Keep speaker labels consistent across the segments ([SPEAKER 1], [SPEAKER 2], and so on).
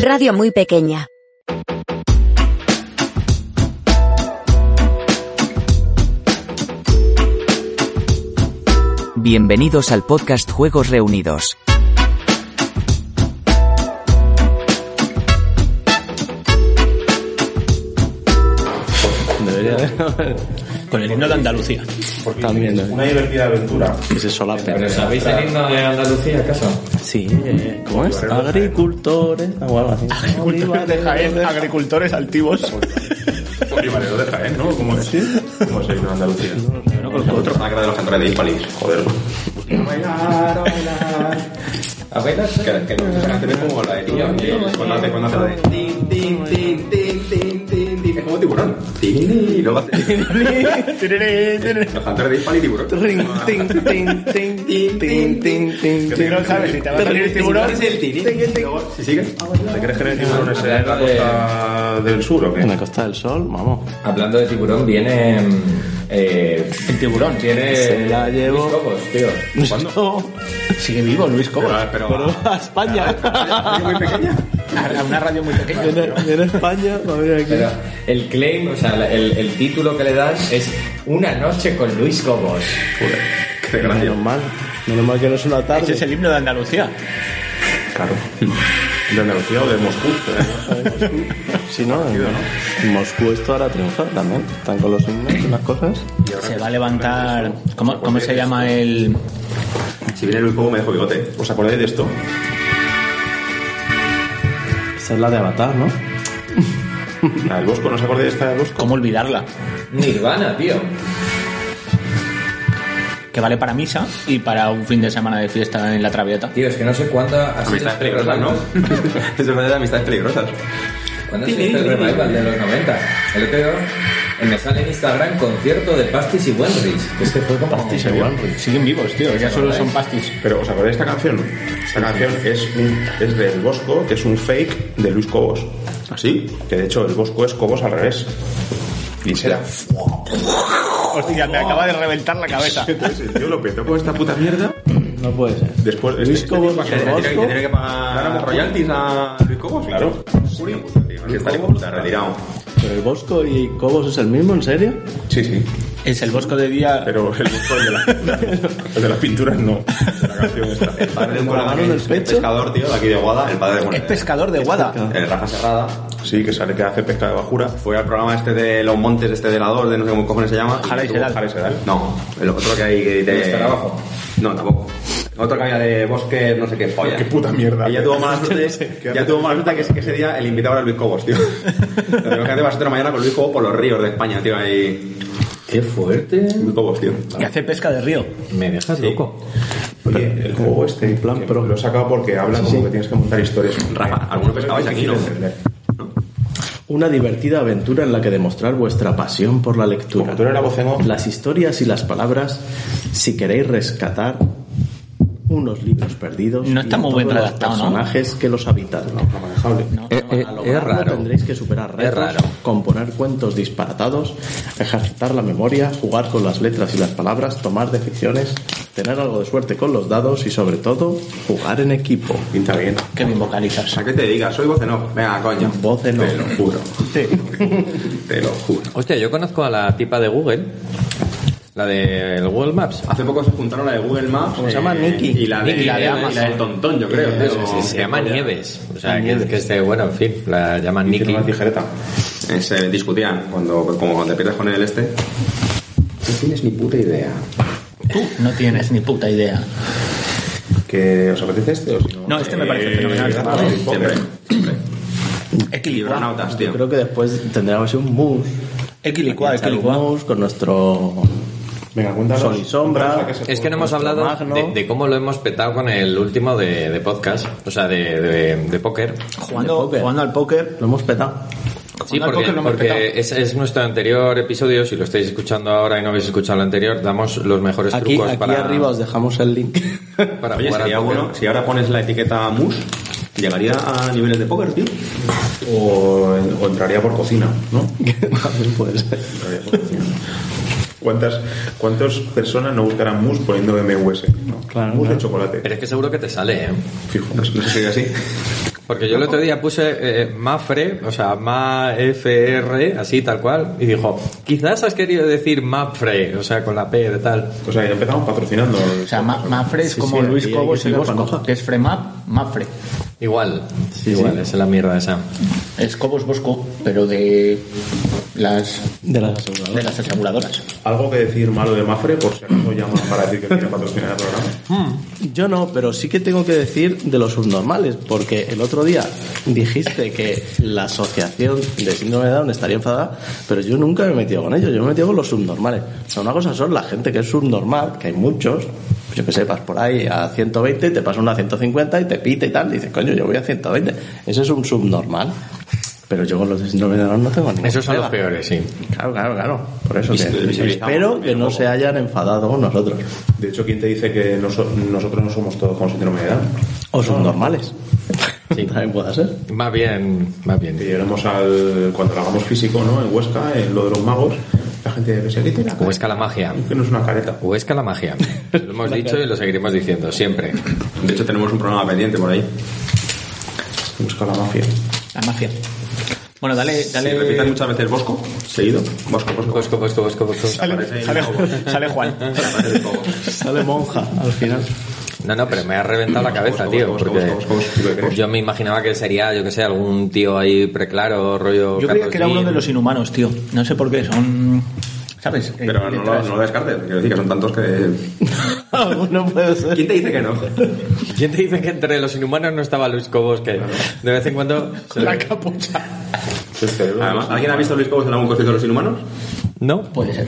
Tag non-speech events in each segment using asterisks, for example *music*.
[SPEAKER 1] Radio muy pequeña.
[SPEAKER 2] Bienvenidos al podcast Juegos Reunidos.
[SPEAKER 3] Con el himno de Andalucía.
[SPEAKER 4] También.
[SPEAKER 5] Una divertida aventura.
[SPEAKER 4] Que se solapen.
[SPEAKER 6] ¿Pero sabéis el himno de Andalucía, acaso?
[SPEAKER 4] Sí, eh, ¿cómo es? Agricultores. O algo así.
[SPEAKER 3] Agricultores de Jaén,
[SPEAKER 4] *laughs*
[SPEAKER 3] agricultores altivos.
[SPEAKER 5] Polivalero de Jaén, ¿eh? ¿no? ¿Cómo es? ¿Cómo es en Andalucía? Otro sacra de los centrales de Hispalí. Joder.
[SPEAKER 6] A ver, no sé.
[SPEAKER 5] Que, que no se canciones como la de niño. Cuando hace, cuando hace la de... tin, tin, tin, tin, tin, tin, tin. Es como tiburón. Tin, tin, Y luego hace... Los cantores de Hispalí y tiburón.
[SPEAKER 4] Ring, ting, ting, ting, ting, ting, ting, ting.
[SPEAKER 5] Que no sabes
[SPEAKER 3] si te va a salir el tiburón.
[SPEAKER 5] Es el tin, tin, tin. Luego, Si sigues... ¿Te crees que Ah, el tiburón es
[SPEAKER 6] de la
[SPEAKER 5] costa del sur o
[SPEAKER 4] En la Costa del Sol, vamos.
[SPEAKER 6] Hablando de tiburón, viene. mm, Eh,
[SPEAKER 3] El tiburón.
[SPEAKER 6] viene.
[SPEAKER 4] Se la llevo.
[SPEAKER 6] Luis Cobos, tío.
[SPEAKER 4] *laughs* ¿Cuándo?
[SPEAKER 3] Sigue vivo Luis Cobos.
[SPEAKER 5] Pero...
[SPEAKER 4] A España.
[SPEAKER 5] muy pequeña.
[SPEAKER 3] A una radio muy pequeña.
[SPEAKER 4] Viene viene España, va a venir
[SPEAKER 6] Pero
[SPEAKER 4] aquí.
[SPEAKER 6] el claim, o sea, la- el, el título que le das es Una noche con Luis Cobos.
[SPEAKER 5] Joder, *laughs* qué desgracia.
[SPEAKER 4] Menos mal. Menos mal que no es una
[SPEAKER 3] Ese
[SPEAKER 4] tarde.
[SPEAKER 3] es el himno de Andalucía.
[SPEAKER 5] Claro. De Andalucía o de Moscú.
[SPEAKER 4] Si no, en- en Moscú esto ahora triunfa también. Están con los himnos y las cosas.
[SPEAKER 3] Se va a levantar. ¿Cómo, cómo se llama el.?
[SPEAKER 5] Si viene Luis Cobo me dejo bigote. ¿Os acordáis de esto?
[SPEAKER 4] Esa es la de Avatar, ¿no?
[SPEAKER 5] La del Bosco, ¿no os acordáis de esta del Bosco?
[SPEAKER 3] ¿Cómo olvidarla?
[SPEAKER 6] Nirvana, tío.
[SPEAKER 3] Que vale para misa y para un fin de semana de fiesta en la traviata.
[SPEAKER 6] Tío, es que no sé cuándo ha sido
[SPEAKER 5] Amistades
[SPEAKER 6] este
[SPEAKER 5] peligrosas, ¿no?
[SPEAKER 6] revival.
[SPEAKER 5] *laughs* es verdad de amistades peligrosas.
[SPEAKER 6] ¿Cuándo ha sido este revival de los 90? El otro día eh, me sale en Instagram concierto de Pastis y Wendy's. Es que fue como... Pastis
[SPEAKER 3] pues, Siguen vivos, tío. Ya solo son pastis.
[SPEAKER 5] Pero ¿os acordáis de esta canción? Esta canción es, un- es del Bosco, que es un fake de Luis Cobos. ¿Así? Que de hecho el Bosco es Cobos al revés. Y será.
[SPEAKER 3] Hostia, me acaba de reventar la cabeza.
[SPEAKER 5] *laughs* Entonces el tío lo petó con esta puta mierda.
[SPEAKER 4] No puede ser.
[SPEAKER 5] Después. este,
[SPEAKER 4] Luis Cobos al Bosco.
[SPEAKER 5] que pagar royalties a Luis Cobos. Claro. Que está hijo de puta, retirado.
[SPEAKER 4] Pero el Bosco y Cobos es el mismo, ¿en serio?
[SPEAKER 5] Sí, sí.
[SPEAKER 3] Es el bosco de día.
[SPEAKER 5] Pero el Bosco el de, *laughs* la- el de las pinturas no. La canción está. El Este padre
[SPEAKER 4] de Morada, que es el
[SPEAKER 5] pescador, tío, de aquí de Guada, el padre de
[SPEAKER 3] Es pescador de guada.
[SPEAKER 5] El eh, Rafa Serrada. Sí, que sale que hace pesca de bajura. Fue al programa este de Los Montes, este de la 2, de no sé cómo cojones se llama.
[SPEAKER 3] Jala y
[SPEAKER 5] estuvo-
[SPEAKER 3] Sedal.
[SPEAKER 5] Jala Sedal. No, el otro que hay que... De...
[SPEAKER 6] Estar abajo.
[SPEAKER 5] No, tampoco. Otro que había de bosque, no sé qué polla. Qué puta mierda. Ella tuvo *laughs* mala suerte, ya tuvo mala suerte que ese- que ese día el invitado era Luis Cobos, *laughs* tío. Lo tenemos que hacer a las 8 de la mañana con Luis Cobos por los ríos de España, tío, ahí...
[SPEAKER 6] ¡Qué fuerte!
[SPEAKER 5] Luis Cobos, tío.
[SPEAKER 3] Y hace pesca de río.
[SPEAKER 6] Me dejas loco.
[SPEAKER 5] Oye, el juego este, en plan pro, lo he sacado porque habla como que tienes que montar historias. Rafa, alguno pescabais aquí, ¿no?
[SPEAKER 4] Una divertida aventura en la que demostrar vuestra pasión por la lectura.
[SPEAKER 5] Como tú eres la voz en off.
[SPEAKER 4] Las historias y las palabras, si queréis rescatar unos libros perdidos.
[SPEAKER 3] No
[SPEAKER 4] y
[SPEAKER 3] está
[SPEAKER 4] a
[SPEAKER 3] muy
[SPEAKER 4] todos
[SPEAKER 3] bien
[SPEAKER 4] los
[SPEAKER 3] redactado, ¿no?
[SPEAKER 4] personajes que los habitan.
[SPEAKER 6] Eh, eh,
[SPEAKER 4] Para
[SPEAKER 6] es
[SPEAKER 4] lograrlo
[SPEAKER 6] raro.
[SPEAKER 4] tendréis que superar retos,
[SPEAKER 6] Es raro.
[SPEAKER 4] componer cuentos disparatados, ejercitar la memoria, jugar con las letras y las palabras, tomar decisiones, tener algo de suerte con los dados y sobre todo jugar en equipo.
[SPEAKER 5] Pinta bien.
[SPEAKER 3] Qué bien vocalizas.
[SPEAKER 5] ¿A qué te digas? Soy voz en off. Venga, coño.
[SPEAKER 4] Voz en
[SPEAKER 5] Te
[SPEAKER 4] off.
[SPEAKER 5] lo juro. Te lo juro.
[SPEAKER 6] Hostia, yo conozco a la tipa de Google. La de el Google Maps.
[SPEAKER 5] Hace poco se juntaron la de Google Maps. eh,
[SPEAKER 4] ¿Cómo se llama? Nicky.
[SPEAKER 5] Y la de,
[SPEAKER 6] Nicky, la de
[SPEAKER 5] y
[SPEAKER 6] Amazon.
[SPEAKER 5] la del Tontón, yo creo.
[SPEAKER 6] Eh,
[SPEAKER 5] tío.
[SPEAKER 6] sí, sí, se llama Nieves. O sea,
[SPEAKER 4] Ah,
[SPEAKER 6] que,
[SPEAKER 4] Nieves.
[SPEAKER 6] que este, bueno, en fin, la llaman Nicky.
[SPEAKER 5] Hicieron una tijereta. Eh, se discutían cuando, como cuando te pierdes con el este. No tienes ni puta idea.
[SPEAKER 3] Tú no tienes ni puta idea.
[SPEAKER 5] ¿Que ¿Os apetece este o si no?
[SPEAKER 3] No, este me parece fenomenal.
[SPEAKER 5] vale, Siempre.
[SPEAKER 3] Equilicuado.
[SPEAKER 5] Libronautas, tío.
[SPEAKER 4] Creo que después tendríamos un mousse.
[SPEAKER 3] Equilicuado,
[SPEAKER 4] Echar un
[SPEAKER 3] equilicuado.
[SPEAKER 4] mousse con nuestro Venga, cuéntanos. Sol y sombra.
[SPEAKER 6] Es que no hemos hablado
[SPEAKER 4] Magno.
[SPEAKER 6] de, de cómo lo hemos petado con el último de, de podcast, o sea, de, de, de póker.
[SPEAKER 3] Jugando, jugando al póker.
[SPEAKER 4] Lo hemos petado.
[SPEAKER 6] Sí,
[SPEAKER 3] Jugando al
[SPEAKER 6] porque,
[SPEAKER 3] póker lo hemos
[SPEAKER 6] porque
[SPEAKER 3] petado.
[SPEAKER 6] es, es nuestro anterior episodio, si lo estáis escuchando ahora y no habéis escuchado el anterior, damos los mejores
[SPEAKER 4] Aquí,
[SPEAKER 6] trucos
[SPEAKER 4] aquí
[SPEAKER 6] para,
[SPEAKER 4] arriba os dejamos el *laughs* link.
[SPEAKER 6] para
[SPEAKER 5] Oye,
[SPEAKER 6] jugar al
[SPEAKER 5] sería
[SPEAKER 6] póker.
[SPEAKER 5] bueno, si ahora pones la etiqueta mus, ¿llegaría a niveles de póker, tío? O, o entraría por cocina, ¿no?
[SPEAKER 4] *laughs* También puede ser.
[SPEAKER 5] Entraría por cocina.
[SPEAKER 1] ¿Cuántas, ¿Cuántas personas no buscarán mousse poniendo MUS? No,
[SPEAKER 4] Claro,
[SPEAKER 1] mousse
[SPEAKER 4] claro.
[SPEAKER 1] de chocolate.
[SPEAKER 6] Pero es que seguro que te sale, ¿eh?
[SPEAKER 1] Fijo.
[SPEAKER 5] No sé si sería así.
[SPEAKER 6] Porque yo el otro día puse eh, Mafre, o sea, MAFR, así tal cual, y dijo, quizás has querido decir Mafre, o sea, con la P de tal.
[SPEAKER 1] O sea, ya empezamos patrocinando.
[SPEAKER 3] O sea, Ma- Mafre es
[SPEAKER 4] Sí,
[SPEAKER 3] como
[SPEAKER 4] sí,
[SPEAKER 3] Luis
[SPEAKER 4] aquí hay
[SPEAKER 3] Cobos
[SPEAKER 4] que
[SPEAKER 3] y
[SPEAKER 4] sacar
[SPEAKER 3] Bosco,
[SPEAKER 4] panoja.
[SPEAKER 3] que es Fremap, Mafre.
[SPEAKER 6] Igual,
[SPEAKER 4] Sí,
[SPEAKER 6] igual,
[SPEAKER 4] sí.
[SPEAKER 6] esa es la mierda esa.
[SPEAKER 3] Es Cobos Bosco, pero de las,
[SPEAKER 4] De las aseguradoras.
[SPEAKER 3] de las aseguradoras.
[SPEAKER 1] Algo que decir malo de Mafre, por si acaso llaman para decir que quieren patrocinar el programa.
[SPEAKER 4] Yo no, pero sí que tengo que decir de los subnormales, porque el otro día dijiste que la asociación de síndrome de Down estaría enfadada, pero yo nunca me he metido con ellos, yo me he metido con los subnormales. O sea, una cosa son la gente que es subnormal, que hay muchos, pues yo que sé, vas por ahí a 120 y te pasa una a 150 y te pita y tal, y dices, coño, yo voy a 120. Ese es un subnormal. Pero yo con los de síndrome de Down no tengo ningún
[SPEAKER 6] Esos son los
[SPEAKER 4] problema.
[SPEAKER 6] peores, sí.
[SPEAKER 4] Claro, claro, claro. Por eso que
[SPEAKER 5] visibilizamos
[SPEAKER 4] espero que no se hayan enfadado con nosotros.
[SPEAKER 1] De hecho, ¿quién te dice que noso- nosotros no somos todos con síndrome de Down?
[SPEAKER 4] O *laughs* subnormales.
[SPEAKER 6] Sí.
[SPEAKER 4] También puede *laughs* ser.
[SPEAKER 6] Va bien, va
[SPEAKER 1] Que
[SPEAKER 6] bien.
[SPEAKER 1] lleguemos al. Cuando lo hagamos físico, ¿no? En Huesca, en lo de los magos, la gente dice: ¿Qué te la
[SPEAKER 6] Huesca la magia.
[SPEAKER 1] Que no es una careta.
[SPEAKER 6] Huesca la magia. Lo hemos dicho y lo seguiremos diciendo, siempre.
[SPEAKER 5] De hecho, tenemos un programa pendiente por ahí.
[SPEAKER 1] Huesca la mafia.
[SPEAKER 3] La mafia. Bueno, dale,
[SPEAKER 5] Se
[SPEAKER 3] dale.
[SPEAKER 5] repitan muchas veces Bosco, seguido. Bosco, Bosco.
[SPEAKER 6] Bosco, Bosco, Bosco, Bosco.
[SPEAKER 5] Aparece el Cobos.
[SPEAKER 1] *laughs*
[SPEAKER 3] Sale Juan.
[SPEAKER 5] Aparece el Cobos.
[SPEAKER 4] Sale monja al final.
[SPEAKER 6] No, no, pero me ha reventado la cabeza,
[SPEAKER 5] Bosco,
[SPEAKER 6] tío.
[SPEAKER 5] Bosco, Bosco, Bosco, Bosco,
[SPEAKER 6] Porque
[SPEAKER 5] Bosco.
[SPEAKER 6] yo me imaginaba que sería, yo que sé, algún tío ahí preclaro, rollo.
[SPEAKER 3] Yo creía
[SPEAKER 6] Carlos
[SPEAKER 3] que era uno
[SPEAKER 6] Slim.
[SPEAKER 3] de los inhumanos, tío. No sé por qué, son. ¿Sabes? Eh,
[SPEAKER 5] Pero no lo,
[SPEAKER 3] letras.
[SPEAKER 5] no lo descartes, quiero decir que son tantos que...
[SPEAKER 3] *laughs*
[SPEAKER 4] Alguno puede ser.
[SPEAKER 5] ¿Quién te dice que no?
[SPEAKER 1] *laughs*
[SPEAKER 6] ¿Quién te dice que entre los inhumanos no estaba Luis Cobos? Que de vez en cuando. se le-
[SPEAKER 1] El cerebro.
[SPEAKER 5] Además, ¿alguien ha visto a Luis Cobos en algún concierto de los inhumanos?
[SPEAKER 6] No,
[SPEAKER 3] Puede ser.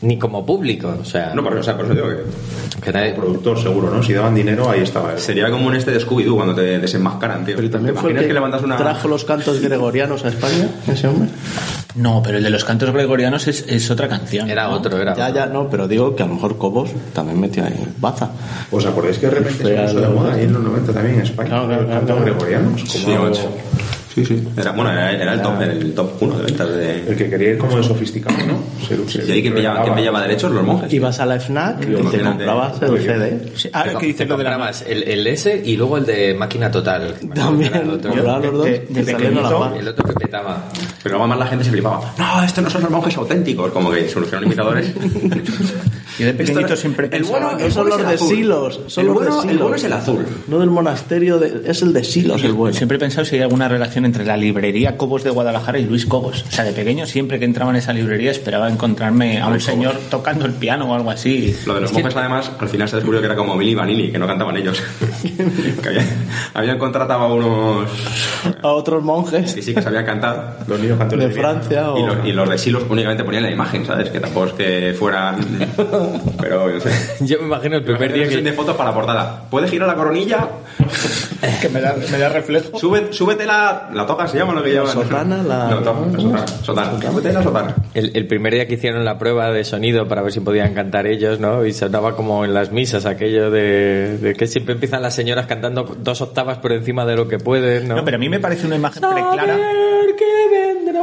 [SPEAKER 6] ni como público, o sea.
[SPEAKER 5] No, por, o sea, por eso digo que...
[SPEAKER 6] que nadie-
[SPEAKER 1] productor, seguro, ¿no? Si daban dinero, ahí estaba. él.
[SPEAKER 5] Sería como un este de Scooby-Doo cuando te desenmascaran, tío.
[SPEAKER 4] Pero también
[SPEAKER 5] ¿Te
[SPEAKER 4] fue el
[SPEAKER 5] imaginas
[SPEAKER 4] que,
[SPEAKER 5] que le mandas una...
[SPEAKER 4] trajo los cantos gregorianos a España, ese hombre.
[SPEAKER 3] No, pero el de los cantos gregorianos es, es otra canción.
[SPEAKER 6] Era
[SPEAKER 3] ¿no?
[SPEAKER 6] otro, ¿eh? era.
[SPEAKER 4] Ya,
[SPEAKER 6] otro.
[SPEAKER 4] ya, no, pero digo que a lo mejor Cobos también metió ahí baza.
[SPEAKER 1] ¿Os acordáis que de repente
[SPEAKER 4] Fue
[SPEAKER 1] se puso de
[SPEAKER 4] al-
[SPEAKER 1] moda ahí en los 90 también en España?
[SPEAKER 4] Claro, claro,
[SPEAKER 1] Cantos
[SPEAKER 4] claro.
[SPEAKER 1] gregorianos.
[SPEAKER 5] Sí,
[SPEAKER 1] como-
[SPEAKER 5] macho.
[SPEAKER 1] sí, sí.
[SPEAKER 5] Era, bueno, era, era el, top, el top 1 de ventas de...
[SPEAKER 1] El que quería ir como de sofisticado, ¿no? Se, se-
[SPEAKER 5] ¿Y ahí quién pillaba, quién pillaba derechos? Los monjes.
[SPEAKER 4] Ibas a la FNAC y te
[SPEAKER 5] Imagínate.
[SPEAKER 4] comprabas el CD.
[SPEAKER 3] Sí, ahora
[SPEAKER 6] Te
[SPEAKER 3] que
[SPEAKER 6] co-
[SPEAKER 3] dices
[SPEAKER 6] te
[SPEAKER 3] lo de la
[SPEAKER 6] comprabas el, el S y luego el de máquina total.
[SPEAKER 4] También,
[SPEAKER 6] El otro,
[SPEAKER 4] comprabas los dos
[SPEAKER 3] de- de
[SPEAKER 4] y salieron a la
[SPEAKER 3] pequeñito.
[SPEAKER 4] par.
[SPEAKER 6] el otro que petaba.
[SPEAKER 5] Pero luego más la gente se flipaba. No, estos no son los monjes auténticos. Como que surgieron
[SPEAKER 1] *laughs*
[SPEAKER 5] imitadores.
[SPEAKER 3] Yo de
[SPEAKER 5] Esto
[SPEAKER 3] pequeñito
[SPEAKER 5] era-
[SPEAKER 3] siempre
[SPEAKER 5] el
[SPEAKER 3] pensaba.
[SPEAKER 5] bueno,
[SPEAKER 4] que
[SPEAKER 5] el
[SPEAKER 4] son
[SPEAKER 5] bueno
[SPEAKER 4] los
[SPEAKER 5] es el
[SPEAKER 4] de
[SPEAKER 5] azul.
[SPEAKER 4] Silos, son
[SPEAKER 5] el
[SPEAKER 4] los de
[SPEAKER 5] bueno, el
[SPEAKER 4] Silos.
[SPEAKER 5] bueno es el azul.
[SPEAKER 4] No del monasterio, de- es el de Silos el bueno.
[SPEAKER 3] Siempre he pensado si hay alguna relación entre la librería Cobos de Guadalajara y Luis Cobos. O sea, de pequeño siempre que entraba en esa librería esperaba encontrarme a un señor tocando el piano o algo así.
[SPEAKER 5] Lo de los monjes, además, al final se descubrió que era como Billy Vanilli, que no cantaban
[SPEAKER 1] *laughs*
[SPEAKER 5] ellos. que habían, habían contratado a unos
[SPEAKER 4] *laughs* A otros
[SPEAKER 5] que
[SPEAKER 4] monjes
[SPEAKER 5] sí que sabían cantar.
[SPEAKER 1] Los niños cantores
[SPEAKER 4] de
[SPEAKER 1] de Viena.
[SPEAKER 4] Francia
[SPEAKER 5] Y,
[SPEAKER 4] o...
[SPEAKER 5] los- y los de Silos únicamente ponían la imagen, ¿sabes? Que tampoco es que fueran.
[SPEAKER 4] *laughs*
[SPEAKER 5] Pero yo no sé.
[SPEAKER 6] Yo me imagino el primer día
[SPEAKER 5] Perdí
[SPEAKER 6] que.
[SPEAKER 5] de fotos para la portada. ¿Puedes girar la coronilla?
[SPEAKER 3] que me da, me da reflejo.
[SPEAKER 5] Sube, súbete la. La toca se llama lo que llaman.
[SPEAKER 4] sotana, la-
[SPEAKER 5] No, toca, la sotana. Sotana. Súbete la sotana.
[SPEAKER 6] El, el primer día que hicieron la prueba de sonido para ver si podían cantar ellos, ¿no? Y sonaba como en las misas aquello de, de que siempre empiezan las señoras cantando dos octavas por encima de lo que pueden, ¿no?
[SPEAKER 3] No, pero a mí me parece una imagen preclara.
[SPEAKER 6] Saber que vendrá.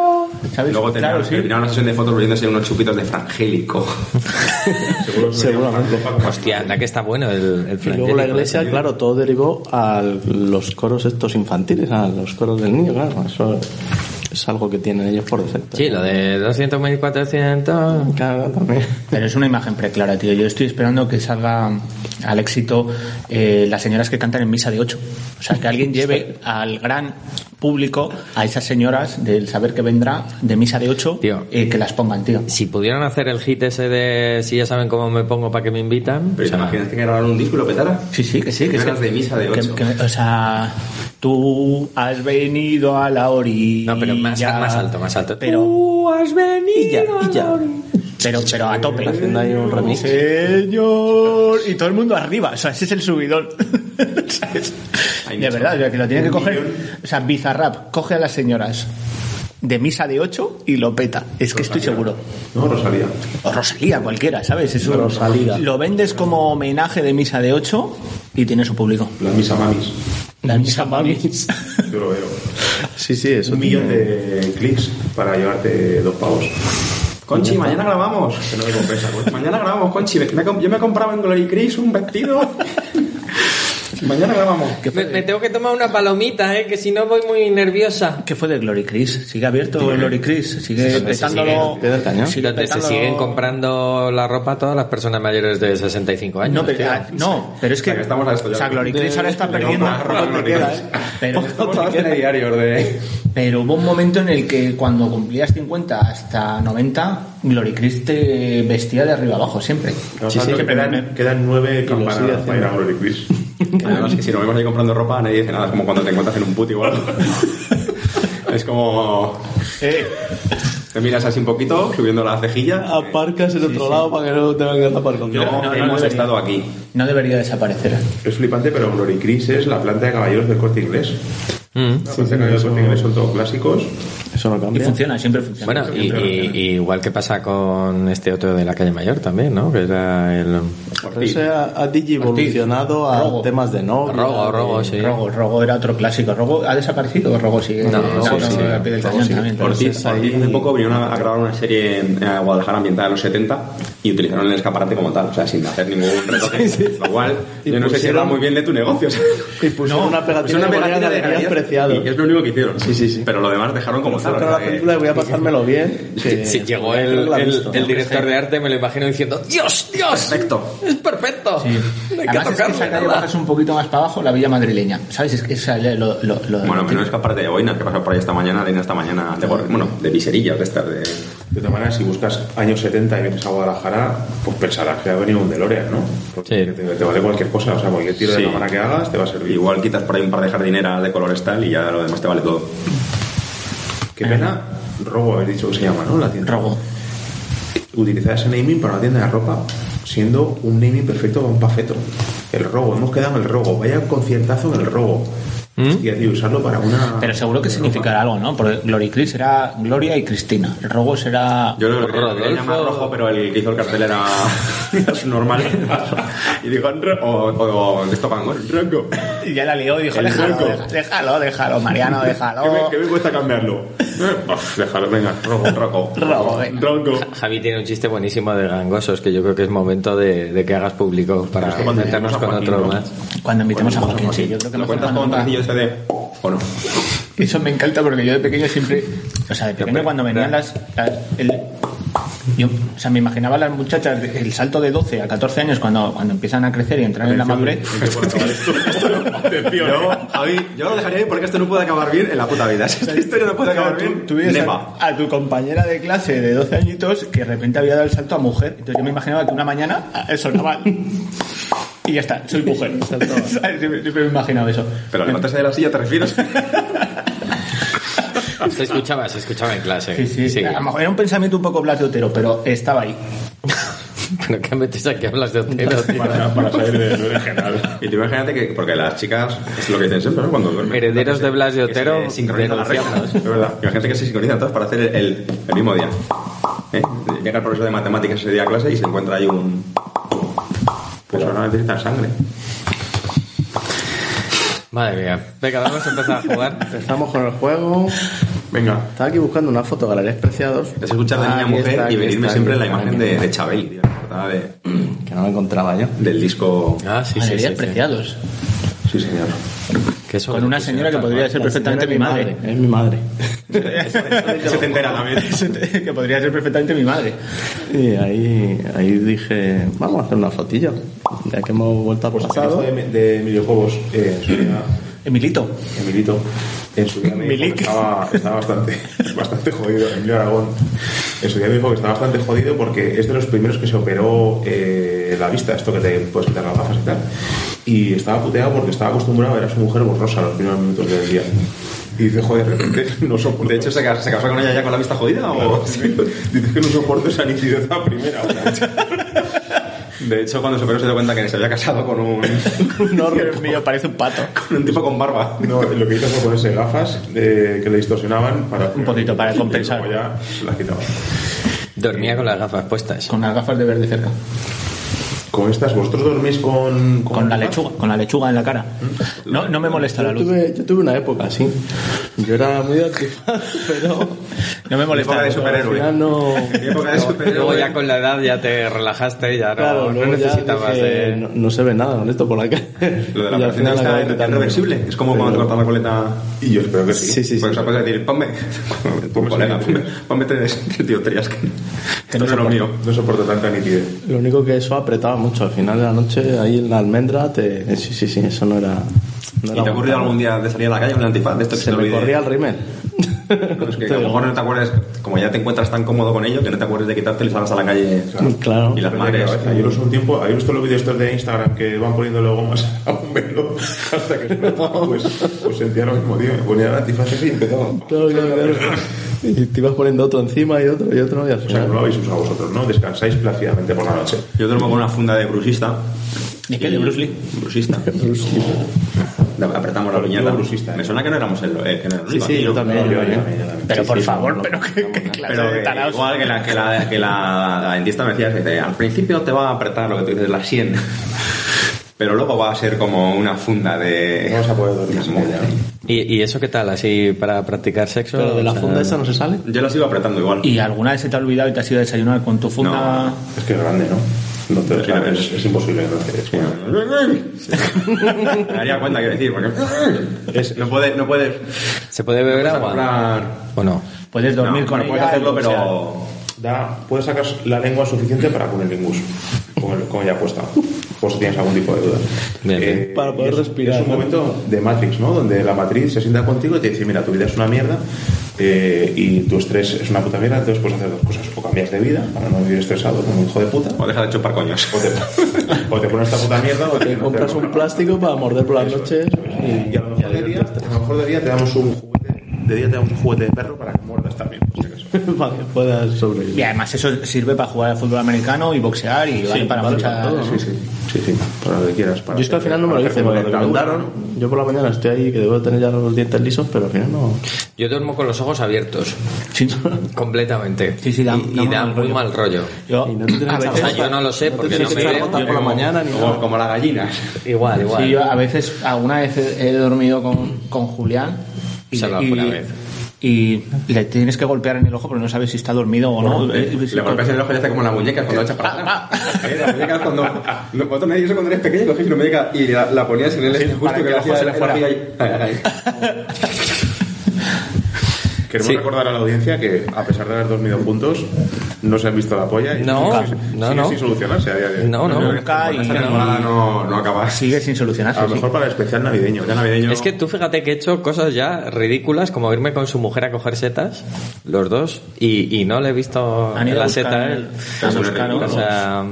[SPEAKER 3] ¿Sabes?
[SPEAKER 5] Luego terminaron,
[SPEAKER 3] claro, sí.
[SPEAKER 5] terminaron la sesión de fotos volviéndose unos chupitos de frangélico.
[SPEAKER 1] Seguro que
[SPEAKER 4] Seguramente.
[SPEAKER 6] Hostia, anda que está bueno
[SPEAKER 4] Y luego
[SPEAKER 6] el, el
[SPEAKER 4] la
[SPEAKER 6] frangélico
[SPEAKER 4] iglesia,
[SPEAKER 6] ese.
[SPEAKER 4] claro, todo derivó a los coros estos infantiles, a los coros del niño, claro. Eso es algo que tienen ellos por defecto.
[SPEAKER 6] Sí, lo de 200, 1400.
[SPEAKER 4] Claro, también.
[SPEAKER 3] Pero es una imagen preclara, tío. Yo estoy esperando que salga al éxito eh, las señoras que cantan en misa de ocho. O sea, que alguien lleve al gran público a esas señoras del saber que vendrá de misa de ocho
[SPEAKER 6] Tío.
[SPEAKER 3] eh, que las pongan, tío.
[SPEAKER 6] Si pudieran hacer el hit ese de si ya saben cómo me pongo para que me invitan.
[SPEAKER 5] Pero
[SPEAKER 6] o sea,
[SPEAKER 5] imaginas que grabaron un disco y lo petara.
[SPEAKER 3] Sí, sí, que sí, que sí.
[SPEAKER 5] Señoras de misa de
[SPEAKER 3] Que-
[SPEAKER 5] ocho.
[SPEAKER 3] que- o sea, tú has venido a la orilla.
[SPEAKER 6] No, pero más- más alto, más alto.
[SPEAKER 3] Pero
[SPEAKER 4] Y ya, y ya.
[SPEAKER 3] Pero, pero a tope.
[SPEAKER 4] Haciendo ahí un remix.
[SPEAKER 3] Señor. Y todo el mundo arriba. O sea, ese es el subidón. *laughs* ¿Sabes?
[SPEAKER 5] Hay
[SPEAKER 3] De
[SPEAKER 5] mucho.
[SPEAKER 3] verdad, o sea, que lo tiene que
[SPEAKER 5] Un
[SPEAKER 3] coger.
[SPEAKER 5] millón.
[SPEAKER 3] O sea, Bizarrap coge a las señoras de misa de 8 y lo peta. Es que estoy seguro.
[SPEAKER 1] No, Rosalía.
[SPEAKER 3] O Rosalía, cualquiera, ¿sabes? Es un-
[SPEAKER 4] Rosalía.
[SPEAKER 3] Lo vendes como homenaje de misa de 8 y tiene su público.
[SPEAKER 1] Las misa mamis.
[SPEAKER 3] La misa *laughs* mamis.
[SPEAKER 1] Yo lo veo.
[SPEAKER 4] Sí, sí, eso.
[SPEAKER 1] Un millón de clics para llevarte dos pavos.
[SPEAKER 5] Conchi, mañana grabamos. Que no me compensa, Conchi. Mañana grabamos, Conchi. Me- me- yo me compraba en Glory Chris un *laughs* vestido. mañana grabamos.
[SPEAKER 6] Me, me tengo que tomar una palomita, eh, que si no voy muy nerviosa.
[SPEAKER 3] ¿Qué fue de Glory Chris? ¿Sigue abierto Glory Chris? ¿Sigue
[SPEAKER 6] Sí, sí,
[SPEAKER 3] petándolo?
[SPEAKER 6] sí,
[SPEAKER 4] Pedro Cañón.
[SPEAKER 3] sigue
[SPEAKER 6] Donde se
[SPEAKER 3] petándolo-
[SPEAKER 6] siguen comprando la ropa a todas las personas mayores de 65 años.
[SPEAKER 3] No, pero, ah, no, pero es que,
[SPEAKER 5] O sea, que estamos a esto ya.
[SPEAKER 3] o sea, Glory
[SPEAKER 5] De-
[SPEAKER 3] Chris ahora *laughs* está
[SPEAKER 5] de
[SPEAKER 3] perdiendo.
[SPEAKER 5] comprar ropa
[SPEAKER 3] Poco te
[SPEAKER 5] Glory
[SPEAKER 3] queda,
[SPEAKER 5] Chris.
[SPEAKER 3] ¿eh? Pero,
[SPEAKER 5] Estamos a este diario de...
[SPEAKER 3] pero hubo un momento en el que cuando cumplías 50 hasta 90, Glory Chris te vestía de arriba abajo siempre.
[SPEAKER 1] Sí,
[SPEAKER 4] sí,
[SPEAKER 1] que
[SPEAKER 4] que
[SPEAKER 1] quedan, quedan nueve
[SPEAKER 4] sigue
[SPEAKER 1] campanas para ir a
[SPEAKER 4] haciendo.
[SPEAKER 1] Glory Quiz.
[SPEAKER 5] Además, que si nos vemos ahí comprando ropa, nadie dice nada. Es como cuando te encuentras en un puti o *laughs* algo. es como. eh, Te miras así un poquito, subiendo la cejilla.
[SPEAKER 4] Aparcas en otro lado para que no te vengas a aparcar.
[SPEAKER 5] No,
[SPEAKER 3] Ah, No,
[SPEAKER 5] hemos
[SPEAKER 3] no debería.
[SPEAKER 5] estado aquí.
[SPEAKER 3] No debería desaparecer.
[SPEAKER 1] Es flipante, pero Glory Quiz es la planta de caballeros del corte inglés. La
[SPEAKER 3] pues,
[SPEAKER 1] planta de caballeros del corte inglés son todos clásicos.
[SPEAKER 4] Eso no
[SPEAKER 3] Y
[SPEAKER 4] cambia.
[SPEAKER 3] funciona, siempre funciona.
[SPEAKER 6] Bueno, y, y- y igual que pasa con este otro de la calle mayor también, ¿no? Que era el...
[SPEAKER 4] Pero ese ha, ha digivolucionado a
[SPEAKER 3] Rogo.
[SPEAKER 4] temas de novia.
[SPEAKER 6] Rogo, rogo, sí.
[SPEAKER 3] Rogo, Rogo era otro clásico. ¿Rogo ha desaparecido o Rogo sigue?
[SPEAKER 6] No, Rogo
[SPEAKER 3] no,
[SPEAKER 6] sigue.
[SPEAKER 3] al pie del cañón también.
[SPEAKER 5] Ortiz, Ortiz hace poco vinieron a a grabar una serie en eh, Guadalajara ambientada en los 70 y utilizaron el escaparate como tal, o sea, sin hacer ningún retoque. Lo cual,
[SPEAKER 4] Y
[SPEAKER 5] yo no sé si
[SPEAKER 4] pusieron-
[SPEAKER 5] habla muy bien de tu negocio. o sea,
[SPEAKER 4] Y pusieron
[SPEAKER 5] no,
[SPEAKER 4] una pegatina,
[SPEAKER 5] pusieron una
[SPEAKER 4] que ponía
[SPEAKER 5] pegatina de
[SPEAKER 4] galerías
[SPEAKER 5] galerías
[SPEAKER 4] preciado.
[SPEAKER 5] Y es lo único que hicieron.
[SPEAKER 4] Sí, sí, sí.
[SPEAKER 5] Pero lo demás dejaron como tal. o
[SPEAKER 4] Sacaron
[SPEAKER 5] sea,
[SPEAKER 4] la
[SPEAKER 5] que-
[SPEAKER 4] película y voy a pasármelo bien.
[SPEAKER 6] *laughs*
[SPEAKER 4] que-
[SPEAKER 6] Si llegó
[SPEAKER 4] que
[SPEAKER 6] el,
[SPEAKER 4] la he
[SPEAKER 6] el-
[SPEAKER 4] visto.
[SPEAKER 6] el director de arte, me lo imagino diciendo, Dios, Dios,
[SPEAKER 5] Perfecto.
[SPEAKER 6] es perfecto. No hay que
[SPEAKER 3] Además, es que
[SPEAKER 6] tocarlo,
[SPEAKER 3] esa calle
[SPEAKER 6] nada".
[SPEAKER 3] bajas un poquito más para abajo, la villa madrileña. ¿Sabes? Es que esa- lo, lo, lo-
[SPEAKER 5] Bueno, menos escaparate de boinas que pasó por ahí esta mañana, de esta mañana de gorri- bueno, de viserilla, de estas de.
[SPEAKER 1] De todas maneras, si buscas años 70 y vienes a Guadalajara, pues pensarás que ha venido un DeLorean, ¿no? Porque
[SPEAKER 6] Sí.
[SPEAKER 1] te, te vale cualquier cosa, o sea, cualquier tiro
[SPEAKER 5] Sí.
[SPEAKER 1] de cámara que hagas te va a servir.
[SPEAKER 5] Igual quitas por ahí un par de jardineras de colores tal y ya lo demás te vale todo.
[SPEAKER 1] Qué pena, Robo habéis dicho que se llama, ¿no? La tienda.
[SPEAKER 3] Rogo.
[SPEAKER 1] Utilizar ese naming para una tienda de ropa, siendo un naming perfecto para un pafeto. El robo, hemos quedado en el robo, vaya conciertazo en el robo. Hostia, tío, usarlo para una.
[SPEAKER 3] Pero seguro que significará algo, ¿no? Porque Glory Chris era Gloria y Cristina. El Rogo será.
[SPEAKER 5] Yo creo que lo quería
[SPEAKER 6] Rodolfo.
[SPEAKER 5] llamar rojo, pero el que hizo el cartel *laughs* era, era su
[SPEAKER 3] *laughs*
[SPEAKER 1] *laughs*
[SPEAKER 5] normal. y dijo, "Ro-
[SPEAKER 1] "Oh,
[SPEAKER 5] o, o, o de esto van, bueno, roco.
[SPEAKER 3] Y ya la lió y dijo:
[SPEAKER 5] El
[SPEAKER 3] déjalo,
[SPEAKER 5] Rogo.
[SPEAKER 3] deja- déjalo, déjalo,
[SPEAKER 5] *laughs*
[SPEAKER 3] Mariano,
[SPEAKER 1] ¿Qué me,
[SPEAKER 3] déjalo.
[SPEAKER 1] qué oh, me cuesta cambiarlo? Eh, *laughs* uf, déjalo, venga, robo, robo.
[SPEAKER 3] Robo, venga.
[SPEAKER 1] Robo.
[SPEAKER 6] Javi tiene un chiste buenísimo de gangosos que yo creo que es momento de, de que hagas público para
[SPEAKER 1] Pero es que cuando
[SPEAKER 6] meternos
[SPEAKER 1] invitamos a
[SPEAKER 6] con
[SPEAKER 1] Joaquín,
[SPEAKER 6] otro
[SPEAKER 1] ¿no?
[SPEAKER 6] más.
[SPEAKER 3] Cuando invitemos a Joaquín, sí, yo creo *laughs* que
[SPEAKER 5] ¿Lo
[SPEAKER 3] me
[SPEAKER 5] cuentas con
[SPEAKER 3] forman
[SPEAKER 5] un
[SPEAKER 3] otra-
[SPEAKER 1] este
[SPEAKER 5] trajillo ese de.? ¿O no?
[SPEAKER 3] Eso me encanta porque yo de pequeño siempre. O sea, de pequeño cuando venían las. las- el- yo, o sea, me imaginaba las muchachas, de- el salto de 12 a 14 años cuando, cuando empiezan a crecer y entrar en la madurez.
[SPEAKER 1] Atención,
[SPEAKER 5] Yo,
[SPEAKER 1] ¿eh?
[SPEAKER 5] Javi, yo lo dejaría ahí porque esto no puede acabar bien en la puta vida. *laughs* Si Esta historia no puede acabar
[SPEAKER 3] Claro,
[SPEAKER 5] bien.
[SPEAKER 3] tú, tú ves
[SPEAKER 5] Nepa.
[SPEAKER 3] a, a tu compañera de clase de 12 añitos que de repente había dado el salto a mujer. Entonces yo me imaginaba que una mañana ah, eso sonaba. Y ya está, soy *laughs* mujer. ¿Sabes? siempre, siempre me imaginaba eso.
[SPEAKER 5] Pero levantarse de la silla, ¿te refieres?
[SPEAKER 6] Se escuchaba, se escuchaba en clase.
[SPEAKER 3] Sí, sí, A lo mejor era un pensamiento un poco Blas de Otero, pero estaba ahí.
[SPEAKER 6] Pero qué metes aquí hablas de Otero, tío?
[SPEAKER 1] Para, para salir de- del canal.
[SPEAKER 5] Y tú imagínate que, porque las chicas, es lo que dicen siempre, ¿no? Cuando duermen.
[SPEAKER 6] Herederos de Blas de
[SPEAKER 5] Que se
[SPEAKER 6] Otero,
[SPEAKER 5] sincronizan las
[SPEAKER 6] denunciamos.
[SPEAKER 5] reglas. Es verdad. Imagínate que se sincronizan todas para hacer el, el- el mismo día. ¿Eh? Llega el profesor de matemáticas ese día a clase y se encuentra ahí un. Pues ahora necesitan sangre.
[SPEAKER 6] Madre mía. Venga, vamos a empezar a jugar.
[SPEAKER 4] Empezamos con el juego.
[SPEAKER 1] Venga,
[SPEAKER 4] Estaba aquí buscando una foto de galerías preciados.
[SPEAKER 5] Es escuchar de
[SPEAKER 4] Ah,
[SPEAKER 5] niña a
[SPEAKER 4] aquí
[SPEAKER 5] mujer
[SPEAKER 4] está,
[SPEAKER 5] y
[SPEAKER 4] aquí
[SPEAKER 5] venirme
[SPEAKER 4] está,
[SPEAKER 5] siempre
[SPEAKER 4] aquí
[SPEAKER 5] la
[SPEAKER 4] está,
[SPEAKER 5] imagen
[SPEAKER 4] aquí
[SPEAKER 5] de,
[SPEAKER 4] está.
[SPEAKER 5] de Chabel, tío. La portada de-
[SPEAKER 4] Que no la encontraba yo.
[SPEAKER 5] del disco.
[SPEAKER 6] Ah, sí, sí,
[SPEAKER 3] Galerías
[SPEAKER 6] sí, sí.
[SPEAKER 3] preciados.
[SPEAKER 1] sí, señor.
[SPEAKER 6] Que eso-
[SPEAKER 3] Con una señora que podría ser
[SPEAKER 4] La
[SPEAKER 3] perfectamente mi
[SPEAKER 4] señora
[SPEAKER 3] madre.
[SPEAKER 4] Es mi madre.
[SPEAKER 5] Se te entera también.
[SPEAKER 3] *laughs* que podría ser perfectamente mi madre.
[SPEAKER 4] Y ahí, ahí dije, vamos a hacer una fotillo. Ya que hemos vuelto a
[SPEAKER 1] Pues hijo
[SPEAKER 4] pasado.
[SPEAKER 1] de, de videojuegos, eh, en su día,
[SPEAKER 3] Emilito. *laughs*
[SPEAKER 1] Emilito, en su día me dijo que
[SPEAKER 3] Milik.
[SPEAKER 1] estaba, estaba bastante, *laughs* bastante jodido, Emilio Aragón. En su día me dijo que estaba bastante jodido porque es de los primeros que se operó eh, la vista, esto que te puedes quitar las gafas y tal. Y estaba puteado porque estaba acostumbrado a ver a su mujer borrosa los primeros minutos del día. Y dice, joder, de repente *laughs* no soporto.
[SPEAKER 5] De hecho, ¿se cas- se casó con ella ya con la vista jodida o...? *laughs*
[SPEAKER 1] Dices que no soporto esa nitidez a primera hora.
[SPEAKER 5] De hecho, cuando se operó se dio cuenta que se había casado con un, *laughs*
[SPEAKER 3] *laughs*
[SPEAKER 4] No, Dios mío, parece un pato.
[SPEAKER 5] con un tipo con barba.
[SPEAKER 1] No, lo que hizo fue ponerse gafas eh, que le distorsionaban para...
[SPEAKER 3] Un poquito, para
[SPEAKER 1] y luego
[SPEAKER 3] compensar.
[SPEAKER 1] ya se las quitaba.
[SPEAKER 6] Dormía con las gafas puestas.
[SPEAKER 3] Con las gafas de verde cerca.
[SPEAKER 1] Con estas, ¿vosotros dormís con...?
[SPEAKER 3] Con Mm. la lechuga, con la lechuga en la cara. No, no me molesta la
[SPEAKER 4] Yo
[SPEAKER 3] luz.
[SPEAKER 4] tuve, yo tuve una época así. Yo era muy
[SPEAKER 3] *laughs*
[SPEAKER 4] activado, pero
[SPEAKER 3] No me molesta
[SPEAKER 5] Época
[SPEAKER 3] la
[SPEAKER 5] de
[SPEAKER 3] luz.
[SPEAKER 4] al
[SPEAKER 5] superhéroe.
[SPEAKER 4] final no...
[SPEAKER 5] Época de superhéroe.
[SPEAKER 6] Luego ya con la edad ya te relajaste, ya no,
[SPEAKER 4] Claro,
[SPEAKER 6] no
[SPEAKER 4] luego ya
[SPEAKER 6] necesitabas
[SPEAKER 4] dije,
[SPEAKER 6] de...
[SPEAKER 4] no, no se ve nada con esto por la calle.
[SPEAKER 5] Lo de la
[SPEAKER 4] Y al
[SPEAKER 5] operación de
[SPEAKER 4] final
[SPEAKER 5] vista
[SPEAKER 4] acabé
[SPEAKER 5] es
[SPEAKER 4] quitándome.
[SPEAKER 5] reversible. Es como
[SPEAKER 4] Pero-
[SPEAKER 5] cuando te cortas la coleta...
[SPEAKER 1] Y yo espero que sí.
[SPEAKER 4] Sí, sí, sí.
[SPEAKER 5] Por eso puedes decir, *laughs* ponme... Ponme, colega, ponme, ponme tres dioptrías Pues que, que no es lo mío.
[SPEAKER 1] No soporto tanta nitidez.
[SPEAKER 4] Lo único que eso apretaba mucho. Al final de la noche, ahí en la almendra, te... eh, Sí, sí, sí, eso no era... no
[SPEAKER 5] ¿Y
[SPEAKER 4] era
[SPEAKER 5] te ha ocurrido
[SPEAKER 4] aguantable.
[SPEAKER 5] algún día de salir a la calle con un antifaz de esto que
[SPEAKER 4] Se
[SPEAKER 5] te
[SPEAKER 4] me
[SPEAKER 5] olvide?
[SPEAKER 4] corría el rímel.
[SPEAKER 5] No, es que a lo mejor no te acuerdes, como ya te encuentras tan cómodo con ello, que no te acuerdes de quitártelo y salgas a la calle.
[SPEAKER 4] Claro.
[SPEAKER 5] Y las
[SPEAKER 1] Perdí la
[SPEAKER 5] madres.
[SPEAKER 1] cabeza. Yo lo uso un tiempo, habéis visto los vídeos estos de Instagram que van poniéndole gomas *laughs* a un velo hasta que
[SPEAKER 5] *laughs*
[SPEAKER 1] pues, pues sentía lo mismo, tío. Me ponía el antifaz ese y empezaba.
[SPEAKER 4] Claro, claro, claro. Y te ibas poniendo otro encima y otro y otro y al
[SPEAKER 1] O sea, que
[SPEAKER 4] final...
[SPEAKER 1] no lo habéis usado vosotros, ¿no? Descansáis plácidamente por la noche.
[SPEAKER 5] Yo duermo con una funda de brusista.
[SPEAKER 3] ¿De qué? ¿De Bruce Lee?
[SPEAKER 5] Brusista. Le Apretamos la
[SPEAKER 1] Yo
[SPEAKER 5] viñeta.
[SPEAKER 1] brusista, eh.
[SPEAKER 5] Me suena que no éramos el, eh, que no éramos
[SPEAKER 4] Sí,
[SPEAKER 5] el
[SPEAKER 4] sí,
[SPEAKER 5] vacío.
[SPEAKER 4] yo también. yo, yo.
[SPEAKER 3] Pero
[SPEAKER 4] Sí,
[SPEAKER 3] por
[SPEAKER 4] sí,
[SPEAKER 3] favor,
[SPEAKER 4] no, no.
[SPEAKER 3] pero qué, qué clase
[SPEAKER 5] Pero
[SPEAKER 3] de
[SPEAKER 5] que
[SPEAKER 3] taraos.
[SPEAKER 5] igual que la, que la, que la, la dentista me decía, que dice, al principio te va a apretar lo que tú dices, la sien. *laughs* Pero luego va a ser como una funda de...
[SPEAKER 1] No vas a poder dormir sin ella.
[SPEAKER 6] ¿Y, y eso qué tal? ¿Así para practicar sexo?
[SPEAKER 4] Pero de
[SPEAKER 6] O
[SPEAKER 4] la
[SPEAKER 6] sea,
[SPEAKER 4] funda esa no se sale.
[SPEAKER 5] Yo la sigo apretando igual.
[SPEAKER 3] ¿Y alguna vez se te ha olvidado y te has ido a desayunar con tu funda?
[SPEAKER 1] Es que es grande, ¿no? No te
[SPEAKER 5] Sí, no,
[SPEAKER 1] es,
[SPEAKER 5] es-
[SPEAKER 1] es imposible, ¿no? Es que-
[SPEAKER 5] *laughs* Me daría cuenta que decir, porque... No puedes... No puedes
[SPEAKER 6] ¿Se puede beber agua?
[SPEAKER 5] comprar-
[SPEAKER 6] ¿O no?
[SPEAKER 3] Puedes dormir
[SPEAKER 5] no,
[SPEAKER 3] con
[SPEAKER 5] no
[SPEAKER 3] ella
[SPEAKER 5] puedes hacerlo,
[SPEAKER 3] y, o sea,
[SPEAKER 5] pero...
[SPEAKER 1] da, puedes sacar la lengua suficiente para poner lingus con, el- con ella puesta por si tienes algún tipo de duda Eh,
[SPEAKER 6] Bien, bien.
[SPEAKER 4] Para poder
[SPEAKER 1] es-
[SPEAKER 4] respirar,
[SPEAKER 1] es un
[SPEAKER 4] ¿no?
[SPEAKER 1] momento de Matrix ¿no? donde la matriz se sienta contigo y te dice mira tu vida es una mierda eh, y tu estrés es una puta mierda entonces puedes hacer dos cosas o cambias de vida para no vivir estresado como un hijo de puta
[SPEAKER 5] O deja de chupar coños.
[SPEAKER 1] o te, o te pones esta puta mierda
[SPEAKER 4] *laughs*
[SPEAKER 1] o
[SPEAKER 4] Te
[SPEAKER 1] no
[SPEAKER 4] compras
[SPEAKER 1] hacer
[SPEAKER 4] un
[SPEAKER 1] nada.
[SPEAKER 4] plástico para morder por las noches.
[SPEAKER 1] y a lo mejor de día a lo mejor de día te damos un juguete de día te damos un juguete de perro para que muerdas también por si acaso.
[SPEAKER 4] *laughs* Para que puedas
[SPEAKER 3] y
[SPEAKER 4] sobrevivir.
[SPEAKER 3] además eso sirve para jugar al fútbol americano y boxear y vale para
[SPEAKER 4] vale
[SPEAKER 3] muchas...
[SPEAKER 4] para todo, ¿no?
[SPEAKER 1] sí sí sí sí para lo que quieras para
[SPEAKER 4] Yo es que al
[SPEAKER 1] hacer-
[SPEAKER 4] final no me lo hice,
[SPEAKER 1] para hacer
[SPEAKER 4] me lo
[SPEAKER 1] una dentadura,
[SPEAKER 4] recomendaron.
[SPEAKER 1] ¿no?
[SPEAKER 4] Yo por la mañana estoy ahí que debo tener ya los dientes lisos, pero al final no.
[SPEAKER 6] Yo duermo con los ojos abiertos,
[SPEAKER 3] Sí.
[SPEAKER 6] *laughs* completamente.
[SPEAKER 3] Sí, sí, da-
[SPEAKER 6] y,
[SPEAKER 3] da
[SPEAKER 6] y
[SPEAKER 3] muy
[SPEAKER 6] da
[SPEAKER 3] mal
[SPEAKER 6] muy
[SPEAKER 3] rollo. Ah,
[SPEAKER 6] mal rollo.
[SPEAKER 3] Yo,
[SPEAKER 4] Y no te tienes
[SPEAKER 3] a
[SPEAKER 4] que
[SPEAKER 6] O
[SPEAKER 3] veces-
[SPEAKER 6] sea, yo no lo sé
[SPEAKER 4] te
[SPEAKER 6] porque no
[SPEAKER 4] tienes
[SPEAKER 6] me
[SPEAKER 4] que echar gota
[SPEAKER 6] veo.
[SPEAKER 4] por la mañana ni
[SPEAKER 5] Como,
[SPEAKER 4] nada.
[SPEAKER 5] como las gallinas.
[SPEAKER 6] Igual, igual.
[SPEAKER 3] Sí, yo a veces, alguna vez he, he dormido con, con Julián
[SPEAKER 6] Solo
[SPEAKER 3] y,
[SPEAKER 6] alguna vez.
[SPEAKER 3] y le tienes que golpear en el ojo, pero no sabes si está dormido o no.
[SPEAKER 5] Le,
[SPEAKER 3] Eh,
[SPEAKER 5] le golpeas en el ojo y hace como la muñeca cuando echas para atrás. Eh, la muñeca cuando. no, Vosotros me decís eso cuando eres pequeño, cogéis una muñeca y la, la ponías en el
[SPEAKER 3] Sí,
[SPEAKER 5] este justo
[SPEAKER 3] para que
[SPEAKER 5] que
[SPEAKER 3] el
[SPEAKER 5] la
[SPEAKER 3] ojo
[SPEAKER 5] hacía
[SPEAKER 3] se
[SPEAKER 5] la
[SPEAKER 3] le fuera.
[SPEAKER 5] hacía ahí. Ay, ay,
[SPEAKER 1] Queremos
[SPEAKER 6] Sí.
[SPEAKER 1] recordar a la audiencia que, a pesar de haber dormido juntos, no se han visto la polla y
[SPEAKER 6] No,
[SPEAKER 1] siguen-
[SPEAKER 6] no,
[SPEAKER 1] siguen
[SPEAKER 6] no.
[SPEAKER 1] sin solucionarse a día de hoy.
[SPEAKER 6] No, no.
[SPEAKER 3] Nunca
[SPEAKER 5] ay.
[SPEAKER 3] y
[SPEAKER 5] Esta
[SPEAKER 3] no-
[SPEAKER 5] temporada no, no acaba.
[SPEAKER 3] sigue sin
[SPEAKER 1] A
[SPEAKER 3] solucionarse.
[SPEAKER 1] lo mejor para el especial navideño.
[SPEAKER 5] Ya navideño.
[SPEAKER 6] Es que tú fíjate que he hecho cosas ya ridículas como irme con su mujer a coger setas, los dos, y, y no le he visto
[SPEAKER 3] Han ido a
[SPEAKER 6] la
[SPEAKER 3] buscar
[SPEAKER 6] seta. a
[SPEAKER 3] el-
[SPEAKER 6] él.
[SPEAKER 3] han ido a buscar
[SPEAKER 6] o
[SPEAKER 3] oro.
[SPEAKER 6] sea,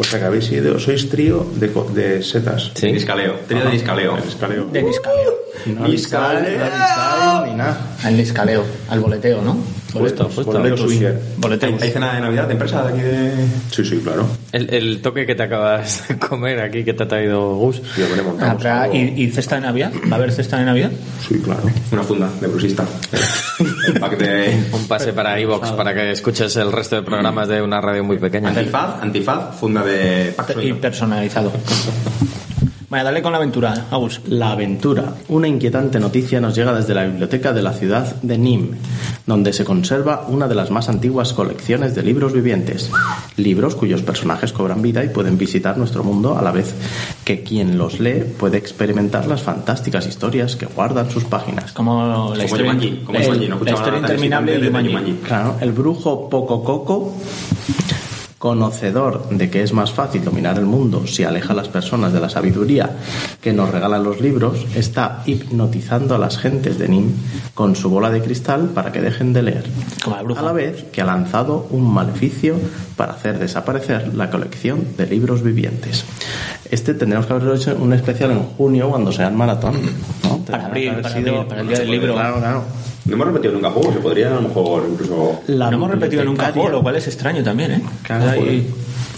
[SPEAKER 1] O sea que habéis sido, sois trío de, co- de setas.
[SPEAKER 6] sí.
[SPEAKER 5] Discaleo. Trío de discaleo.
[SPEAKER 1] El escaleo.
[SPEAKER 3] De discaleo.
[SPEAKER 4] No ni sale, no ni sale, ni nada.
[SPEAKER 3] Al discaleo, al boleteo, ¿no?
[SPEAKER 6] Justo,
[SPEAKER 1] Bolero
[SPEAKER 6] justo.
[SPEAKER 1] swinger.
[SPEAKER 3] Boleteo.
[SPEAKER 5] ¿Hay cena de Navidad de empresa de aquí de.?
[SPEAKER 1] Sí, sí, claro.
[SPEAKER 6] El, el toque que te acabas de *laughs* comer aquí que te ha traído Gus.
[SPEAKER 1] Yo me le montamos
[SPEAKER 3] Habrá-
[SPEAKER 1] algo.
[SPEAKER 3] ¿Y, y cesta de Navidad? ¿Va a haber cesta de Navidad?
[SPEAKER 1] Sí, claro.
[SPEAKER 5] Una funda de *laughs* brusista. El pack de.
[SPEAKER 6] Un pase para Evox para que escuches el resto de programas de una radio muy pequeña.
[SPEAKER 5] Antifaz, antifaz, funda de. Pack
[SPEAKER 3] Y
[SPEAKER 5] sueño.
[SPEAKER 3] personalizado. Vaya, dale con la aventura, Agus.
[SPEAKER 4] La aventura. Una inquietante noticia nos llega desde la biblioteca de la ciudad de Nîmes, donde se conserva una de las más antiguas colecciones de libros vivientes. Libros cuyos personajes cobran vida y pueden visitar nuestro mundo a la vez que quien los lee puede experimentar las fantásticas historias que guardan sus páginas.
[SPEAKER 3] Como la
[SPEAKER 5] Como
[SPEAKER 3] historia,
[SPEAKER 5] Jumanji, como
[SPEAKER 3] la-
[SPEAKER 5] Jumanji, no
[SPEAKER 3] la
[SPEAKER 5] escuchaba
[SPEAKER 3] historia
[SPEAKER 5] nada tan
[SPEAKER 3] interminable de
[SPEAKER 5] excitante de
[SPEAKER 3] Jumanji.
[SPEAKER 5] Jumanji.
[SPEAKER 4] Claro, el brujo Poco Coco, conocedor de que es más fácil dominar el mundo si aleja a las personas de la sabiduría que nos regalan los libros, está hipnotizando a las gentes de Nim con su bola de cristal para que dejen de leer.
[SPEAKER 3] Como la bruja.
[SPEAKER 4] A la vez que ha lanzado un maleficio para hacer desaparecer la colección de libros vivientes. Este tendremos que haberlo hecho un especial en junio cuando sea el maratón, ¿no?
[SPEAKER 3] Para abril,
[SPEAKER 4] haber
[SPEAKER 3] para
[SPEAKER 4] sido-
[SPEAKER 3] abril, para el día del libro.
[SPEAKER 4] Claro, claro.
[SPEAKER 5] No hemos repetido nunca juegos, se podría a lo mejor incluso.
[SPEAKER 4] La
[SPEAKER 3] no hemos repetido nunca
[SPEAKER 4] bibliotecaria.
[SPEAKER 3] juego, lo cual es extraño también, ¿eh?
[SPEAKER 4] Claro,
[SPEAKER 3] Ahí-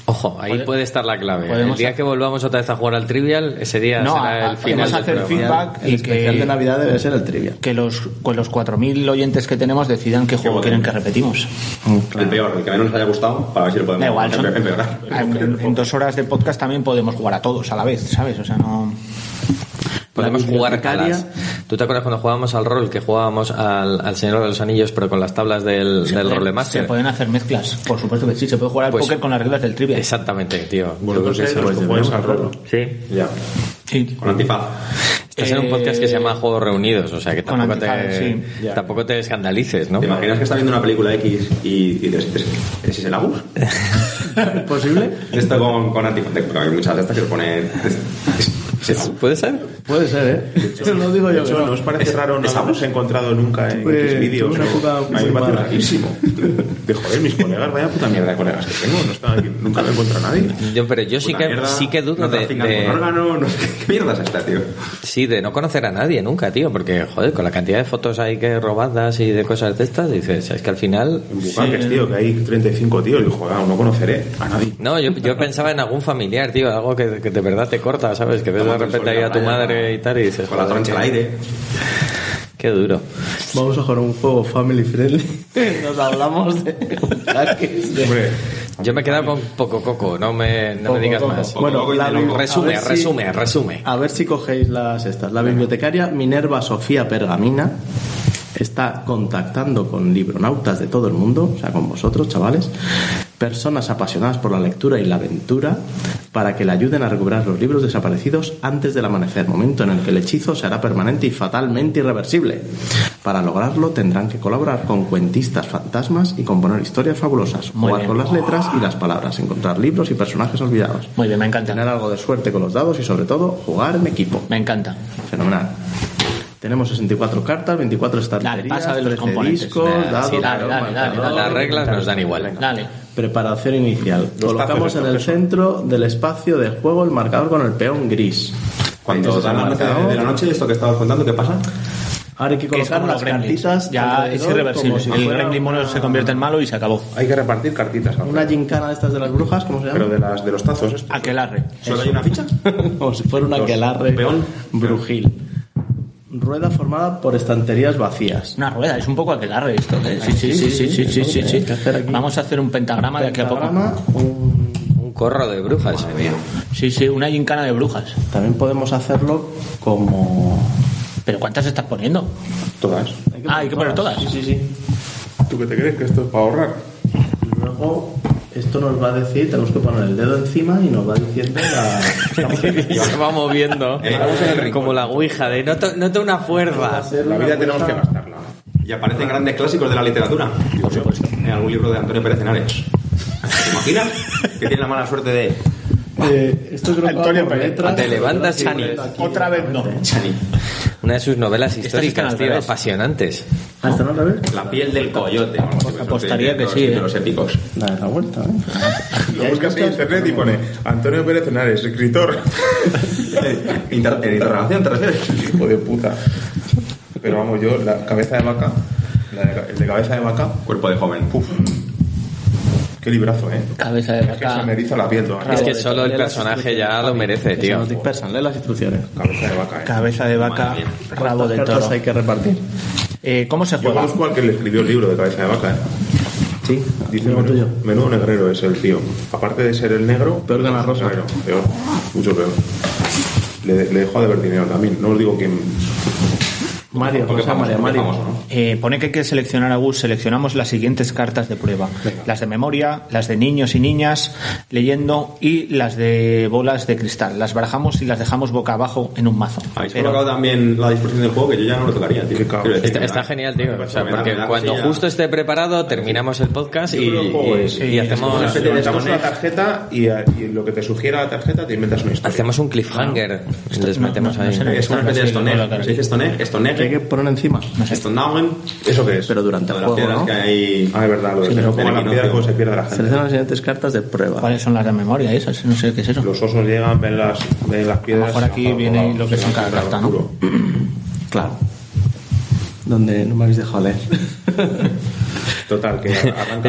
[SPEAKER 6] Ojo, ahí
[SPEAKER 3] Pode-
[SPEAKER 6] puede estar la clave.
[SPEAKER 3] podemos
[SPEAKER 6] el día
[SPEAKER 3] ha-
[SPEAKER 6] que volvamos otra vez a jugar al Trivial, ese día
[SPEAKER 3] No,
[SPEAKER 6] será
[SPEAKER 3] a- a-
[SPEAKER 6] el final
[SPEAKER 3] podemos
[SPEAKER 6] del
[SPEAKER 3] hacer
[SPEAKER 6] programa.
[SPEAKER 3] feedback
[SPEAKER 4] El
[SPEAKER 3] y
[SPEAKER 4] especial de
[SPEAKER 3] que,
[SPEAKER 4] Navidad debe ser el trivia.
[SPEAKER 3] que los, con los 4.000 oyentes que tenemos decidan qué juego
[SPEAKER 5] bueno.
[SPEAKER 3] quieren que repetimos.
[SPEAKER 5] El peor, el que menos nos haya gustado, para ver si lo podemos
[SPEAKER 3] Da igual, son-
[SPEAKER 5] empeorar.
[SPEAKER 3] en, en- en dos horas de podcast también podemos jugar a todos a la vez, ¿sabes? O sea, no...
[SPEAKER 6] Podemos
[SPEAKER 4] La
[SPEAKER 6] jugar a
[SPEAKER 4] bibliotecaria.
[SPEAKER 6] las... ¿Tú te acuerdas cuando jugábamos al rol, que jugábamos al, al Señor de los Anillos, pero con las tablas del, del
[SPEAKER 3] Se
[SPEAKER 6] Rolemaster?
[SPEAKER 3] pueden hacer mezclas, por supuesto que sí. Se puede jugar al
[SPEAKER 6] Pues-
[SPEAKER 3] póker con las reglas del trivia.
[SPEAKER 6] Exactamente, tío.
[SPEAKER 1] Bueno,
[SPEAKER 6] Yo creo que
[SPEAKER 1] entonces
[SPEAKER 6] sí.
[SPEAKER 1] los que jugamos al rolo.
[SPEAKER 3] Eh,
[SPEAKER 6] Sí.
[SPEAKER 1] Ya.
[SPEAKER 3] Sí.
[SPEAKER 5] Con antifaz.
[SPEAKER 6] Este es un
[SPEAKER 3] Eh,
[SPEAKER 6] podcast que se llama Juegos Reunidos, o sea que
[SPEAKER 3] con
[SPEAKER 6] tampoco, te,
[SPEAKER 3] antifaz, sí.
[SPEAKER 6] tampoco te escandalices, ¿no?
[SPEAKER 5] ¿Te imaginas que estás viendo una película X y, y dices, "¿Es- ¿ese es el
[SPEAKER 3] *laughs*
[SPEAKER 5] Agus?
[SPEAKER 4] ¿Posible?
[SPEAKER 5] Esto con, con antifaz. Porque hay muchas de estas que lo ponen. "¿Es- ¿Es el Agus?".
[SPEAKER 6] ¿Puede ser?
[SPEAKER 4] *laughs* Puede ser, ¿eh? Eso lo digo
[SPEAKER 1] De
[SPEAKER 4] yo. que
[SPEAKER 1] hecho,
[SPEAKER 4] no.
[SPEAKER 1] ¿no os parece raro no
[SPEAKER 5] es
[SPEAKER 1] lo hemos encontrado nunca en
[SPEAKER 4] Pues,
[SPEAKER 1] X vídeos?
[SPEAKER 4] tuve una
[SPEAKER 1] ¿no?
[SPEAKER 4] época
[SPEAKER 1] A mí
[SPEAKER 4] muy
[SPEAKER 1] me parece
[SPEAKER 4] mala.
[SPEAKER 1] rarísimo. De joder, mis colegas, vaya puta mierda de colegas que tengo. No están aquí, nunca me encuentro a nadie.
[SPEAKER 6] Yo, pero yo sí
[SPEAKER 5] Puta
[SPEAKER 6] que,
[SPEAKER 5] mierda,
[SPEAKER 6] sí que dudo
[SPEAKER 5] no
[SPEAKER 6] de,
[SPEAKER 5] trafican
[SPEAKER 6] de-
[SPEAKER 5] con órgano, no- ¿Qué mierda es esta, tío?
[SPEAKER 6] sí, de no conocer a nadie nunca, tío, porque, joder, con la cantidad de fotos ahí que robadas y de cosas de estas, dices, es que al final...
[SPEAKER 1] En bucaques, tío, que hay 35 tíos. Y digo, joder, no conoceré a nadie.
[SPEAKER 6] No, yo, yo pensaba en algún familiar, tío, algo que, que de verdad te corta, ¿sabes? Que ves de
[SPEAKER 5] Tomando el
[SPEAKER 6] repente
[SPEAKER 5] sol
[SPEAKER 6] ahí
[SPEAKER 5] en la
[SPEAKER 6] a tu
[SPEAKER 5] playa,
[SPEAKER 6] madre y tal y dices,
[SPEAKER 5] Con la
[SPEAKER 6] joder,
[SPEAKER 5] troncha al
[SPEAKER 6] qué-
[SPEAKER 5] aire.
[SPEAKER 6] Qué duro.
[SPEAKER 4] Vamos a jugar un juego family
[SPEAKER 3] *laughs*
[SPEAKER 4] friendly. Nos hablamos de bucaques, de-
[SPEAKER 1] Hombre,
[SPEAKER 6] Yo me he quedado con poco coco, no me, no
[SPEAKER 4] Poco
[SPEAKER 6] me digas
[SPEAKER 4] Coco.
[SPEAKER 6] más.
[SPEAKER 4] Bueno,
[SPEAKER 5] Poco
[SPEAKER 4] la
[SPEAKER 5] Coco y
[SPEAKER 4] bibli-
[SPEAKER 6] Resume,
[SPEAKER 4] a ver si-
[SPEAKER 6] resume, resume.
[SPEAKER 4] A ver si cogéis las estas. La bibliotecaria Minerva Sofía Pergamina está contactando con libronautas de todo el mundo, o sea, con vosotros, chavales, personas apasionadas por la lectura y la aventura, para que le ayuden a recuperar los libros desaparecidos antes del amanecer, momento en el que el hechizo se hará permanente y fatalmente irreversible. Para lograrlo tendrán que colaborar con cuentistas fantasmas y componer historias fabulosas,
[SPEAKER 3] Muy
[SPEAKER 4] jugar
[SPEAKER 3] bien.
[SPEAKER 4] con las letras y las palabras, encontrar libros y personajes olvidados
[SPEAKER 3] Muy bien, me encanta.
[SPEAKER 4] tener algo de suerte con los dados y sobre todo jugar en equipo.
[SPEAKER 3] Me encanta.
[SPEAKER 4] Fenomenal. Tenemos 64 cartas, 24
[SPEAKER 3] Dale,
[SPEAKER 4] estanterías,
[SPEAKER 3] pasa de los
[SPEAKER 4] 13
[SPEAKER 3] componentes.
[SPEAKER 4] discos,
[SPEAKER 6] Nah,
[SPEAKER 4] dados,
[SPEAKER 6] sí, dale,
[SPEAKER 4] marcador.
[SPEAKER 3] dale, dale,
[SPEAKER 6] Las
[SPEAKER 3] dale.
[SPEAKER 6] reglas nos dan igual.
[SPEAKER 3] Dale.
[SPEAKER 4] Preparación inicial. Colocamos en el centro del espacio de juego el marcador con el peón gris.
[SPEAKER 5] Cuando
[SPEAKER 4] Entonces,
[SPEAKER 5] dan
[SPEAKER 4] el
[SPEAKER 5] las doce
[SPEAKER 4] marcador-
[SPEAKER 5] de la noche, esto que estabas contando, ¿qué pasa?
[SPEAKER 4] Ahora hay que
[SPEAKER 3] Que es
[SPEAKER 4] colocar
[SPEAKER 3] como los
[SPEAKER 4] las
[SPEAKER 3] gremlins.
[SPEAKER 4] cartitas.
[SPEAKER 3] Ya es
[SPEAKER 4] alrededor
[SPEAKER 3] irreversible.
[SPEAKER 4] como si
[SPEAKER 3] el
[SPEAKER 4] fuera
[SPEAKER 3] gremlin mono se convierte en malo y se acabó.
[SPEAKER 1] hay que repartir cartitas. ¿no?
[SPEAKER 4] Una gincana de estas de las brujas, ¿cómo se llama?
[SPEAKER 1] Pero de, las, de los tazos, esto.
[SPEAKER 3] Aquelarre.
[SPEAKER 5] ¿Solo hay una ficha?
[SPEAKER 4] *laughs* como si fuera un aquelarre
[SPEAKER 5] peón.
[SPEAKER 4] brujil. Rueda formada por estanterías vacías.
[SPEAKER 3] Una rueda, es un poco aquelarre esto. ¿eh? Sí, sí, sí, sí, sí, sí, sí, sí.
[SPEAKER 4] Hay que hacer aquí.
[SPEAKER 3] Vamos a hacer un pentagrama de aquí a poco.
[SPEAKER 4] Pentagrama, un-
[SPEAKER 6] Un corro de brujas.
[SPEAKER 3] Sí, sí, una gincana de brujas.
[SPEAKER 4] También podemos hacerlo como.
[SPEAKER 3] ¿Pero cuántas estás poniendo?
[SPEAKER 1] Todas.
[SPEAKER 3] Ah, hay que poner todas.
[SPEAKER 4] Sí, sí, sí.
[SPEAKER 1] ¿Tú qué te crees que esto es para ahorrar?
[SPEAKER 4] Luego, esto nos va a decir, tenemos que poner el dedo encima y nos va diciendo la. Estamos
[SPEAKER 1] *laughs*
[SPEAKER 4] en-
[SPEAKER 6] Y se va
[SPEAKER 4] *laughs*
[SPEAKER 6] moviendo
[SPEAKER 4] Eh,
[SPEAKER 5] Estamos en el rincón.
[SPEAKER 6] como la ouija de nota una
[SPEAKER 4] va a
[SPEAKER 6] fuerza.
[SPEAKER 4] ser
[SPEAKER 1] La
[SPEAKER 4] una
[SPEAKER 1] vida tenemos
[SPEAKER 4] cosa-
[SPEAKER 1] que gastarla.
[SPEAKER 5] Y aparecen grandes clásicos de la literatura. Por supuesto. En algún libro de Antonio Pérez Henares. ¿Te imaginas? Que tiene la mala suerte de
[SPEAKER 4] Eh, esto creo que va
[SPEAKER 3] Antonio
[SPEAKER 4] por
[SPEAKER 3] Pérez.
[SPEAKER 4] letras.
[SPEAKER 6] Te levantas,
[SPEAKER 4] Sí,
[SPEAKER 6] Chani.
[SPEAKER 4] aquí.
[SPEAKER 3] Otra vez no.
[SPEAKER 5] Chani.
[SPEAKER 6] Una de sus novelas históricas,
[SPEAKER 3] están al
[SPEAKER 6] tío,
[SPEAKER 3] revés.
[SPEAKER 6] apasionantes.
[SPEAKER 4] Ah, ¿están al revés?
[SPEAKER 5] La piel del coyote. o algo así,
[SPEAKER 3] Apostaría
[SPEAKER 5] de-
[SPEAKER 3] que
[SPEAKER 5] de-
[SPEAKER 3] sí,
[SPEAKER 5] De
[SPEAKER 3] ¿eh?
[SPEAKER 5] los épicos.
[SPEAKER 4] Dale la vuelta, ¿eh?
[SPEAKER 1] Lo buscas en internet y pone Antonio Pérez Henares, escritor.
[SPEAKER 5] *laughs* Inter- en interrogación, ¿te refieres?
[SPEAKER 1] Hijo de puta. Pero vamos, yo, la cabeza de vaca, la de- el de cabeza de vaca,
[SPEAKER 5] Cuerpo de joven.
[SPEAKER 1] puf. Qué librazo, ¿eh?
[SPEAKER 3] Cabeza de
[SPEAKER 1] Es que se
[SPEAKER 3] vaca.
[SPEAKER 1] me eriza la piel toda.
[SPEAKER 6] Es que
[SPEAKER 4] Vale,
[SPEAKER 6] solo el
[SPEAKER 4] lee las
[SPEAKER 6] personaje
[SPEAKER 4] instrucciones,
[SPEAKER 6] ya lo
[SPEAKER 4] Javi,
[SPEAKER 6] merece,
[SPEAKER 4] que se
[SPEAKER 6] tío.
[SPEAKER 4] nos dispersan, lee las instrucciones.
[SPEAKER 1] Cabeza de vaca, ¿eh?
[SPEAKER 3] Cabeza de vaca,
[SPEAKER 5] Madre mía.
[SPEAKER 3] rabo de
[SPEAKER 4] Las cartas
[SPEAKER 3] toro.
[SPEAKER 4] hay que repartir.
[SPEAKER 3] Eh, ¿Cómo se
[SPEAKER 1] Yo
[SPEAKER 3] juega?
[SPEAKER 1] conozco al que le escribió el libro de cabeza de vaca, ¿eh?
[SPEAKER 4] Sí,
[SPEAKER 1] Dice,
[SPEAKER 4] dice lo tuyo.
[SPEAKER 1] menudo, menudo negrero es el tío. Aparte de ser el negro...
[SPEAKER 4] Peor que la rosa.
[SPEAKER 1] negrero, peor, mucho peor. Le, le dejó de ver dinero también. No os digo quién...
[SPEAKER 4] Mario,
[SPEAKER 5] Porque
[SPEAKER 4] José
[SPEAKER 5] famoso,
[SPEAKER 4] María,
[SPEAKER 5] porque
[SPEAKER 4] Mario.
[SPEAKER 5] famoso, ¿no?
[SPEAKER 3] Eh, pone que hay que seleccionar a Gus. Seleccionamos las siguientes cartas de prueba: las de memoria, las de niños y niñas leyendo y las de bolas de cristal. Las barajamos y las dejamos boca abajo en un mazo.
[SPEAKER 5] Habéis
[SPEAKER 3] Pero-
[SPEAKER 5] colocado también la disposición del juego que yo ya no lo tocaría, tío.
[SPEAKER 1] Qué cabrón.
[SPEAKER 5] Quiero decir
[SPEAKER 6] Está,
[SPEAKER 5] que
[SPEAKER 6] está
[SPEAKER 5] me da-
[SPEAKER 6] genial, tío.
[SPEAKER 5] me
[SPEAKER 6] O sea,
[SPEAKER 5] da- me
[SPEAKER 6] porque
[SPEAKER 5] da
[SPEAKER 6] cuando
[SPEAKER 5] cosilla.
[SPEAKER 6] justo esté preparado, terminamos el podcast y,
[SPEAKER 1] Yo creo que el juego es-
[SPEAKER 6] y- y hacemos,
[SPEAKER 5] una
[SPEAKER 1] Te
[SPEAKER 5] especie de
[SPEAKER 1] levantamos
[SPEAKER 5] esto,
[SPEAKER 1] una
[SPEAKER 5] ¿no?
[SPEAKER 1] tarjeta y, a- y lo que te sugiera la tarjeta te inventas una historia.
[SPEAKER 6] hacemos un cliffhanger. Les
[SPEAKER 3] no,
[SPEAKER 6] metemos
[SPEAKER 3] no, no
[SPEAKER 6] ahí.
[SPEAKER 3] se
[SPEAKER 5] Es una especie de
[SPEAKER 3] Sí, lo
[SPEAKER 5] Stone
[SPEAKER 3] colocan.
[SPEAKER 5] ¿Se dice Stone Egg? Stone
[SPEAKER 4] Que hay que
[SPEAKER 5] Egg.
[SPEAKER 4] poner encima.
[SPEAKER 5] Stone Down.
[SPEAKER 1] ¿Eso qué es?
[SPEAKER 4] Pero durante
[SPEAKER 5] Una de
[SPEAKER 4] el
[SPEAKER 5] las
[SPEAKER 4] juego,
[SPEAKER 5] piedras
[SPEAKER 4] ¿no?
[SPEAKER 5] que hay.
[SPEAKER 1] Ah, es verdad, lo de
[SPEAKER 5] Sí,
[SPEAKER 1] que no
[SPEAKER 5] pero
[SPEAKER 1] pongan la
[SPEAKER 5] no,
[SPEAKER 1] piedra
[SPEAKER 5] no.
[SPEAKER 1] como se pierde la gente.
[SPEAKER 4] Selecciona las siguientes cartas de prueba.
[SPEAKER 3] ¿Cuáles son las de memoria esas? No sé qué es eso.
[SPEAKER 1] Los osos llegan, ven las, ven las piedras.
[SPEAKER 3] mejor aquí
[SPEAKER 1] ah,
[SPEAKER 3] viene
[SPEAKER 1] volados,
[SPEAKER 3] lo que
[SPEAKER 1] se
[SPEAKER 3] son
[SPEAKER 1] lanzan
[SPEAKER 3] cada
[SPEAKER 1] al
[SPEAKER 3] carta, ¿no?
[SPEAKER 1] oscuro.
[SPEAKER 4] Claro. Donde no me habéis dejado
[SPEAKER 1] *laughs*
[SPEAKER 4] leer.
[SPEAKER 1] Total, que arranca.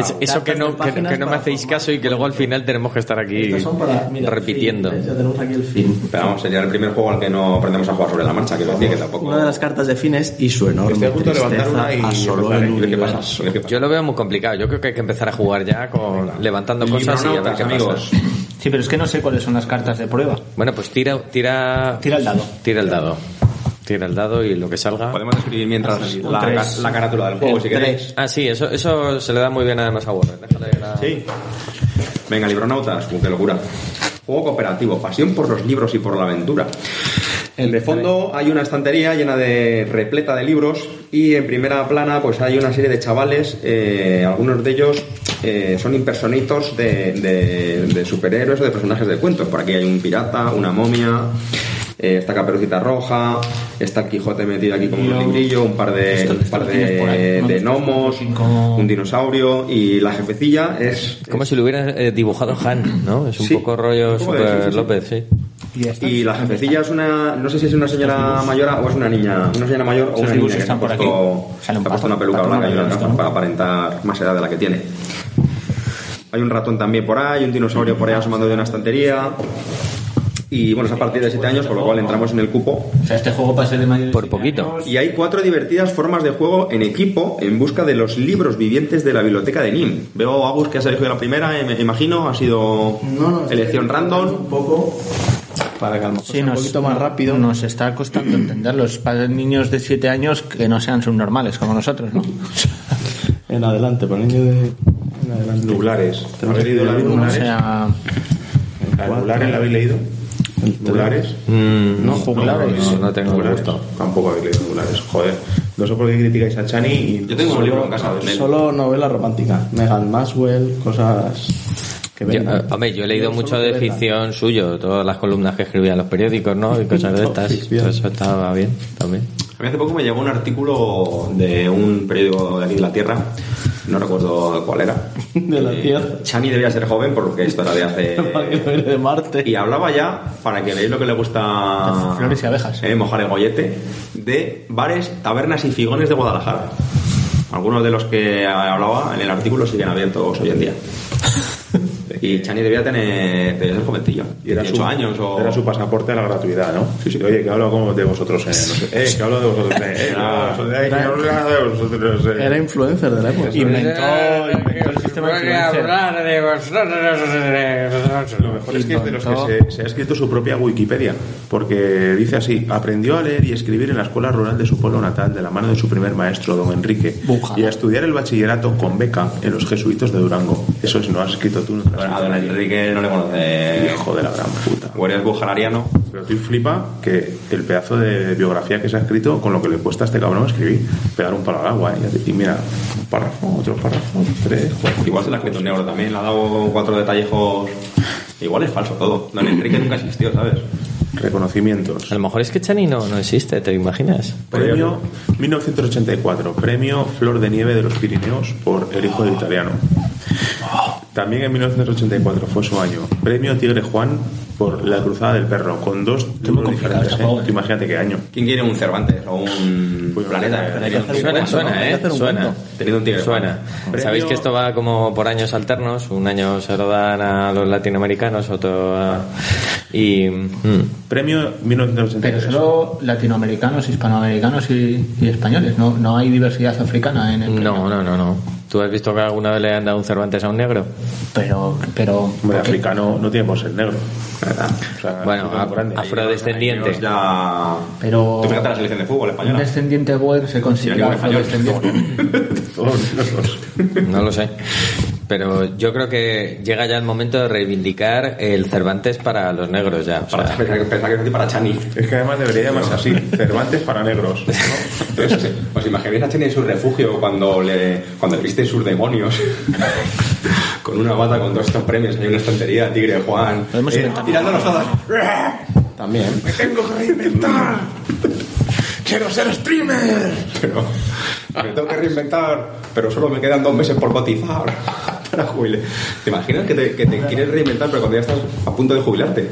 [SPEAKER 6] *laughs* Es- eso que no, que, que no me hacéis caso y que luego al final tenemos que estar aquí
[SPEAKER 4] Estas son para- mira,
[SPEAKER 6] repitiendo.
[SPEAKER 4] fin, ya tenemos aquí el fin.
[SPEAKER 5] Pero vamos, sería el primer juego al que no aprendemos a jugar sobre la marcha, que decía que tampoco.
[SPEAKER 4] Una de las cartas de fin es y su enorme
[SPEAKER 1] Estoy a punto de levantar una y
[SPEAKER 4] tristeza asoló
[SPEAKER 1] empezar,
[SPEAKER 4] el
[SPEAKER 1] ¿eh? ¿Qué
[SPEAKER 4] universo.
[SPEAKER 1] pasa? ¿Qué pasa?
[SPEAKER 6] Yo lo veo muy complicado. Yo creo que hay que empezar a jugar ya con levantando cosas y a ver
[SPEAKER 5] Libronautas,
[SPEAKER 6] qué
[SPEAKER 5] amigos.
[SPEAKER 6] pasa.
[SPEAKER 3] Sí, pero es que no sé cuáles son las cartas de prueba.
[SPEAKER 6] Bueno, pues tira, tira,
[SPEAKER 3] Tira el dado.
[SPEAKER 6] tira el dado, tira el dado y lo que salga.
[SPEAKER 5] Podemos escribir mientras la,
[SPEAKER 3] tres.
[SPEAKER 5] la carátula del juego, si queréis.
[SPEAKER 6] Ah, sí, eso, eso se le da muy bien además a Warner. Déjale la-
[SPEAKER 5] Sí. Venga, Libronautas, uh, qué locura. Juego cooperativo, pasión por los libros y por la aventura. de fondo hay una estantería llena de repleta de libros y en primera plana pues hay una serie de chavales, eh, algunos de ellos eh, son impersonitos de, de- de superhéroes o de personajes de cuentos. Por aquí hay un pirata, una momia, eh, está Caperucita Roja, está el Quijote metido aquí como un librillo, un par de,
[SPEAKER 3] Esto-
[SPEAKER 5] un par
[SPEAKER 3] esto lo tienes por ahí,
[SPEAKER 5] de,
[SPEAKER 3] ¿no?
[SPEAKER 5] de gnomos,
[SPEAKER 3] Cinco-
[SPEAKER 5] un dinosaurio y la jefecilla es
[SPEAKER 6] Como si lo hubiera eh, dibujado Han, ¿no? Es un
[SPEAKER 5] Sí.
[SPEAKER 6] poco rollo
[SPEAKER 5] ¿Cómo es? Sí,
[SPEAKER 6] Super
[SPEAKER 5] sí, sí.
[SPEAKER 6] López, sí.
[SPEAKER 3] Y, estas-
[SPEAKER 5] y la jefecilla es una no sé si es una señora mayor o es una niña una señora mayor o
[SPEAKER 3] Sus
[SPEAKER 5] una niña que
[SPEAKER 3] dibujos
[SPEAKER 5] se ha
[SPEAKER 3] están por
[SPEAKER 5] puesto,
[SPEAKER 3] aquí. Sale un
[SPEAKER 5] se ha puesto
[SPEAKER 3] pato,
[SPEAKER 5] una peluca
[SPEAKER 3] pato
[SPEAKER 5] blanca y unas
[SPEAKER 3] amarillo,
[SPEAKER 5] gafas
[SPEAKER 3] ¿no?
[SPEAKER 5] para aparentar más edad de la que tiene hay un ratón también por ahí un dinosaurio por ahí asomando de una estantería y bueno es a partir de 7 años con lo cual entramos en el cupo
[SPEAKER 3] O sea, este juego para ser de mayor
[SPEAKER 6] Por poquito.
[SPEAKER 5] Y hay cuatro divertidas formas de juego en equipo en busca de los libros vivientes de la biblioteca de NIM. Veo a Agus que has elegido la primera, eh, me imagino, ha sido
[SPEAKER 4] No, no, estoy
[SPEAKER 5] elección
[SPEAKER 4] Un
[SPEAKER 5] random.
[SPEAKER 4] poco para que a lo mejor
[SPEAKER 3] Sí,
[SPEAKER 4] sea un
[SPEAKER 3] nos-
[SPEAKER 4] poquito más rápido.
[SPEAKER 3] Nos está costando entenderlos. Para niños de 7 años que no sean subnormales como nosotros, ¿no?
[SPEAKER 4] En adelante, para niño de. En adelante.
[SPEAKER 1] Nublares.
[SPEAKER 4] Tenemos
[SPEAKER 1] ¿Habéis
[SPEAKER 4] que
[SPEAKER 1] leído la
[SPEAKER 4] leer
[SPEAKER 1] Biblia?
[SPEAKER 4] uno,
[SPEAKER 3] O
[SPEAKER 4] ¿eh?
[SPEAKER 3] sea,
[SPEAKER 1] ¿La Nublares la habéis leído?
[SPEAKER 4] El tres.
[SPEAKER 1] ¿Nublares?
[SPEAKER 6] Mm,
[SPEAKER 4] No, juglares.
[SPEAKER 6] No, no tengo el
[SPEAKER 1] Nublares.
[SPEAKER 6] gusto.
[SPEAKER 1] Tampoco habéis leído Nublares, joder. No sé por qué criticáis a Chani y...
[SPEAKER 5] Yo tengo un libro en casa de él.
[SPEAKER 4] Solo novela romántica. Megan Maswell, cosas que
[SPEAKER 6] Yo, eh,
[SPEAKER 4] vengan.
[SPEAKER 6] hombre, yo he leído
[SPEAKER 4] Solo
[SPEAKER 6] mucho de
[SPEAKER 4] novela.
[SPEAKER 6] ficción suyo, todas las columnas que escribía en los periódicos, ¿no? Y cosas de
[SPEAKER 4] Top
[SPEAKER 6] estas.
[SPEAKER 4] ficción.
[SPEAKER 6] Todo eso estaba bien también.
[SPEAKER 5] A mí hace poco me llegó un artículo de un periódico de aquí de la Tierra, no recuerdo cuál era.
[SPEAKER 4] De la
[SPEAKER 5] Eh,
[SPEAKER 4] Tierra. *laughs*
[SPEAKER 5] Chani debía ser joven porque esto era de
[SPEAKER 4] Para que
[SPEAKER 5] hace...
[SPEAKER 4] no viene de Marte.
[SPEAKER 5] Y hablaba ya, para que veáis lo que le gusta...
[SPEAKER 3] Flores y abejas.
[SPEAKER 5] eh, mojar el gollete, de bares, tabernas y figones de Guadalajara. Algunos de los que hablaba en el artículo siguen abiertos hoy en día. Y Chani debía tener... debía ser jovencillo.
[SPEAKER 1] Y era
[SPEAKER 5] 18
[SPEAKER 1] su,
[SPEAKER 5] años o...
[SPEAKER 1] era su pasaporte a la gratuidad, ¿no? Sí, sí. Oye, que hablo como de vosotros, eh, no sé. Eh, que hablo de vosotros, eh. eh, que hablo de vosotros, eh, que hablo de vosotros, eh.
[SPEAKER 4] Era influencer de la época.
[SPEAKER 3] inventó el sistema de influencer.
[SPEAKER 1] Lo mejor es que es de los que se, se ha escrito su propia Wikipedia, porque dice así, aprendió a leer y escribir en la escuela rural de su pueblo natal de la mano de su primer maestro, don Enrique,
[SPEAKER 3] Bujala.
[SPEAKER 1] y a estudiar el bachillerato con beca en los jesuitos de Durango. Eso es, no has escrito tú. No te lo has
[SPEAKER 5] A don
[SPEAKER 1] escrito nadie.
[SPEAKER 5] Enrique no le
[SPEAKER 1] *laughs*
[SPEAKER 5] conoce...
[SPEAKER 1] Hijo de la gran puta.
[SPEAKER 5] O eres bujalariano.
[SPEAKER 1] Pero tú flipa que el pedazo de biografía que se ha escrito con lo que le cuesta a este cabrón escribir, pegar un palo al agua, ¿eh? Y te- Y mira, un párrafo, otro párrafo, tres, cuatro.
[SPEAKER 5] Pues Igual se la ha escrito un negro también, le ha dado cuatro detallejos. Igual es falso todo. Don Enrique nunca existió, ¿sabes?
[SPEAKER 1] Reconocimientos.
[SPEAKER 6] A lo mejor es que Chani no, no existe, ¿te imaginas?
[SPEAKER 1] Premio 1984, premio Flor de Nieve de los Pirineos por El Hijo del Italiano. También en 1984 fue su año. Premio Tigre Juan por La Cruzada del Perro, con dos libros
[SPEAKER 3] complicado
[SPEAKER 1] diferentes.
[SPEAKER 3] este
[SPEAKER 1] ¿eh?
[SPEAKER 3] juego, ¿eh?
[SPEAKER 1] Tú Imagínate qué año.
[SPEAKER 5] ¿Quién quiere un Cervantes o un
[SPEAKER 1] Pues,
[SPEAKER 5] planeta?
[SPEAKER 1] eh,
[SPEAKER 5] Teniendo un tigre,
[SPEAKER 6] Suena,
[SPEAKER 5] ¿no?
[SPEAKER 6] suena,
[SPEAKER 4] Hay que
[SPEAKER 6] ¿eh?
[SPEAKER 4] hacer un
[SPEAKER 6] Suena.
[SPEAKER 4] cuento.
[SPEAKER 5] Teniendo un tigre.
[SPEAKER 6] Suena.
[SPEAKER 1] Premio-
[SPEAKER 6] Sabéis que esto va como por años alternos. Un año se lo dan a los latinoamericanos, otro a... Y... mm,
[SPEAKER 1] Premio
[SPEAKER 3] Pero
[SPEAKER 1] 1983.
[SPEAKER 3] solo latinoamericanos, hispanoamericanos y, y españoles. No, no hay diversidad africana en el.
[SPEAKER 6] No, no, no, no. ¿Tú has visto que alguna vez le han dado un Cervantes a un negro?
[SPEAKER 3] Pero. pero
[SPEAKER 1] Hombre,
[SPEAKER 3] ¿por qué?
[SPEAKER 1] africano no tiene por ser negro. O sea,
[SPEAKER 6] Bueno,
[SPEAKER 3] ah,
[SPEAKER 1] africano
[SPEAKER 6] a-
[SPEAKER 1] grande.
[SPEAKER 6] afrodescendiente.
[SPEAKER 5] Ya...
[SPEAKER 3] Pero-
[SPEAKER 5] Tú fíjate la selección de fútbol
[SPEAKER 3] Un
[SPEAKER 5] española.
[SPEAKER 3] descendiente buen se
[SPEAKER 5] Tiene
[SPEAKER 3] considera
[SPEAKER 5] ningún español.
[SPEAKER 3] afrodescendiente.
[SPEAKER 1] Todos los dos.
[SPEAKER 6] No lo sé. Pero yo creo que llega ya el momento de reivindicar el Cervantes para los negros ya. o sea.
[SPEAKER 5] Para, pensaba que- pensaba que era para Chani.
[SPEAKER 1] Es que además debería llamarse así, Cervantes para negros. ¿no?
[SPEAKER 5] Entonces, ¿Os imagináis a Chani en su refugio cuando le cuando viste sus demonios? *laughs* con una bata con todos estos premios, hay una estantería, Tigre, Juan.
[SPEAKER 3] Podemos
[SPEAKER 5] eh,
[SPEAKER 3] inventar.
[SPEAKER 5] tirándolos todos.
[SPEAKER 4] También.
[SPEAKER 1] Tengo que reinventar. Quiero ser streamer.
[SPEAKER 5] Pero me tengo que reinventar, pero solo me quedan dos meses por cotizar *laughs* para jubilar. ¿Te imaginas que te, que te quieres reinventar, pero cuando ya estás a punto de jubilarte?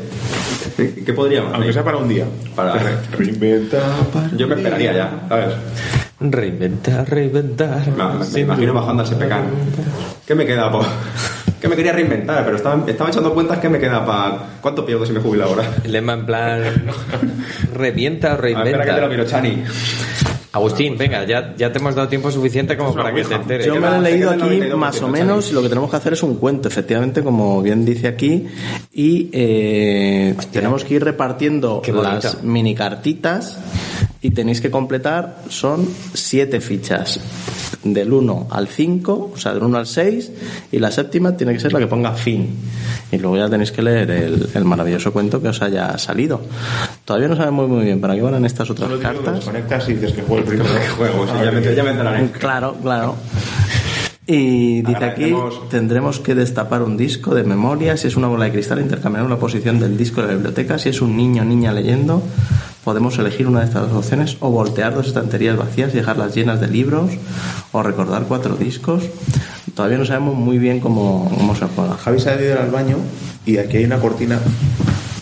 [SPEAKER 5] ¿Qué, qué podríamos
[SPEAKER 1] Aunque sea para un día.
[SPEAKER 5] Para-
[SPEAKER 1] Reinventa para
[SPEAKER 5] Yo me
[SPEAKER 1] un día.
[SPEAKER 5] esperaría ya, ¿sabes?
[SPEAKER 6] Reinventar, reinventar.
[SPEAKER 5] Me, me- me
[SPEAKER 6] Sin
[SPEAKER 5] imagino bajando al SPK. ¿Qué me queda, *laughs* po? Que me quería reinventar, pero estaba, estaba echando cuentas que me queda para... ¿Cuánto pierdo si me jubilo ahora?
[SPEAKER 6] Lema en plan. Revienta
[SPEAKER 5] A
[SPEAKER 6] o
[SPEAKER 5] ver, espera que te lo
[SPEAKER 6] reinventa.
[SPEAKER 5] miro, Chani.
[SPEAKER 6] Agustín, venga, ya, ya te hemos dado tiempo suficiente como
[SPEAKER 5] Es una
[SPEAKER 6] para que
[SPEAKER 5] ouija.
[SPEAKER 6] te enteres.
[SPEAKER 5] Yo
[SPEAKER 4] Yo me
[SPEAKER 5] va,
[SPEAKER 4] lo he
[SPEAKER 5] se
[SPEAKER 4] leído
[SPEAKER 5] queda el
[SPEAKER 4] aquí
[SPEAKER 5] 92%,
[SPEAKER 4] más o
[SPEAKER 5] Xavi.
[SPEAKER 4] menos y lo que tenemos que hacer es un cuento, efectivamente, como bien dice aquí. Y eh, tenemos que ir repartiendo
[SPEAKER 6] Qué bonito.
[SPEAKER 4] las mini cartitas y tenéis que completar, son siete fichas. Del 1 al 5, o sea, del 1 al 6, y la séptima tiene que ser la que ponga fin. Y luego ya tenéis que leer el, el maravilloso cuento que os haya salido. Todavía no sabemos muy bien para qué van estas otras
[SPEAKER 1] Solo digo que
[SPEAKER 4] cartas.
[SPEAKER 1] desconectas y dices que juego el primero. Ah,
[SPEAKER 5] ¿Qué juego? Sí, ya, me, ya me enteraré.
[SPEAKER 4] *laughs* Claro, claro. Y dice aquí,
[SPEAKER 5] Agradecemos-
[SPEAKER 4] tendremos que destapar un disco de memoria, si es una bola de cristal, intercambiaremos la posición del disco de la biblioteca, si es un niño o niña leyendo, podemos elegir una de estas dos opciones, o voltear dos estanterías vacías y dejarlas llenas de libros, o recordar cuatro discos. Todavía no sabemos muy bien cómo, cómo se juega. *laughs*
[SPEAKER 1] Javi se ha ido al baño y aquí hay una cortina.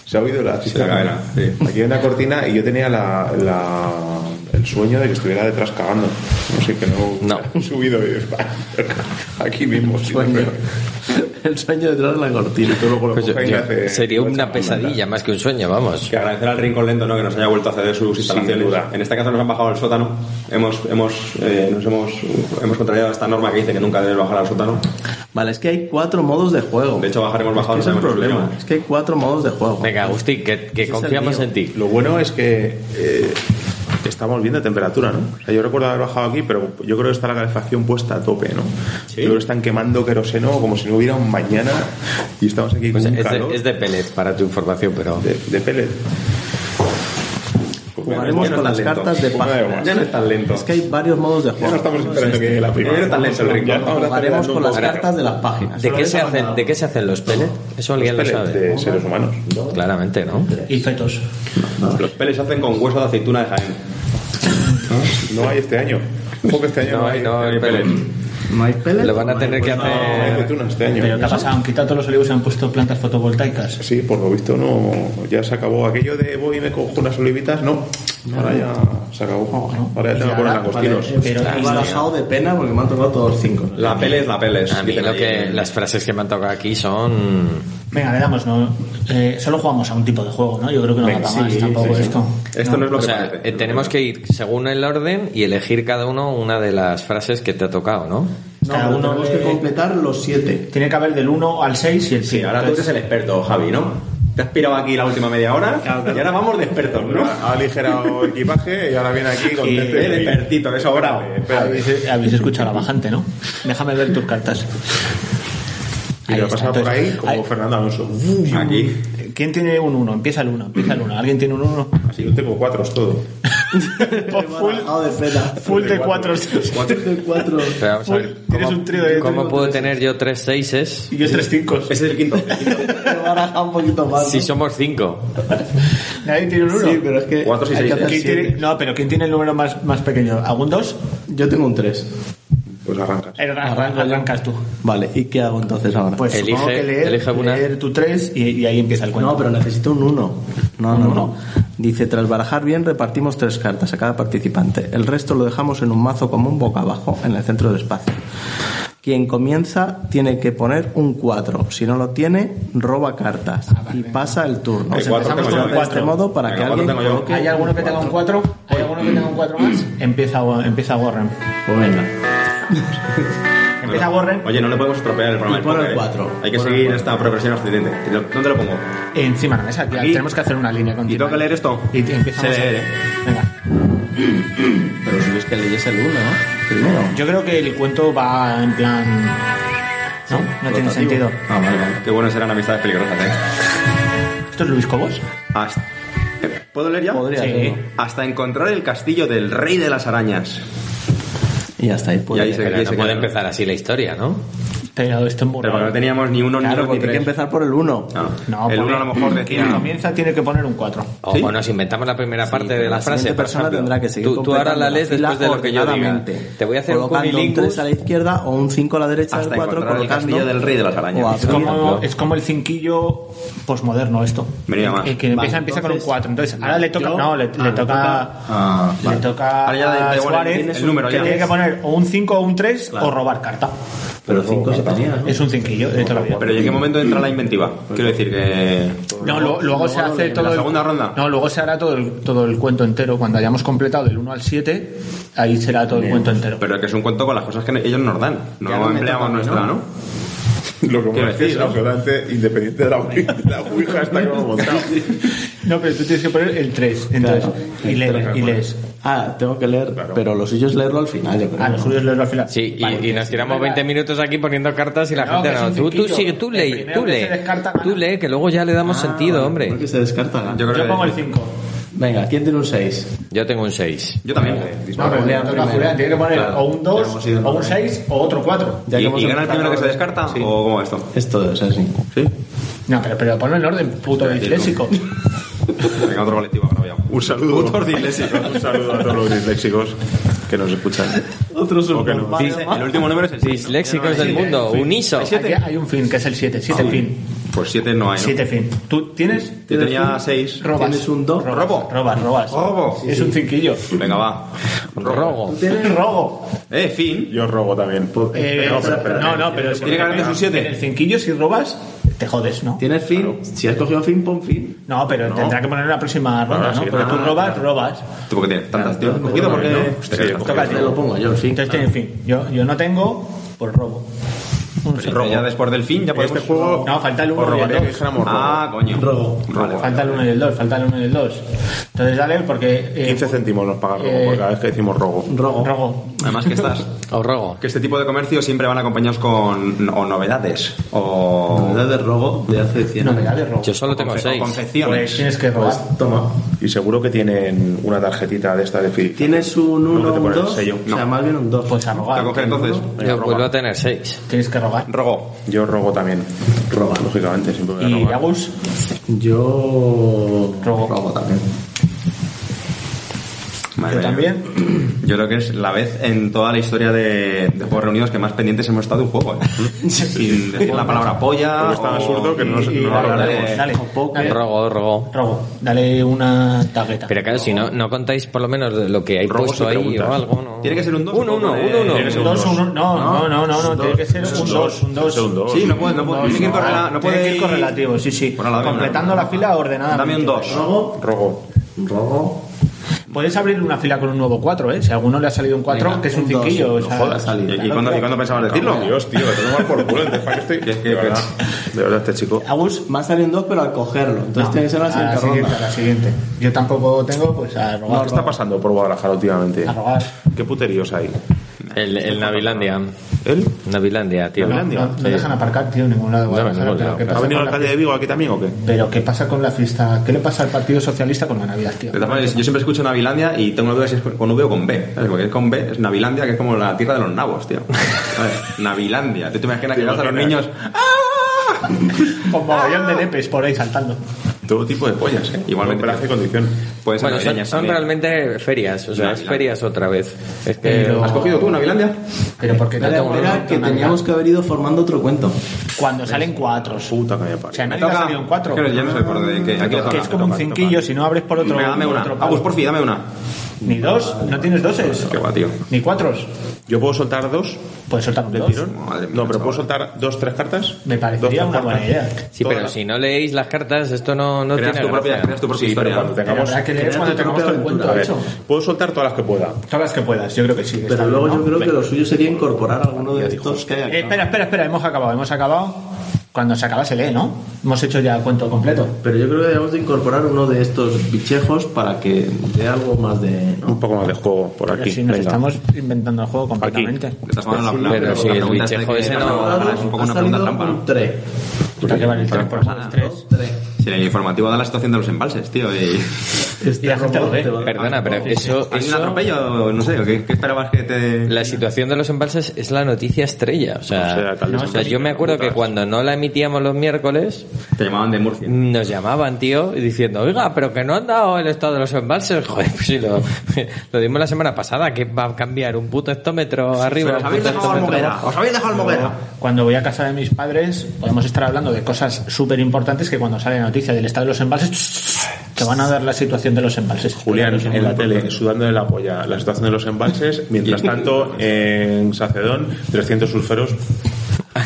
[SPEAKER 1] ¿Se ha oído la
[SPEAKER 5] la cadena, sí.
[SPEAKER 1] Aquí hay una cortina y yo tenía la, la- el sueño de que estuviera detrás cagando. No sé, que no, *laughs* he subido. y- aquí mismo. sí,
[SPEAKER 4] Sueño.
[SPEAKER 1] pero-
[SPEAKER 4] El sueño detrás de la cortina.
[SPEAKER 1] Tú luego lo
[SPEAKER 6] Pues yo-
[SPEAKER 1] coges y
[SPEAKER 6] yo-
[SPEAKER 1] hace-
[SPEAKER 6] sería
[SPEAKER 1] lo echas
[SPEAKER 6] una
[SPEAKER 1] por la ventana.
[SPEAKER 6] pesadilla más que un sueño, vamos.
[SPEAKER 5] Que agradecer al Rincón Lento ¿no? que nos haya vuelto a ceder sus instalaciones.
[SPEAKER 1] duda.
[SPEAKER 5] En este caso nos han bajado al sótano. Hemos, hemos, eh, nos hemos, hemos contrariado esta norma que dice que nunca debes bajar al sótano.
[SPEAKER 4] Vale, es que hay cuatro modos de juego.
[SPEAKER 5] De hecho, bajaremos bajado
[SPEAKER 4] es el
[SPEAKER 5] sabemos lo que
[SPEAKER 4] problema.
[SPEAKER 5] llevamos.
[SPEAKER 4] Es que hay cuatro modos de juego.
[SPEAKER 6] Venga, Agustín, que, que
[SPEAKER 4] es el
[SPEAKER 6] confiamos
[SPEAKER 4] lío.
[SPEAKER 6] en ti.
[SPEAKER 1] Lo bueno es que eh, estamos viendo temperatura, ¿no? O sea, yo recuerdo haber bajado aquí, pero yo creo que está la calefacción puesta a tope, ¿no? Yo creo que están quemando queroseno como si no hubiera un mañana y estamos aquí con
[SPEAKER 6] Pues
[SPEAKER 1] un
[SPEAKER 6] es, de,
[SPEAKER 1] calor
[SPEAKER 6] es de pellet para tu información, pero.
[SPEAKER 1] de, de pellet. Pues bueno,
[SPEAKER 4] Jugaremos
[SPEAKER 1] ya no
[SPEAKER 4] con
[SPEAKER 1] es tan
[SPEAKER 4] las
[SPEAKER 1] lento.
[SPEAKER 4] cartas de
[SPEAKER 1] Pues nada,
[SPEAKER 4] páginas.
[SPEAKER 5] Ya no es tan lento.
[SPEAKER 4] Es que hay varios modos de juego.
[SPEAKER 1] Ya no estamos esperando que la primera.
[SPEAKER 5] Ya no es tan lento el rincón.
[SPEAKER 1] Ya estamos
[SPEAKER 4] Jugaremos
[SPEAKER 1] esperando
[SPEAKER 4] con
[SPEAKER 1] un
[SPEAKER 4] las
[SPEAKER 1] poco.
[SPEAKER 4] cartas de las páginas.
[SPEAKER 6] ¿De qué, se hacen, ¿De qué se hacen los pellets? Eso alguien lo
[SPEAKER 1] Pellet
[SPEAKER 6] sabe.
[SPEAKER 1] de seres humanos.
[SPEAKER 6] Claramente, ¿no?
[SPEAKER 3] Y fetos.
[SPEAKER 5] Los peles se hacen con hueso de aceituna de Jaén.
[SPEAKER 1] No hay este año. Ojo que este año
[SPEAKER 6] No hay, no hay pellet.
[SPEAKER 4] ¿No hay peles?
[SPEAKER 6] Lo van a
[SPEAKER 3] Pues
[SPEAKER 6] tener que
[SPEAKER 1] No hay
[SPEAKER 6] hacer.
[SPEAKER 1] aceituna este año.
[SPEAKER 3] Pero ¿qué ha pasado? Han quitado todos los olivos y han puesto plantas fotovoltaicas.
[SPEAKER 1] Sí, por lo visto no. Ya se acabó aquello de voy y me cojo unas olivitas. No, ahora ya se acabó. Ahora ya
[SPEAKER 3] Y
[SPEAKER 1] tengo que poner
[SPEAKER 3] ahora,
[SPEAKER 1] langostinos.
[SPEAKER 3] vale, eh, pero-
[SPEAKER 4] Me ha bajado de pena porque me han tocado todos cinco.
[SPEAKER 5] La pele es la pele.
[SPEAKER 6] A mí
[SPEAKER 5] dicen
[SPEAKER 6] lo
[SPEAKER 5] ahí
[SPEAKER 6] que,
[SPEAKER 5] en-
[SPEAKER 6] las frases que me han tocado aquí son.
[SPEAKER 3] Venga, le damos, ¿no? Eh, solo jugamos a un tipo de juego, ¿no? Yo creo que no da para más tampoco esto.
[SPEAKER 5] Esto no es lo
[SPEAKER 6] O
[SPEAKER 5] que
[SPEAKER 6] sea,
[SPEAKER 5] parece.
[SPEAKER 6] eh, tenemos que ir según el orden y elegir cada uno una de las frases que te ha tocado, ¿no?
[SPEAKER 4] No,
[SPEAKER 3] Cada uno
[SPEAKER 4] tenemos
[SPEAKER 3] le-
[SPEAKER 4] que completar los siete. Eh,
[SPEAKER 3] Tiene que haber del 1 al 6 y el 5.
[SPEAKER 5] Sí, ahora tú eres el experto, Javi, ¿no? Te has pirado aquí la última media hora y ahora vamos de expertos, ¿no?
[SPEAKER 1] Ha aligerado equipaje y ahora viene aquí con
[SPEAKER 5] Eh,
[SPEAKER 1] tete y-
[SPEAKER 5] expertito, eso ahora.
[SPEAKER 3] ¿Habéis, habéis escuchado a la bajante, ¿no? Déjame ver tus cartas.
[SPEAKER 1] Y
[SPEAKER 3] Ahí
[SPEAKER 1] lo
[SPEAKER 3] está,
[SPEAKER 1] pasa por
[SPEAKER 3] entonces,
[SPEAKER 1] ahí como
[SPEAKER 3] ahí-
[SPEAKER 1] Fernando Alonso.
[SPEAKER 5] Aquí.
[SPEAKER 3] ¿Quién tiene un 1? Empieza el 1, empieza el 1. ¿Alguien tiene un 1?
[SPEAKER 1] Así yo tengo cuatro es todo. *laughs*
[SPEAKER 4] Full de pena.
[SPEAKER 3] Full de 4.
[SPEAKER 4] Full de cuatro.
[SPEAKER 6] Pero vamos a
[SPEAKER 3] Uy,
[SPEAKER 6] ver, ¿cómo-
[SPEAKER 3] tienes un trío de-
[SPEAKER 6] ¿Cómo
[SPEAKER 3] tengo
[SPEAKER 6] puedo
[SPEAKER 3] tres
[SPEAKER 6] tener yo tres seises
[SPEAKER 3] Y yo 3 5.
[SPEAKER 5] Ese es
[SPEAKER 4] *laughs*
[SPEAKER 5] el quinto.
[SPEAKER 4] Me he barajado un poquito más. ¿no?
[SPEAKER 6] si somos cinco?
[SPEAKER 3] Nadie tiene un 1.
[SPEAKER 4] Sí, pero es que
[SPEAKER 5] Cuatro, seis,
[SPEAKER 4] hay que
[SPEAKER 5] seis,
[SPEAKER 4] hacer
[SPEAKER 3] ¿Quién tiene,
[SPEAKER 4] ¿eh? siete.
[SPEAKER 3] no, pero ¿quién tiene el número más, más pequeño? ¿Algún 2?
[SPEAKER 4] Yo tengo un tres.
[SPEAKER 1] Pues arrancas.
[SPEAKER 3] Arrancas tú.
[SPEAKER 4] Vale, ¿y qué hago entonces ahora?
[SPEAKER 3] Pues supongo
[SPEAKER 6] Elige-
[SPEAKER 3] que leer,
[SPEAKER 6] elige una.
[SPEAKER 3] leer tu 3 y, y ahí empieza el cuento.
[SPEAKER 4] No, pero necesito un 1. No, no, no. Dice, tras barajar bien, repartimos tres cartas a cada participante. El resto lo dejamos en un mazo común boca abajo, en el centro del espacio. Quien comienza tiene que poner un 4. Si no lo tiene, roba cartas y pasa el turno.
[SPEAKER 5] El cuatro
[SPEAKER 4] empezamos
[SPEAKER 5] tengo yo,
[SPEAKER 4] de
[SPEAKER 5] el
[SPEAKER 4] este
[SPEAKER 3] cuatro.
[SPEAKER 4] modo para
[SPEAKER 5] Venga,
[SPEAKER 4] que
[SPEAKER 5] cuatro
[SPEAKER 4] alguien
[SPEAKER 5] tengo yo.
[SPEAKER 4] coloque
[SPEAKER 3] ¿Hay alguno que tenga un 4? ¿Hay alguno que tenga un 4 más? *clears throat* Empieza, empieza Warren.
[SPEAKER 4] Pues venga.
[SPEAKER 3] *laughs* Empieza Warren
[SPEAKER 5] Oye, no le podemos estropear el programa. del
[SPEAKER 4] Pon el
[SPEAKER 5] póker, ¿eh?
[SPEAKER 4] cuatro.
[SPEAKER 5] Hay que
[SPEAKER 4] Pon el
[SPEAKER 5] seguir
[SPEAKER 4] cuatro.
[SPEAKER 5] esta progresión ascendente. Te lo- ¿Dónde lo pongo?
[SPEAKER 3] encima de la mesa. tía.
[SPEAKER 5] Aquí.
[SPEAKER 3] Tenemos que hacer una línea
[SPEAKER 5] ¿Y
[SPEAKER 3] continua.
[SPEAKER 5] tengo que leer esto?
[SPEAKER 3] Y te- empezamos
[SPEAKER 5] Se
[SPEAKER 3] a-
[SPEAKER 5] lee, ¿eh?
[SPEAKER 3] Venga.
[SPEAKER 4] Pero si es que leyes el 1, Primero.
[SPEAKER 3] Yo creo que el cuento va en plan... ¿No? No tiene sentido.
[SPEAKER 5] Ah, vale, vale. Qué bueno serán amistades peligrosas, ¿eh?
[SPEAKER 3] ¿Esto es Luis Cobos?
[SPEAKER 5] Hasta- ¿Puedo leer ya?
[SPEAKER 4] Podría
[SPEAKER 3] Sí.
[SPEAKER 4] ser.
[SPEAKER 5] Hasta encontrar el castillo del rey de las arañas.
[SPEAKER 4] Y hasta ahí. pues, puede
[SPEAKER 5] Y ahí se-
[SPEAKER 4] llegar.
[SPEAKER 6] Pero
[SPEAKER 5] ese
[SPEAKER 6] no puede
[SPEAKER 5] claro.
[SPEAKER 6] empezar así la historia, ¿no?
[SPEAKER 3] Pero esto es muy
[SPEAKER 5] Pero porque
[SPEAKER 3] raro.
[SPEAKER 5] no teníamos ni uno, ni
[SPEAKER 4] Claro,
[SPEAKER 5] dos, ni
[SPEAKER 4] porque hay que
[SPEAKER 5] tres.
[SPEAKER 4] empezar por el 1.
[SPEAKER 5] No.
[SPEAKER 3] No,
[SPEAKER 5] el
[SPEAKER 3] pone-
[SPEAKER 5] uno a lo mejor
[SPEAKER 3] Quien
[SPEAKER 5] decía...
[SPEAKER 3] comienza tiene que poner un 4.
[SPEAKER 6] O, o nos inventamos la primera parte de
[SPEAKER 4] pero
[SPEAKER 6] la,
[SPEAKER 4] la
[SPEAKER 6] frase.
[SPEAKER 4] siguiente
[SPEAKER 6] por
[SPEAKER 4] persona
[SPEAKER 6] ejemplo.
[SPEAKER 4] tendrá que seguir
[SPEAKER 6] Tú, tú ahora
[SPEAKER 4] completando
[SPEAKER 6] la
[SPEAKER 4] la
[SPEAKER 6] lees
[SPEAKER 4] fila
[SPEAKER 6] después de lo que yo diga.
[SPEAKER 4] ordenadamente,
[SPEAKER 6] Te voy a hacer un
[SPEAKER 4] colocando un 3
[SPEAKER 6] cunilingus.
[SPEAKER 4] a la izquierda o un 5 a la derecha,
[SPEAKER 5] Hasta
[SPEAKER 4] el 4
[SPEAKER 5] encontrar el
[SPEAKER 4] colocando
[SPEAKER 5] castillo del rey de las arañas.
[SPEAKER 4] o
[SPEAKER 5] Es
[SPEAKER 3] Es
[SPEAKER 4] abrir-
[SPEAKER 3] como, es como el cinquillo posmoderno esto.
[SPEAKER 5] Venía más.
[SPEAKER 3] El que
[SPEAKER 4] Vale,
[SPEAKER 3] empieza, empieza con un
[SPEAKER 4] entonces,
[SPEAKER 3] 4. Entonces, ahora le toca.
[SPEAKER 4] yo-
[SPEAKER 3] No, le, le
[SPEAKER 4] ah, le
[SPEAKER 3] toca.
[SPEAKER 4] toca-
[SPEAKER 5] Ah,
[SPEAKER 3] le
[SPEAKER 5] vale.
[SPEAKER 3] toca
[SPEAKER 5] Ahora ya da- da igual
[SPEAKER 3] a
[SPEAKER 5] el-
[SPEAKER 3] Suárez,
[SPEAKER 5] tienes el número
[SPEAKER 3] que
[SPEAKER 5] ya.
[SPEAKER 3] tiene que poner o un 5 o un 3 o robar carta.
[SPEAKER 4] Pero 5 se tenía, ¿no?
[SPEAKER 3] Es un cinquillo de toda la vida.
[SPEAKER 5] Pero ¿y en qué momento entra la inventiva? Quiero decir que...
[SPEAKER 3] No, lo- luego se hace todo
[SPEAKER 5] ¿La
[SPEAKER 3] el-
[SPEAKER 5] segunda ronda?
[SPEAKER 3] No, luego se hará todo el, todo el cuento entero. Cuando hayamos completado del 1 al 7, ahí será todo el cuento entero.
[SPEAKER 5] Pero que es un cuento con las cosas que ellos nos dan. No empleamos nuestra, ¿no?
[SPEAKER 1] Lo que
[SPEAKER 5] Quiero
[SPEAKER 1] mola es que es
[SPEAKER 5] decir, ¿no?
[SPEAKER 1] restaurante independiente de la Ouija. La Ouija está como montado.
[SPEAKER 3] No, pero tú tienes que poner el 3. Entonces,
[SPEAKER 4] Claro.
[SPEAKER 3] y, le- y lees.
[SPEAKER 4] Ah, tengo que leer,
[SPEAKER 1] Claro.
[SPEAKER 4] pero lo suyo es leerlo al final, yo creo.
[SPEAKER 6] Ah,
[SPEAKER 3] A los
[SPEAKER 4] ¿no?
[SPEAKER 3] judíos les lo al final.
[SPEAKER 6] Sí, y,
[SPEAKER 3] Vale,
[SPEAKER 6] y nos tiramos 20 minutos aquí poniendo cartas y la
[SPEAKER 3] No,
[SPEAKER 6] gente
[SPEAKER 3] que es
[SPEAKER 6] no.
[SPEAKER 3] un
[SPEAKER 6] Tú, tú
[SPEAKER 3] cinquillo.
[SPEAKER 6] sigue, tú
[SPEAKER 3] El
[SPEAKER 6] lee,
[SPEAKER 3] primero
[SPEAKER 6] tú
[SPEAKER 3] que
[SPEAKER 6] lee.
[SPEAKER 3] se descarta gana.
[SPEAKER 6] Tú lee, que luego ya le damos sentido, hombre.
[SPEAKER 4] Porque se descarta. gana.
[SPEAKER 5] Yo creo
[SPEAKER 3] Yo pongo el
[SPEAKER 5] que...
[SPEAKER 3] 5.
[SPEAKER 4] Venga, ¿quién tiene un 6?
[SPEAKER 6] Yo tengo un 6.
[SPEAKER 5] Yo también.
[SPEAKER 3] No, pero
[SPEAKER 4] Julián
[SPEAKER 3] le toca a
[SPEAKER 4] primero.
[SPEAKER 3] Julián. Tiene que poner
[SPEAKER 4] Claro,
[SPEAKER 3] o un
[SPEAKER 4] ya hemos
[SPEAKER 3] 2,
[SPEAKER 4] ido
[SPEAKER 3] o un
[SPEAKER 4] por ahí.
[SPEAKER 3] 6, o otro 4.
[SPEAKER 4] Ya
[SPEAKER 5] ¿Y,
[SPEAKER 4] que hemos
[SPEAKER 5] y gana el primero que se descarta?
[SPEAKER 4] Sí.
[SPEAKER 5] ¿O cómo va esto?
[SPEAKER 4] Es todo eso, sí.
[SPEAKER 3] No, pero, pero ponlo en orden, puto disléxico.
[SPEAKER 5] Venga, otro colectivo agraviado.
[SPEAKER 1] Un saludo.
[SPEAKER 3] *laughs*
[SPEAKER 5] Putos disléxicos.
[SPEAKER 1] Un saludo a todos los disléxicos que nos escuchan.
[SPEAKER 4] Otro
[SPEAKER 1] subnormal.
[SPEAKER 5] Sí, el último número es el 6.
[SPEAKER 6] Disléxicos del mundo, un ISO.
[SPEAKER 3] Aquí hay un fin, que es el 7. 7 fin.
[SPEAKER 5] Pues 7 no hay, ¿no?
[SPEAKER 3] 7 fin. ¿Tú tienes?
[SPEAKER 5] Yo tenía
[SPEAKER 4] un-
[SPEAKER 5] 6.
[SPEAKER 3] Robas.
[SPEAKER 4] Tienes un do-
[SPEAKER 5] Robo.
[SPEAKER 3] Robas, robas.
[SPEAKER 5] Robo.
[SPEAKER 3] Es un cinquillo.
[SPEAKER 5] Venga, va.
[SPEAKER 6] Robo.
[SPEAKER 3] Robo.
[SPEAKER 5] Eh, fin.
[SPEAKER 1] Yo robo también.
[SPEAKER 3] Eh,
[SPEAKER 1] Pero, pero, pero,
[SPEAKER 3] no, no, pero...
[SPEAKER 5] Tiene que haber un
[SPEAKER 3] En
[SPEAKER 5] 7.
[SPEAKER 3] el cinquillo, si robas, te jodes, ¿no?
[SPEAKER 4] Tienes fin. Si has cogido fin, pon fin.
[SPEAKER 3] No, pero tendrá que poner en la próxima ronda,
[SPEAKER 1] Ahora
[SPEAKER 3] ¿no?
[SPEAKER 1] sí,
[SPEAKER 3] Pero tú
[SPEAKER 1] ah,
[SPEAKER 3] robas, robas.
[SPEAKER 5] ¿Tú por qué tienes tantas? ¿Tienes un poquito?
[SPEAKER 1] no,
[SPEAKER 5] porque
[SPEAKER 1] no.
[SPEAKER 5] Hostia,
[SPEAKER 1] Sí,
[SPEAKER 5] que
[SPEAKER 1] porque
[SPEAKER 5] toca
[SPEAKER 4] Te lo pongo yo, el fin.
[SPEAKER 3] Entonces tiene fin. Yo, yo no tengo, pues robo. Un
[SPEAKER 5] el
[SPEAKER 3] seis.
[SPEAKER 5] robo. Ya después del fin, ya podemos...
[SPEAKER 1] Este juego.
[SPEAKER 3] No, falta el uno ¿eh?
[SPEAKER 1] os
[SPEAKER 3] y el
[SPEAKER 1] rogaría
[SPEAKER 3] dos.
[SPEAKER 1] que dijéramos robo.
[SPEAKER 5] Ah, coño.
[SPEAKER 4] Robo.
[SPEAKER 5] Robo.
[SPEAKER 3] Falta el 1 y el 2, falta el 1 y el 2. Entonces dale, porque... eh,
[SPEAKER 1] 15 céntimos nos paga robo
[SPEAKER 3] Eh,
[SPEAKER 1] por cada vez que decimos robo.
[SPEAKER 4] Rogo.
[SPEAKER 3] Robo.
[SPEAKER 5] Además que estás...
[SPEAKER 6] Os robo.
[SPEAKER 5] Que este tipo de comercios siempre van acompañados con o novedades o,
[SPEAKER 4] Novedad de robo de hace 100
[SPEAKER 3] No,
[SPEAKER 4] años.
[SPEAKER 3] me da de robo.
[SPEAKER 6] Yo solo tengo
[SPEAKER 5] conce- o
[SPEAKER 6] 6.
[SPEAKER 3] Pues
[SPEAKER 5] confecciones.
[SPEAKER 3] tienes que robar.
[SPEAKER 4] Toma.
[SPEAKER 1] Y seguro que tienen una tarjetita de esta de Fidel.
[SPEAKER 4] Tienes un
[SPEAKER 1] No,
[SPEAKER 4] 1 o
[SPEAKER 1] que te
[SPEAKER 4] un
[SPEAKER 1] pone el
[SPEAKER 4] 2. O
[SPEAKER 1] sello.
[SPEAKER 4] sea,
[SPEAKER 1] No.
[SPEAKER 4] más bien un 2.
[SPEAKER 3] Pues a
[SPEAKER 5] ¿Te
[SPEAKER 3] robar.
[SPEAKER 5] coges entonces?
[SPEAKER 6] Yo vuelvo a tener 6.
[SPEAKER 3] Tienes que robar.
[SPEAKER 5] Rogo.
[SPEAKER 1] Yo robo también. Robo, lógicamente, siempre voy a
[SPEAKER 3] Y
[SPEAKER 1] robar.
[SPEAKER 3] Agus,
[SPEAKER 4] Yo.
[SPEAKER 3] Robo.
[SPEAKER 4] Robo también.
[SPEAKER 5] Madre
[SPEAKER 3] Yo
[SPEAKER 5] mía.
[SPEAKER 3] también.
[SPEAKER 5] Yo creo que es la vez en toda la historia de, de Juegos Reunidos que más pendientes hemos estado de un juego.
[SPEAKER 1] *laughs*
[SPEAKER 5] ¿eh? Sin decir la palabra polla.
[SPEAKER 1] Porque es tan
[SPEAKER 5] o-
[SPEAKER 1] absurdo que no-
[SPEAKER 5] y- eh,
[SPEAKER 3] y
[SPEAKER 5] y-
[SPEAKER 1] no
[SPEAKER 3] dale,
[SPEAKER 1] lo
[SPEAKER 3] dale,
[SPEAKER 5] dale.
[SPEAKER 3] dale, dale.
[SPEAKER 6] Robo, eh. robo.
[SPEAKER 3] Robo. Dale una tagueta.
[SPEAKER 6] Pero claro, si no, no contáis por lo menos de lo que hay
[SPEAKER 1] Robos
[SPEAKER 6] puesto
[SPEAKER 1] y
[SPEAKER 6] ahí
[SPEAKER 1] preguntas.
[SPEAKER 6] o algo, ¿no?
[SPEAKER 5] Tiene que ser un dos,
[SPEAKER 6] Uno, uno,
[SPEAKER 5] supongo,
[SPEAKER 6] uno,
[SPEAKER 5] ¿eh?
[SPEAKER 6] uno.
[SPEAKER 1] Tiene que ser
[SPEAKER 3] Un
[SPEAKER 1] un
[SPEAKER 3] dos,
[SPEAKER 1] dos.
[SPEAKER 3] un uno. No, no, no, no, no, tiene que ser
[SPEAKER 1] Es
[SPEAKER 3] un 2, un 2.
[SPEAKER 1] Es un 2.
[SPEAKER 5] Sí, no puede, no puede. Tiene que ir correla- no puede
[SPEAKER 3] Tiene que ir
[SPEAKER 5] ir-
[SPEAKER 3] correlativo, sí, sí.
[SPEAKER 5] Bueno, dame una.
[SPEAKER 3] Completando la fila ordenada.
[SPEAKER 5] Dame un 2.
[SPEAKER 4] Robo.
[SPEAKER 1] Robo.
[SPEAKER 4] Robo.
[SPEAKER 3] Puedes abrir una fila con un nuevo 4, ¿eh? Si a alguno le ha salido un 4,
[SPEAKER 5] Venga,
[SPEAKER 3] que es un
[SPEAKER 4] un dos.
[SPEAKER 3] cinquillo. o
[SPEAKER 4] No
[SPEAKER 3] sea,
[SPEAKER 4] jodas,
[SPEAKER 5] ¿Y,
[SPEAKER 4] Ali.
[SPEAKER 5] y cuándo, y cuándo pensabas decirlo?
[SPEAKER 1] Dios, tío, te tomas por culo. entonces, ¿Para qué estoy?
[SPEAKER 5] Que- que-
[SPEAKER 1] de, verdad, de verdad, este chico.
[SPEAKER 4] Agus, me ha salido un 2, pero al cogerlo. Entonces
[SPEAKER 3] no, Ah,
[SPEAKER 4] tiene que ser la
[SPEAKER 3] a
[SPEAKER 4] siguiente ronda.
[SPEAKER 3] a la siguiente. Yo tampoco tengo, pues a
[SPEAKER 1] ¿Qué
[SPEAKER 3] robar.
[SPEAKER 1] está pasando por Guadalajara últimamente?
[SPEAKER 3] A robar.
[SPEAKER 1] ¿Qué puteríos hay?
[SPEAKER 6] El, el Navilandia.
[SPEAKER 1] ¿El?
[SPEAKER 6] Navilandia, tío.
[SPEAKER 3] No, no, no dejan aparcar, tío, en ningún lado. de
[SPEAKER 6] No, en
[SPEAKER 3] Guadalajara,
[SPEAKER 6] ningún
[SPEAKER 3] pero
[SPEAKER 6] lado.
[SPEAKER 3] ¿qué
[SPEAKER 6] Ha
[SPEAKER 1] ¿Ha
[SPEAKER 3] pasa
[SPEAKER 1] venido
[SPEAKER 3] con
[SPEAKER 1] el
[SPEAKER 3] la
[SPEAKER 1] alcalde de Vigo aquí también o qué?
[SPEAKER 3] Pero ¿qué pasa con la fiesta? ¿Qué le pasa al Partido Socialista con la Navidad, tío?
[SPEAKER 5] De todas maneras, yo siempre escucho Navilandia y tengo una duda si es con V o con B. ¿Sabes? Porque es con B, es Navilandia, que es como la tierra de los nabos, tío. *laughs* ¿Sabes? Navilandia. ¿Tú te imaginas que
[SPEAKER 1] Te
[SPEAKER 5] vas a los
[SPEAKER 1] imaginas.
[SPEAKER 5] niños? ¡ah!
[SPEAKER 3] Con mogollón de nepes por ahí saltando.
[SPEAKER 1] Todo tipo de pollas, ¿eh?
[SPEAKER 5] Igualmente.
[SPEAKER 1] Con brazo y condición.
[SPEAKER 5] Pueden ser
[SPEAKER 6] Bueno, son,
[SPEAKER 5] navideñas
[SPEAKER 6] son
[SPEAKER 5] también.
[SPEAKER 6] realmente ferias, o sea, es
[SPEAKER 5] Navilandia.
[SPEAKER 6] ferias otra vez. Es que
[SPEAKER 3] Pero-
[SPEAKER 5] ¿Has cogido tú Navilandia?
[SPEAKER 3] Pero porque
[SPEAKER 4] Era- Era que teníamos que haber ido formando otro cuento.
[SPEAKER 3] Cuando salen cuatro. O
[SPEAKER 1] Puta que me parió.
[SPEAKER 3] sea, nadie le ha salido un cuatro.
[SPEAKER 5] Es que ya no sé por de qué. Aquí le
[SPEAKER 3] Que
[SPEAKER 5] toca,
[SPEAKER 3] es como un
[SPEAKER 5] le toca.
[SPEAKER 3] cinquillo, si no abres por otro.
[SPEAKER 5] Venga, dame
[SPEAKER 3] por
[SPEAKER 5] una.
[SPEAKER 3] otro
[SPEAKER 5] Agus,
[SPEAKER 3] palo.
[SPEAKER 5] por fin, dame una.
[SPEAKER 3] Ni dos, no tienes doses.
[SPEAKER 5] Qué va, tío.
[SPEAKER 3] Ni cuatros.
[SPEAKER 1] ¿Yo puedo soltar dos
[SPEAKER 3] Puedes soltar un
[SPEAKER 1] de
[SPEAKER 3] dos.
[SPEAKER 1] tirón?
[SPEAKER 5] Madre mía,
[SPEAKER 1] no, pero ¿puedo
[SPEAKER 5] chaval.
[SPEAKER 1] soltar dos, tres cartas?
[SPEAKER 3] Me parecería
[SPEAKER 1] Dos,
[SPEAKER 3] una
[SPEAKER 1] tres
[SPEAKER 3] buena
[SPEAKER 1] cartas.
[SPEAKER 3] idea.
[SPEAKER 6] Sí,
[SPEAKER 1] Todas
[SPEAKER 6] pero
[SPEAKER 1] las-
[SPEAKER 6] si no leéis las cartas, esto no, no tiene
[SPEAKER 5] Creas tu propia,
[SPEAKER 6] gracia.
[SPEAKER 5] creas tu propia
[SPEAKER 1] Sí, pero
[SPEAKER 5] historia.
[SPEAKER 1] cuando
[SPEAKER 3] Pero
[SPEAKER 1] tengamos...
[SPEAKER 3] habrá que leer
[SPEAKER 4] Crea
[SPEAKER 3] cuando
[SPEAKER 4] tu
[SPEAKER 3] tengamos todo
[SPEAKER 4] propia
[SPEAKER 3] el cuento
[SPEAKER 1] A ver,
[SPEAKER 3] hecho.
[SPEAKER 1] puedo soltar todas las que pueda.
[SPEAKER 3] Todas las que puedas, yo creo que sí. está
[SPEAKER 4] Pero luego yo
[SPEAKER 3] bien, ¿no?
[SPEAKER 4] creo que lo suyo sería incorporar alguno de estos que hay
[SPEAKER 3] Eh,
[SPEAKER 4] aquí.
[SPEAKER 3] espera, espera, espera, hemos acabado, hemos acabado. Cuando se acaba se lee, ¿no? Hemos hecho ya el cuento completo.
[SPEAKER 4] Pero yo creo que debemos de incorporar uno de estos bichejos para que dé algo más de... ¿no?
[SPEAKER 1] Un poco más de juego por
[SPEAKER 3] Porque
[SPEAKER 1] aquí.
[SPEAKER 3] si nos
[SPEAKER 1] venga.
[SPEAKER 3] estamos inventando el juego completamente.
[SPEAKER 5] De todas formas, la- la-
[SPEAKER 6] Pero
[SPEAKER 5] la
[SPEAKER 6] si el
[SPEAKER 5] pregunta
[SPEAKER 6] bichejo
[SPEAKER 5] esta de
[SPEAKER 6] ese
[SPEAKER 5] que-
[SPEAKER 6] no-
[SPEAKER 5] Es un poco
[SPEAKER 4] ha
[SPEAKER 5] una pregunta
[SPEAKER 4] salido
[SPEAKER 5] trampa, ¿no?
[SPEAKER 4] un 3.
[SPEAKER 3] Puta, que vale el
[SPEAKER 5] Pero
[SPEAKER 3] Ah, tres por
[SPEAKER 5] pasa nada.
[SPEAKER 3] tres.
[SPEAKER 5] Si en el informativo da la situación de los embalses, tío. Y...
[SPEAKER 3] Y la gente lo ve.
[SPEAKER 6] Perdona, pero eso,
[SPEAKER 5] Ah, ¿Hay un
[SPEAKER 6] eso-
[SPEAKER 5] atropello? No sé, ¿o ¿qué, qué esperabas que te...?
[SPEAKER 6] la situación de los embalses es la noticia estrella. O sea,
[SPEAKER 1] O sea, tal vez
[SPEAKER 6] o sea, yo me acuerdo que cuando no la emitíamos los miércoles,
[SPEAKER 5] Te llamaban de Murcia.
[SPEAKER 6] nos llamaban, tío, y diciendo, oiga, pero que no han dado el estado de los embalses. *laughs* Joder, pues si lo, lo dimos la semana pasada, que va a cambiar un puto hectómetro arriba.
[SPEAKER 5] Pero os
[SPEAKER 6] un
[SPEAKER 5] habéis
[SPEAKER 6] puto
[SPEAKER 5] dejado
[SPEAKER 6] hectómetro
[SPEAKER 5] Almoguera,
[SPEAKER 6] abajo.
[SPEAKER 5] os habéis dejado Almoguera.
[SPEAKER 3] Cuando voy a casa de mis padres, podemos estar hablando de cosas súper importantes que cuando sale la noticia del estado de los embalses, te van a dar la situación de los embalses.
[SPEAKER 1] Julián en la tele sudando de la polla la situación de los embalses, mientras tanto en Sacedón 300 sulferos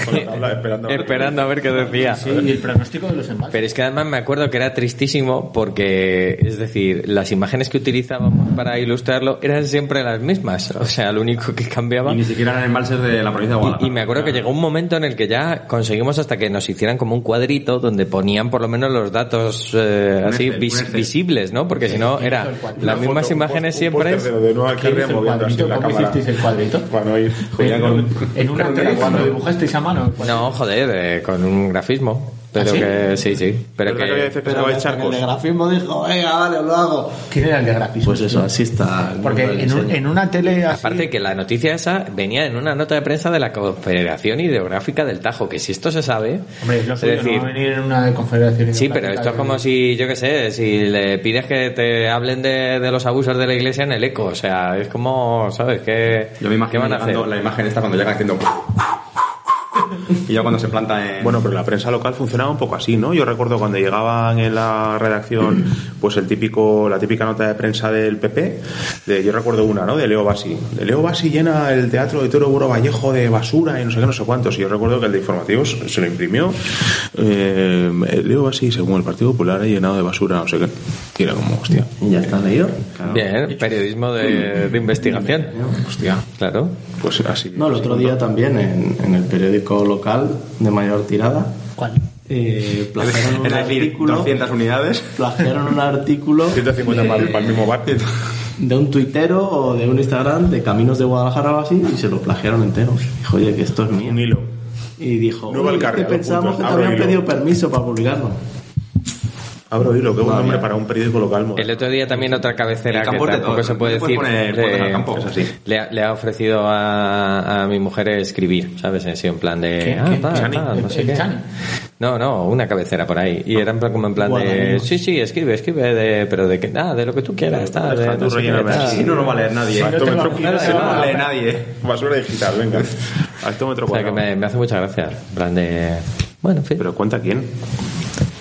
[SPEAKER 1] con la tabla esperando.
[SPEAKER 6] Esperando a ver qué decía.
[SPEAKER 3] Sí, y el pronóstico de los embalses.
[SPEAKER 6] Pero es que además me acuerdo que era tristísimo porque, es decir, las imágenes que utilizábamos para ilustrarlo eran siempre las mismas. O sea, lo único que cambiaba.
[SPEAKER 5] Y ni siquiera eran embalses de la provincia de
[SPEAKER 6] Y,
[SPEAKER 5] Guadalajara.
[SPEAKER 6] y me acuerdo que llegó un momento en el que ya conseguimos hasta que nos hicieran como un cuadrito donde ponían por lo menos los datos eh,
[SPEAKER 5] Un
[SPEAKER 6] así
[SPEAKER 5] Excel,
[SPEAKER 6] vis-
[SPEAKER 5] un Excel.
[SPEAKER 6] visibles, ¿no? Porque si no era las mismas imágenes siempre.
[SPEAKER 1] De nuevo aquí
[SPEAKER 3] ¿Qué hizo el
[SPEAKER 1] removiendo así
[SPEAKER 3] cuadrito?
[SPEAKER 1] la
[SPEAKER 3] ¿Cómo
[SPEAKER 1] cámara.
[SPEAKER 3] hicisteis el cuadrito?
[SPEAKER 1] Para no ir.
[SPEAKER 5] Julián con-
[SPEAKER 3] En una
[SPEAKER 5] con
[SPEAKER 3] tele,
[SPEAKER 5] una-
[SPEAKER 3] cuando dibujasteis a mano.
[SPEAKER 6] No, joder, eh, con un grafismo. Pero
[SPEAKER 3] ¿Ah, sí?
[SPEAKER 6] que sí, sí. Pero
[SPEAKER 1] ¿Verdad que había veces
[SPEAKER 6] que
[SPEAKER 1] que se va a echar
[SPEAKER 4] el de
[SPEAKER 1] cosas?
[SPEAKER 4] grafismo dijo, venga, vale, lo hago.
[SPEAKER 3] ¿Quién era el de grafismo?
[SPEAKER 4] Pues eso, así está. el
[SPEAKER 3] Porque
[SPEAKER 4] mundo del
[SPEAKER 3] en, un-
[SPEAKER 4] diseño.
[SPEAKER 3] en una tele así...
[SPEAKER 6] aparte que la noticia esa venía en una nota de prensa de la Confederación Hidrográfica del Tajo, que si esto se sabe,
[SPEAKER 3] Hombre, es lo suyo,
[SPEAKER 6] decir,
[SPEAKER 3] no va a venir en una de confederación.
[SPEAKER 6] Sí, pero esto es como si, yo qué sé, si le pides que te hablen de, de los abusos de la iglesia en el eco. O sea, es como, ¿sabes? ¿Qué,
[SPEAKER 5] Yo me
[SPEAKER 6] ¿qué
[SPEAKER 5] imagino
[SPEAKER 6] van a hacer?
[SPEAKER 5] llegando- la imagen esta cuando llega haciendo... y ya cuando se planta en...
[SPEAKER 1] Bueno, pero la prensa local funcionaba un poco así, ¿no? Yo recuerdo cuando llegaban en la *clears throat* redacción, pues el típico, la típica nota de prensa del PP, de, yo recuerdo una, ¿no? De Leo Basi. De Leo Basi llena el teatro de Toro Buro Vallejo de basura y no sé qué, no sé cuántos. Y yo recuerdo que el de informativos se lo imprimió. eh, Leo Basi, según el Partido Popular, ha llenado de basura, no sé qué. Y era como, hostia.
[SPEAKER 4] ¿Ya está leído?
[SPEAKER 6] Bien, periodismo de, de investigación.
[SPEAKER 1] Hostia.
[SPEAKER 6] Claro.
[SPEAKER 1] Pues así.
[SPEAKER 4] No, el otro día también en, en el periódico local de mayor tirada
[SPEAKER 3] ¿Cuál?
[SPEAKER 4] eh, plagiaron un
[SPEAKER 5] es decir,
[SPEAKER 4] artículo-
[SPEAKER 5] 200 unidades.
[SPEAKER 4] plagiaron un artículo
[SPEAKER 1] 150 para el, para el mismo bar.
[SPEAKER 4] de un tuitero o de un Instagram de Caminos de Guadalajara o así y se lo plagiaron entero. Dijo, oye, que esto es mío.
[SPEAKER 1] Un hilo.
[SPEAKER 4] Y dijo,
[SPEAKER 1] Nueva
[SPEAKER 4] "Oye,
[SPEAKER 1] Alcarria,
[SPEAKER 4] es que
[SPEAKER 1] lo
[SPEAKER 4] pensábamos
[SPEAKER 1] apunto,
[SPEAKER 4] que te
[SPEAKER 1] abro
[SPEAKER 4] habían
[SPEAKER 1] hilo".
[SPEAKER 4] pedido permiso para publicarlo.
[SPEAKER 1] Abro hilo, qué buen
[SPEAKER 4] Vaya.
[SPEAKER 1] nombre para un periódico local. moderno.
[SPEAKER 6] El otro día también otra cabecera
[SPEAKER 5] El
[SPEAKER 6] que
[SPEAKER 5] campo es de
[SPEAKER 6] tampoco
[SPEAKER 5] todo.
[SPEAKER 6] se puede
[SPEAKER 5] No te
[SPEAKER 6] decir.
[SPEAKER 5] puedes poner puertas al campo, es así.
[SPEAKER 6] le, ha, le ha ofrecido a, a mi mujer escribir, ¿sabes? Así en plan de.
[SPEAKER 3] ¿Qué?
[SPEAKER 6] ah,
[SPEAKER 3] ¿Qué?
[SPEAKER 6] tal,
[SPEAKER 3] ¿Chani?
[SPEAKER 6] tal, no sé
[SPEAKER 3] ¿El
[SPEAKER 6] qué.
[SPEAKER 3] Chani?
[SPEAKER 6] No, no, una cabecera por ahí. Y era en plan, como en plan de.
[SPEAKER 4] Guadañino.
[SPEAKER 6] Sí, sí, escribe, escribe, de, pero de que nada, de lo que tú quieras, tal. de
[SPEAKER 1] Deja
[SPEAKER 6] no
[SPEAKER 1] tú
[SPEAKER 6] sé qué,
[SPEAKER 5] *laughs*
[SPEAKER 1] rellenarme.
[SPEAKER 6] tal.
[SPEAKER 5] Sí, no lo va a leer nadie.
[SPEAKER 1] Factómetro
[SPEAKER 3] tengo aquí
[SPEAKER 1] cuadrado.
[SPEAKER 5] No lo va a leer nadie.
[SPEAKER 1] Basura digital, venga. Actómetro
[SPEAKER 6] O sea, que
[SPEAKER 1] cuadrado.
[SPEAKER 6] me, me hace mucha gracia. En plan de. Bueno, en fin.
[SPEAKER 1] Pero cuenta quién.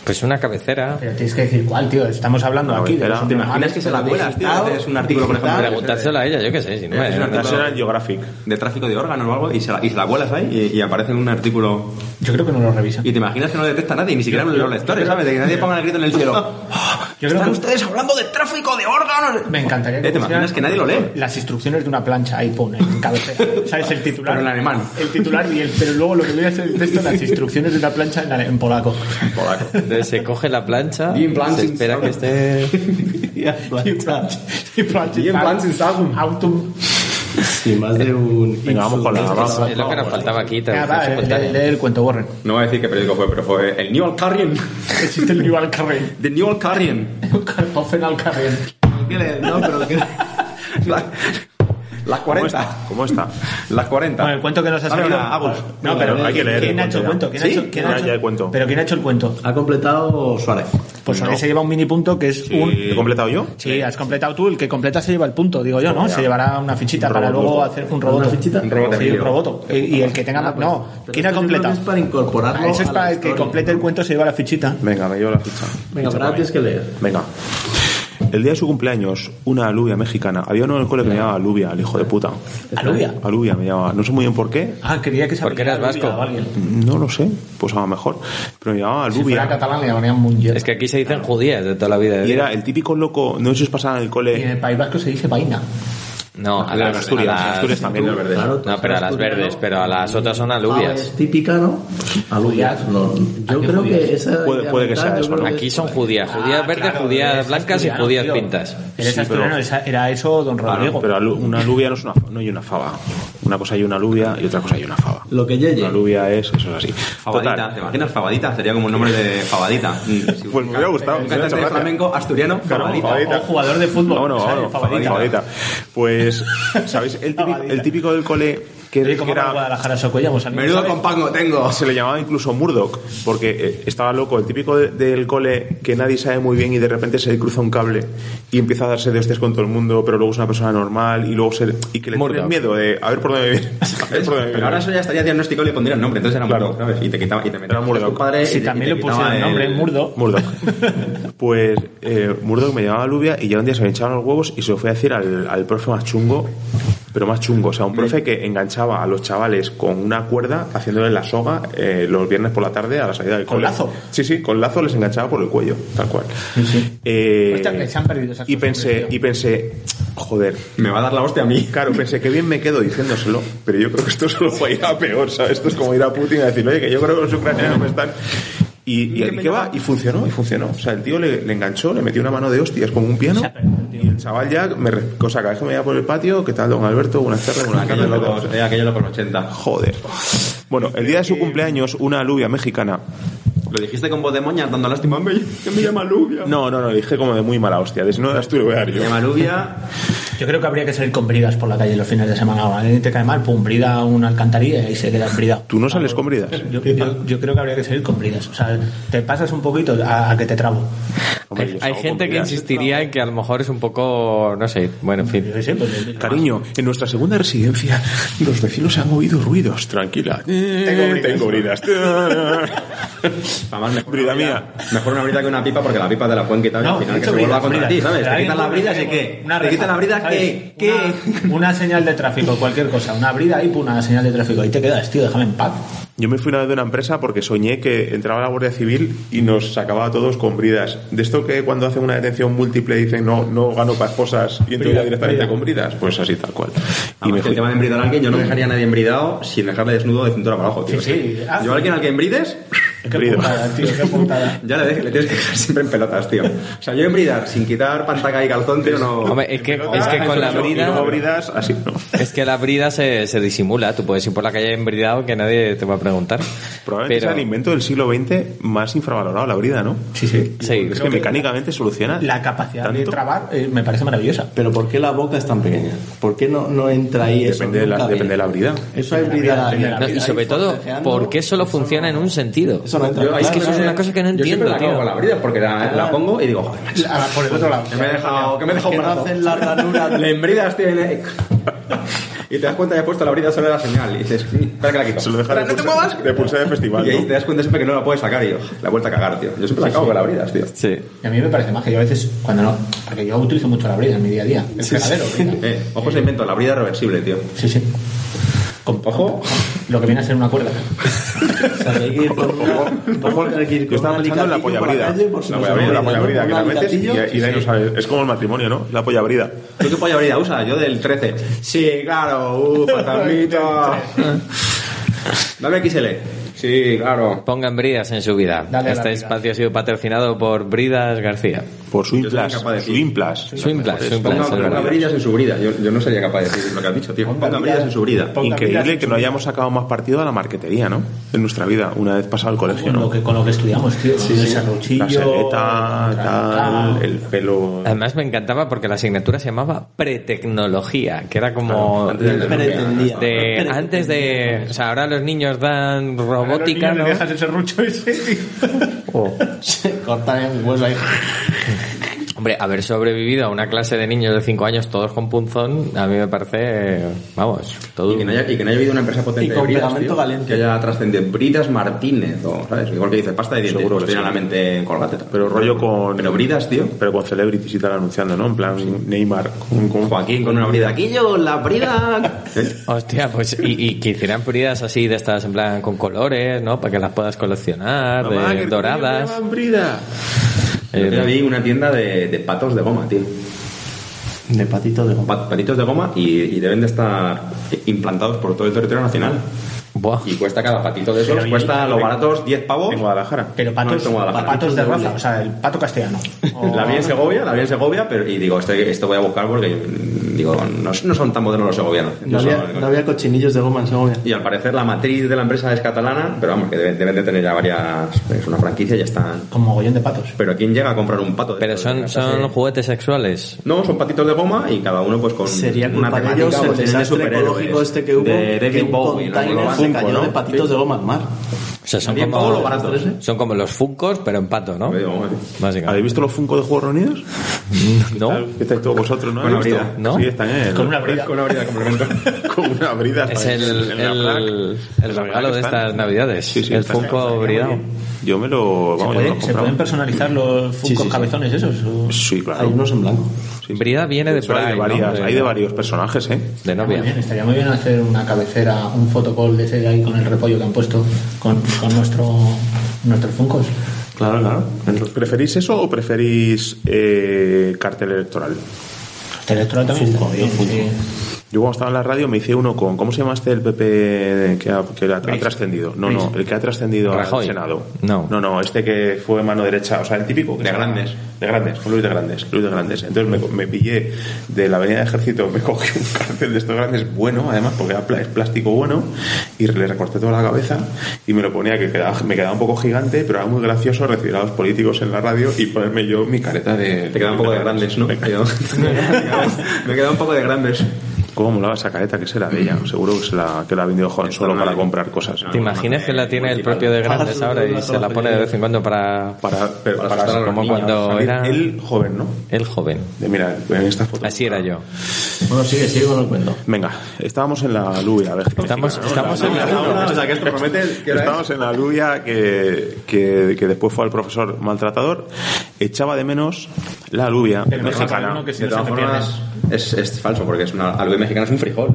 [SPEAKER 6] Pues una cabecera.
[SPEAKER 3] Pero tienes que decir cuál, tío. Estamos hablando aquí de
[SPEAKER 1] espera,
[SPEAKER 3] los
[SPEAKER 1] ¿te
[SPEAKER 5] Imaginas
[SPEAKER 3] normales,
[SPEAKER 5] que se la
[SPEAKER 3] pero
[SPEAKER 5] cuelas, tío.
[SPEAKER 3] digital,
[SPEAKER 5] haces un artículo, por ejemplo, de-
[SPEAKER 6] Preguntárselo a ella, yo qué sé. Si no me-
[SPEAKER 1] *laughs*
[SPEAKER 5] Es una
[SPEAKER 6] Eh, no-
[SPEAKER 1] National Geographic.
[SPEAKER 5] de tráfico de órganos o algo y se la, y se la cuelas ahí y, y aparece en un artículo.
[SPEAKER 3] Yo creo que no lo revisan.
[SPEAKER 5] Y te imaginas que no lo detecta nadie, ni siquiera los lectores, ¿sabes? De que nadie ponga el grito en
[SPEAKER 3] *laughs*
[SPEAKER 5] el cielo. ¡Ah!
[SPEAKER 3] Yo creo
[SPEAKER 5] Están
[SPEAKER 3] que-
[SPEAKER 5] ustedes hablando de tráfico de órganos.
[SPEAKER 3] Me encantaría
[SPEAKER 5] Eh, ¿Te imaginas
[SPEAKER 3] pusieran
[SPEAKER 5] que nadie lo lee?
[SPEAKER 3] Las instrucciones de una plancha ahí pone en cabecera.
[SPEAKER 5] *laughs*
[SPEAKER 3] O sea, es el titular.
[SPEAKER 5] Pero en alemán.
[SPEAKER 3] El titular y el. Pero luego lo que voy a hacer el texto, las instrucciones de una plancha en, ale-
[SPEAKER 5] *laughs*
[SPEAKER 3] en polaco.
[SPEAKER 5] Polaco.
[SPEAKER 6] Entonces se coge la plancha,
[SPEAKER 5] Bien, plan,
[SPEAKER 6] se
[SPEAKER 5] sin
[SPEAKER 6] espera que
[SPEAKER 5] sabor.
[SPEAKER 1] *laughs*
[SPEAKER 6] esté
[SPEAKER 3] Y plancha. Y plancha.
[SPEAKER 5] Y en plancha en sagum.
[SPEAKER 3] Autumn.
[SPEAKER 4] Sí, más de un...
[SPEAKER 1] Venga, vamos con la- vamos. eh.
[SPEAKER 6] Es lo que nos faltaba aquí.
[SPEAKER 3] Ya,
[SPEAKER 6] traducción
[SPEAKER 3] va, lee-
[SPEAKER 6] simultánea.
[SPEAKER 3] eh, lee el cuento, Borren.
[SPEAKER 5] No voy a decir qué periódico fue, pero fue el New Alcarrion.
[SPEAKER 3] Existe el
[SPEAKER 5] *laughs*
[SPEAKER 3] rival Carrén.
[SPEAKER 5] The New Alcarrion.
[SPEAKER 3] Un carpofen al Carrén.
[SPEAKER 5] No, pero que... *laughs* La- Las
[SPEAKER 1] ¿Cómo
[SPEAKER 5] 40.
[SPEAKER 1] está? ¿Cómo está?
[SPEAKER 5] Las 40.
[SPEAKER 3] Bueno, el cuento que nos ha
[SPEAKER 5] Dame
[SPEAKER 3] salido.
[SPEAKER 5] una, Agus.
[SPEAKER 3] No,
[SPEAKER 1] Pero
[SPEAKER 3] pero
[SPEAKER 1] hay que leer
[SPEAKER 3] ¿Quién
[SPEAKER 1] el
[SPEAKER 3] ha hecho el cuento?
[SPEAKER 1] cuento
[SPEAKER 3] ¿Quién
[SPEAKER 1] ya.
[SPEAKER 3] ha
[SPEAKER 1] ¿Sí?
[SPEAKER 3] hecho, quién ha
[SPEAKER 1] Ya,
[SPEAKER 5] Ah,
[SPEAKER 3] hecho-
[SPEAKER 1] ya el cuento.
[SPEAKER 3] ¿Pero quién ha hecho el cuento?
[SPEAKER 4] Ha completado Suárez.
[SPEAKER 3] Pues ahora se lleva un mini punto que es un.
[SPEAKER 1] ¿He completado yo?
[SPEAKER 3] Sí, has completado tú. El que completa se lleva el punto, digo yo, ¿no?
[SPEAKER 1] Pues ya.
[SPEAKER 3] Se llevará una fichita
[SPEAKER 1] Un
[SPEAKER 3] para
[SPEAKER 1] roboto.
[SPEAKER 3] luego hacer un robot.
[SPEAKER 4] ¿Una fichita?
[SPEAKER 5] Un roboto,
[SPEAKER 3] Sí, un
[SPEAKER 5] Emilio.
[SPEAKER 3] roboto. Y, y el que tenga más.
[SPEAKER 4] pues,
[SPEAKER 3] no,
[SPEAKER 4] pero
[SPEAKER 3] ¿quién ha
[SPEAKER 4] esto yo creo que
[SPEAKER 3] completado?
[SPEAKER 4] Es para incorporarlo.
[SPEAKER 3] Ah, Ese es
[SPEAKER 4] a la
[SPEAKER 3] para el que
[SPEAKER 4] historia.
[SPEAKER 3] complete el cuento se lleva la fichita.
[SPEAKER 1] Venga, me llevo la ficha.
[SPEAKER 4] Venga, pero ahora tienes que leer.
[SPEAKER 1] Venga. El día de su cumpleaños, una alubia mexicana. Había uno en el cole que me llamaba alubia, el hijo de puta.
[SPEAKER 3] Alubia.
[SPEAKER 1] Alubia me llamaba. No sé muy bien por qué.
[SPEAKER 3] Ah, quería que se
[SPEAKER 6] Porque eras
[SPEAKER 3] apellara
[SPEAKER 6] vasco.
[SPEAKER 3] Alubia o alguien.
[SPEAKER 1] No lo sé. Pues a lo mejor. Pero me llamaba
[SPEAKER 3] Si fuera
[SPEAKER 1] alubia.
[SPEAKER 3] catalán le llamarían Mungier.
[SPEAKER 6] Es que aquí se dicen judías de toda la vida. ¿eh?
[SPEAKER 1] Y era el típico loco. No sé si os pasaba en el
[SPEAKER 3] Y en
[SPEAKER 1] cole.
[SPEAKER 3] el País Vasco se dice vaina.
[SPEAKER 6] No, a
[SPEAKER 1] Las
[SPEAKER 6] las,
[SPEAKER 1] de Ah, Asturias,
[SPEAKER 6] a las-
[SPEAKER 1] Asturias también.
[SPEAKER 5] Las verdes.
[SPEAKER 4] Claro,
[SPEAKER 6] No, pero a las verdes, pero a las otras son alubias.
[SPEAKER 4] Es típica, ¿no? Alubias. No, yo
[SPEAKER 3] Aquí
[SPEAKER 4] creo
[SPEAKER 3] judías.
[SPEAKER 4] que esa.
[SPEAKER 1] Puede-
[SPEAKER 4] idea
[SPEAKER 1] puede que sea
[SPEAKER 4] mental, yo
[SPEAKER 1] eso,
[SPEAKER 4] creo
[SPEAKER 1] ¿no?
[SPEAKER 4] que
[SPEAKER 6] Aquí
[SPEAKER 4] es-
[SPEAKER 6] son judías,
[SPEAKER 3] Ah,
[SPEAKER 6] judías verdes, judías blancas y judías pintas.
[SPEAKER 3] Eres asturiano, esa- era eso, don
[SPEAKER 1] Ah,
[SPEAKER 3] Rodrigo.
[SPEAKER 1] no, pero alu- una alubia no es una, no hay una fava. Una cosa hay una alubia y otra cosa hay una fava.
[SPEAKER 4] Lo que yeye.
[SPEAKER 1] Una alubia es, eso es así.
[SPEAKER 5] Fabadita, ¿te imaginas? Fabadita, sería como un nombre de Fabadita. Mm,
[SPEAKER 1] Pues me hubiera gustado, me
[SPEAKER 5] Un
[SPEAKER 1] hubiera
[SPEAKER 5] cantante
[SPEAKER 1] hecho
[SPEAKER 5] de
[SPEAKER 1] gracia.
[SPEAKER 5] flamenco asturiano,
[SPEAKER 1] Claro,
[SPEAKER 5] Fabadita.
[SPEAKER 1] Fabadita.
[SPEAKER 3] O jugador de fútbol.
[SPEAKER 1] Vámonos,
[SPEAKER 3] ¿sabes?
[SPEAKER 1] vámonos,
[SPEAKER 3] Fabadita.
[SPEAKER 1] Fabadita. Pues, ¿sabéis? El típico,
[SPEAKER 3] Fabadita.
[SPEAKER 1] el típico del cole que,
[SPEAKER 3] Oye,
[SPEAKER 1] que
[SPEAKER 3] ¿cómo va
[SPEAKER 1] era...
[SPEAKER 3] Guadalajara Pues Socollamo? ¿Sabes?
[SPEAKER 5] Menudo compango tengo.
[SPEAKER 1] Se le llamaba incluso Murdoch, porque eh, estaba loco, el típico de- del cole que nadie sabe muy bien y de repente se le cruza un cable y empieza a darse de hostias con todo el mundo, pero luego es una persona normal y luego se le- y que le
[SPEAKER 6] Murdoch.
[SPEAKER 1] tiene miedo de a ver por dónde me viene. A ver por dónde me viene.
[SPEAKER 5] Pero ahora eso ya estaría diagnosticado y le pondría el nombre, entonces era
[SPEAKER 1] Pues, Claro.
[SPEAKER 5] Murdoch, ¿sabes? Y te quitaba, y te metías
[SPEAKER 1] Murdoch.
[SPEAKER 5] tu padre y-
[SPEAKER 3] Si
[SPEAKER 5] y
[SPEAKER 3] también
[SPEAKER 5] te
[SPEAKER 3] le
[SPEAKER 5] quitaba
[SPEAKER 3] pusieron el nombre,
[SPEAKER 5] eh, el-
[SPEAKER 3] Murdo.
[SPEAKER 1] Murdoch. Pues eh, Murdoch me llamaba Lubia y ya un día se me hinchaban los huevos y se lo fui a decir al, al profe más chungo, pero más chungo. O sea,
[SPEAKER 3] Mm.
[SPEAKER 1] un profe que enganchaba a los chavales con una cuerda haciéndole la soga eh, los viernes por la tarde a la salida del
[SPEAKER 3] ¿Con
[SPEAKER 1] cole.
[SPEAKER 3] lazo?
[SPEAKER 1] Sí, sí, con lazo les enganchaba por el cuello, tal cual. Eh,
[SPEAKER 3] Ahorita que se han perdido esas
[SPEAKER 1] y
[SPEAKER 3] cosas,
[SPEAKER 1] pensé,
[SPEAKER 3] tío.
[SPEAKER 1] y pensé, joder,
[SPEAKER 5] Me va a dar la hostia a
[SPEAKER 1] *laughs*
[SPEAKER 5] mí.
[SPEAKER 1] Claro, pensé que bien me quedo diciéndoselo, pero yo creo que esto *laughs* solo va a ir a peor, ¿sabes? Esto es como ir a Putin y decir, oye, que yo creo que los ucranianos me están. Y, y, y qué va, y funcionó, y funcionó. O sea, el tío le, le enganchó, le metió una mano de hostias como un piano. Y el chaval ya, me, re- o sea, cada vez que me veía por el patio, ¿qué tal, don Alberto? Buenas tardes, buenas
[SPEAKER 5] Aquello
[SPEAKER 1] tardes,
[SPEAKER 5] lo
[SPEAKER 1] lo que
[SPEAKER 5] por- eh, aquello lo por 80.
[SPEAKER 1] Joder. Bueno, el día de su cumpleaños, una alubia mexicana.
[SPEAKER 5] Lo dijiste con voz de moña, dando lástima. Me,
[SPEAKER 1] *laughs*
[SPEAKER 5] que me llama Lubia.
[SPEAKER 1] No, no, no, dije como de muy mala hostia. De si no eras tú, lo voy a dar yo.
[SPEAKER 5] Me llama Lubia.
[SPEAKER 3] Yo creo que habría que salir con bridas por la calle los fines de semana. O alguien te cae mal, pum, brida a una alcantarilla y ahí se queda en brida.
[SPEAKER 1] ¿Tú no sales con bridas?
[SPEAKER 3] Yo, yo- yo creo que habría que salir con bridas. O sea, te pasas un poquito a, a que te trabo.
[SPEAKER 1] Hombre,
[SPEAKER 6] Hay,
[SPEAKER 1] yo
[SPEAKER 6] hay
[SPEAKER 1] salgo
[SPEAKER 6] gente
[SPEAKER 1] con
[SPEAKER 6] que
[SPEAKER 1] bridas.
[SPEAKER 6] insistiría en que a lo mejor es un poco, no sé, bueno, en fin.
[SPEAKER 3] Yo qué sé, pues, yo-
[SPEAKER 1] Cariño, en nuestra segunda residencia los vecinos han oído ruidos. Eh, Tranquila. Tengo bridas.
[SPEAKER 5] Además, mejor una
[SPEAKER 1] Brida
[SPEAKER 5] brida-
[SPEAKER 1] mía.
[SPEAKER 5] Mejor una brida que una pipa porque la pipa te la pueden quitar y
[SPEAKER 3] No,
[SPEAKER 5] al final que
[SPEAKER 3] mucho
[SPEAKER 5] se vuelva
[SPEAKER 3] bridas,
[SPEAKER 5] contra
[SPEAKER 3] bridas.
[SPEAKER 5] ti, ¿sabes?
[SPEAKER 3] Pero
[SPEAKER 5] Te
[SPEAKER 3] alguien
[SPEAKER 5] quitan la
[SPEAKER 3] pone
[SPEAKER 5] brida, ¿sí
[SPEAKER 3] como
[SPEAKER 5] qué?
[SPEAKER 3] una
[SPEAKER 5] Te
[SPEAKER 3] reja,
[SPEAKER 5] quitan la brida,
[SPEAKER 3] ¿sabes?
[SPEAKER 5] ¿qué? ¿Qué?
[SPEAKER 3] Una, una señal de tráfico, cualquier cosa. Una brida y pum, una señal de tráfico. Ahí te quedas, tío, déjame en paz.
[SPEAKER 1] *laughs* Yo me fui una vez de una empresa porque soñé que entraba la Guardia Civil y nos sacaba a todos con bridas. De esto que cuando hacen una detención múltiple dicen no, no gano para esposas y entro ya directamente con bridas. Pues así tal cual. Y
[SPEAKER 6] Ah, pues
[SPEAKER 5] y
[SPEAKER 1] me
[SPEAKER 5] que
[SPEAKER 1] fui.
[SPEAKER 5] te van a embridar a alguien, yo no dejaría a nadie embridado sin dejarle desnudo de cintura para abajo, tío.
[SPEAKER 3] Sí, sí. Ah,
[SPEAKER 5] Yo a alguien al que embrides,
[SPEAKER 3] Qué
[SPEAKER 1] Brida.
[SPEAKER 3] putada, tío, qué putada.
[SPEAKER 5] ya le, de- le tienes que dejar siempre en pelotas, tío. O sea, yo embridar sin quitar pantaca y calzón, tío, no...
[SPEAKER 6] Hombre, es que, es que con la
[SPEAKER 1] Y luego- y
[SPEAKER 6] brida...
[SPEAKER 1] luego bridas, así no.
[SPEAKER 6] Es que la brida se, se disimula, tú puedes ir por la calle embridado que nadie te va a preguntar.
[SPEAKER 1] Probablemente sea el invento del siglo XX más infravalorado, la brida, ¿no?
[SPEAKER 3] Sí, sí.
[SPEAKER 6] Sí,
[SPEAKER 1] Es que mecánicamente soluciona.
[SPEAKER 3] La capacidad de
[SPEAKER 1] tanto.
[SPEAKER 3] trabar eh, me parece maravillosa.
[SPEAKER 4] Pero ¿por qué la boca es tan pequeña? ¿Por qué no, no entra ahí eso?
[SPEAKER 1] Depende de la,
[SPEAKER 4] Nunca
[SPEAKER 1] depende de
[SPEAKER 4] viene.
[SPEAKER 1] la brida.
[SPEAKER 4] Eso hay
[SPEAKER 3] Depende de la
[SPEAKER 4] brida.
[SPEAKER 6] No,
[SPEAKER 3] vida,
[SPEAKER 6] y sobre todo, ¿por qué solo funciona en un sentido?
[SPEAKER 4] Eso no entra.
[SPEAKER 6] es que
[SPEAKER 4] Claro,
[SPEAKER 6] eso es
[SPEAKER 4] claro.
[SPEAKER 6] una cosa que no
[SPEAKER 5] yo siempre
[SPEAKER 6] entiendo,
[SPEAKER 5] la
[SPEAKER 6] tío. Ah.
[SPEAKER 5] cago con la brida porque la, la pongo y digo, joder, macho,
[SPEAKER 3] Ah, por el otro lado.
[SPEAKER 5] que me he dejado, que me he dejado
[SPEAKER 4] Que
[SPEAKER 5] un
[SPEAKER 4] no
[SPEAKER 5] brazo.
[SPEAKER 4] hacen la
[SPEAKER 5] *laughs*
[SPEAKER 4] ranura.
[SPEAKER 5] Le embridas, tío, y le- *laughs* y te das cuenta que has puesto la brida solo en la señal y dices, "Mm, espera que la quito.
[SPEAKER 1] Se lo deja de
[SPEAKER 5] Espera, no te
[SPEAKER 1] pulsar,
[SPEAKER 5] muevas.
[SPEAKER 1] de pulsar de festival.
[SPEAKER 5] Y ahí
[SPEAKER 1] ¿no?
[SPEAKER 5] te das cuenta siempre que no la puedes sacar y yo, la he vuelto a cagar, tío. Yo siempre la cago con la bridas, tío.
[SPEAKER 6] Sí.
[SPEAKER 3] Y a mí me parece más que yo a veces, cuando no, porque yo utilizo mucho la brida en mi día a día. El fregadero, brida.
[SPEAKER 5] Eh, ojo ese invento, la brida reversible, tío.
[SPEAKER 3] Sí, sí. Con
[SPEAKER 5] Ojo.
[SPEAKER 3] Lo que viene a ser una cuerda.
[SPEAKER 4] O sea, que hay que ir con una- ojo, hay que ir con
[SPEAKER 1] Yo estaba
[SPEAKER 4] un
[SPEAKER 1] pensando en la
[SPEAKER 4] alicatillo por
[SPEAKER 1] polla
[SPEAKER 4] la
[SPEAKER 1] brida.
[SPEAKER 4] calle por si
[SPEAKER 1] La
[SPEAKER 4] no
[SPEAKER 1] polla
[SPEAKER 4] se
[SPEAKER 1] brida, la
[SPEAKER 4] me
[SPEAKER 1] polla
[SPEAKER 4] olvida,
[SPEAKER 1] brida, que la
[SPEAKER 4] ¿no? Un
[SPEAKER 1] metes y,
[SPEAKER 6] *laughs*
[SPEAKER 4] alicatillo.
[SPEAKER 1] y de ahí no sabes. Es como el matrimonio, ¿no? La polla brida.
[SPEAKER 5] ¿Tú qué polla brida usas? Yo del 13. Sí, claro, uh, fantasmita. Dame XL. Sí, claro.
[SPEAKER 6] Pongan bridas en su vida.
[SPEAKER 3] Dale a la
[SPEAKER 6] este
[SPEAKER 3] brida.
[SPEAKER 6] espacio ha sido patrocinado por Bridas García.
[SPEAKER 1] Por su
[SPEAKER 5] Yo soy
[SPEAKER 1] implas.
[SPEAKER 5] incapaz de
[SPEAKER 1] Su
[SPEAKER 5] decir.
[SPEAKER 1] implas.
[SPEAKER 6] Swimplas,
[SPEAKER 5] Ponga,
[SPEAKER 6] Swimplas.
[SPEAKER 5] ponga brillas en su brida. Yo, yo no sería capaz de decir lo que has dicho, tío. Ponga brillas en su brida.
[SPEAKER 3] Ponga
[SPEAKER 1] Increíble
[SPEAKER 3] bridas.
[SPEAKER 1] que no hayamos sacado más partido a la marquetería, ¿no? En nuestra vida, una vez pasado el colegio,
[SPEAKER 3] Con lo
[SPEAKER 1] ¿no?
[SPEAKER 3] que, con lo que estudiamos, tío. Sí, el serruchillo,
[SPEAKER 1] La serreta,
[SPEAKER 3] tal,
[SPEAKER 1] tal, el pelo.
[SPEAKER 6] Además me encantaba porque la asignatura se llamaba pretecnología, que era como
[SPEAKER 4] Él pretendía.
[SPEAKER 6] de
[SPEAKER 4] *laughs*
[SPEAKER 6] antes de, o sea, ahora los niños dan robótica, ¿no?
[SPEAKER 3] el serrucho ese,
[SPEAKER 6] Oh.
[SPEAKER 4] Cortan el hueso ahí.
[SPEAKER 6] Hombre, haber sobrevivido a una clase de niños de 5 años todos con punzón, a mí me parece, vamos, todo
[SPEAKER 5] Y que, no haya, y que no haya habido una empresa potente
[SPEAKER 4] Y con
[SPEAKER 5] de bridas,
[SPEAKER 4] pegamento
[SPEAKER 5] tío,
[SPEAKER 4] caliente.
[SPEAKER 5] que haya trascendido Bridas Martínez o sabes igual que dices pasta de dientes
[SPEAKER 1] Seguro
[SPEAKER 5] pues
[SPEAKER 1] que
[SPEAKER 5] tenía
[SPEAKER 1] sí.
[SPEAKER 5] la mente colgate
[SPEAKER 1] Pero rollo con.
[SPEAKER 5] pero bridas tío
[SPEAKER 1] Pero con celebrities y tal anunciando, ¿no? En plan Neymar. Con, con-
[SPEAKER 5] Joaquín con una brida aquí yo la
[SPEAKER 6] *laughs*
[SPEAKER 5] brida ¿Eh?
[SPEAKER 6] Hostia, pues y, y que hicieran bridas así de estas en plan con colores, ¿no? Para que las puedas coleccionar,
[SPEAKER 1] Mamá, que
[SPEAKER 6] de
[SPEAKER 1] el
[SPEAKER 6] doradas.
[SPEAKER 1] coño me llaman brida.
[SPEAKER 5] Yo
[SPEAKER 6] Eh,
[SPEAKER 5] vi una tienda de, de patos de goma tío
[SPEAKER 4] De patito de goma.
[SPEAKER 5] pa- patitos de goma y, y deben de estar implantados por todo el territorio nacional.
[SPEAKER 6] Buah.
[SPEAKER 5] Y cuesta cada patito de
[SPEAKER 3] Pero
[SPEAKER 5] esos,
[SPEAKER 3] y-
[SPEAKER 5] cuesta los baratos 10 pavos.
[SPEAKER 1] En Guadalajara.
[SPEAKER 3] Pero patos,
[SPEAKER 5] No, en Guadalajara.
[SPEAKER 3] patos de raza, o sea, el pato castellano.
[SPEAKER 5] *laughs*
[SPEAKER 3] O-
[SPEAKER 5] La vi en Segovia, la vi en Segovia, pero y digo, esto, esto voy a buscar porque mm, digo, no, no son tan modernos los segovianos.
[SPEAKER 4] No
[SPEAKER 5] Yo
[SPEAKER 4] había,
[SPEAKER 5] solo-
[SPEAKER 4] no había cochinillos de goma en Segovia.
[SPEAKER 5] Y al parecer la matriz de la empresa es catalana, pero vamos, que deben, deben de tener ya varias, es una franquicia, ya están.
[SPEAKER 3] Con mogollón de patos.
[SPEAKER 5] Pero ¿quién llega a comprar un pato? de
[SPEAKER 6] Pero
[SPEAKER 5] estos?
[SPEAKER 6] son,
[SPEAKER 5] O sea,
[SPEAKER 6] son
[SPEAKER 5] sí.
[SPEAKER 6] juguetes sexuales.
[SPEAKER 5] No, son patitos de goma y cada uno pues con
[SPEAKER 4] Sería culpa de
[SPEAKER 5] temática,
[SPEAKER 4] ellos el
[SPEAKER 5] pues, tienen
[SPEAKER 4] desastre
[SPEAKER 5] superhéroes.
[SPEAKER 4] ecológico este que hubo.
[SPEAKER 5] de
[SPEAKER 4] que
[SPEAKER 5] David
[SPEAKER 4] un
[SPEAKER 5] Bowie, ¿no?
[SPEAKER 4] container
[SPEAKER 5] Lo
[SPEAKER 4] se
[SPEAKER 5] banco,
[SPEAKER 4] cayó
[SPEAKER 5] ¿no? Pues
[SPEAKER 4] de patitos de goma al mar.
[SPEAKER 6] O sea, son
[SPEAKER 5] Bien, todo lo
[SPEAKER 6] como,
[SPEAKER 5] barato
[SPEAKER 4] ¿eh?
[SPEAKER 5] ¿eh? ese.
[SPEAKER 6] son como los Funkos, pero en pato, ¿no?
[SPEAKER 5] Digo, vamos.
[SPEAKER 1] ¿Habéis
[SPEAKER 6] Básicamente.
[SPEAKER 1] visto los Funko de Juegos Reunidos?
[SPEAKER 6] ¿No?
[SPEAKER 1] Que estáis todos vosotros, ¿no?
[SPEAKER 5] Con una
[SPEAKER 1] ¿Habéis visto?
[SPEAKER 5] brida,
[SPEAKER 6] ¿no?
[SPEAKER 1] Sí, están en el-
[SPEAKER 3] Con una brida.
[SPEAKER 5] Con una variedad de complemento.
[SPEAKER 1] *laughs* con una brida.
[SPEAKER 6] Es
[SPEAKER 1] ¿sabes?
[SPEAKER 6] el,
[SPEAKER 1] Pues, En la placa.
[SPEAKER 6] el,
[SPEAKER 1] En
[SPEAKER 6] el
[SPEAKER 1] la
[SPEAKER 6] regalo
[SPEAKER 1] placa
[SPEAKER 6] de
[SPEAKER 1] están.
[SPEAKER 6] estas navidades.
[SPEAKER 1] Sí, sí,
[SPEAKER 6] el
[SPEAKER 1] está- está-
[SPEAKER 6] Funko
[SPEAKER 1] está
[SPEAKER 6] bridado.
[SPEAKER 1] bien. Yo me lo...
[SPEAKER 3] ¿Se,
[SPEAKER 1] Vamos, yo me
[SPEAKER 3] pueden-
[SPEAKER 1] lo
[SPEAKER 3] se
[SPEAKER 1] compraba.
[SPEAKER 3] pueden personalizar los funcos
[SPEAKER 4] sí.
[SPEAKER 3] cabezones esos? o-
[SPEAKER 1] Sí, claro.
[SPEAKER 4] Hay unos en blanco.
[SPEAKER 1] Sí, sí.
[SPEAKER 6] Brida viene de
[SPEAKER 1] hecho, hay
[SPEAKER 6] Braille, ¿no?
[SPEAKER 1] varias-
[SPEAKER 6] De-
[SPEAKER 1] Hay de varios personajes, ¿eh?
[SPEAKER 6] De
[SPEAKER 3] Estaría muy bien,
[SPEAKER 6] novia.
[SPEAKER 3] estaría muy bien hacer una cabecera, un fotocall de ese ahí con el repollo que han puesto, con, con nuestro, nuestros funcos.
[SPEAKER 4] Claro, claro.
[SPEAKER 1] ¿Preferís eso o preferís eh, cartel electoral?
[SPEAKER 3] Te electoral también
[SPEAKER 4] Funko,
[SPEAKER 3] está bien,
[SPEAKER 4] yo Funko.
[SPEAKER 3] sí.
[SPEAKER 1] Yo cuando estaba en la radio me hice uno con... ¿Cómo se llama este el PP que ha, que ha trascendido? No, no, el que ha trascendido
[SPEAKER 6] Rajoy.
[SPEAKER 1] al Senado.
[SPEAKER 6] No.
[SPEAKER 1] No, no, este que fue mano derecha, o sea, el típico. que
[SPEAKER 5] De
[SPEAKER 1] se-
[SPEAKER 5] grandes.
[SPEAKER 1] De grandes, con Luis de Grandes, Luis de Grandes. Entonces me, me pillé de la avenida de ejército, me cogí un *laughs* cartel de estos grandes bueno, además, porque era pla- es plástico bueno, y le recorté toda la cabeza y me lo ponía, que quedaba, me quedaba un poco gigante, pero era muy gracioso recibir a los políticos en la radio y ponerme yo mi careta de...
[SPEAKER 5] Te queda un poco de grandes,
[SPEAKER 1] *laughs*
[SPEAKER 5] ¿no?
[SPEAKER 1] Me quedaba-
[SPEAKER 5] *laughs* Me queda un poco de grandes.
[SPEAKER 1] ¿Cómo molaba esa careta que será de ella? Seguro que, se la, que la ha vendido Juan solo para comprar cosas.
[SPEAKER 6] ¿Te imaginas que la tiene el propio de Grandes ahora y se la pone de vez en cuando para...
[SPEAKER 1] Para, pero
[SPEAKER 5] Para
[SPEAKER 1] para-
[SPEAKER 5] asustar a los
[SPEAKER 6] como
[SPEAKER 5] niños,
[SPEAKER 6] cuando
[SPEAKER 1] salir
[SPEAKER 6] era
[SPEAKER 1] él joven, ¿no?
[SPEAKER 6] el joven.
[SPEAKER 1] De, mira, en esta foto.
[SPEAKER 6] Así era yo.
[SPEAKER 4] Bueno, sigue, sigue con el cuento.
[SPEAKER 1] Venga, estábamos en la lluvia.
[SPEAKER 6] Estamos, estamos en la...
[SPEAKER 5] O sea, que esto promete que
[SPEAKER 1] Estábamos en la lluvia que, que, que después fue al profesor maltratador. Echaba de menos la lluvia
[SPEAKER 3] Pero mejor
[SPEAKER 1] mexicana.
[SPEAKER 3] alguno que sí.
[SPEAKER 5] De todas formas, es, es falso porque es una alubia mexicana, es un frijol,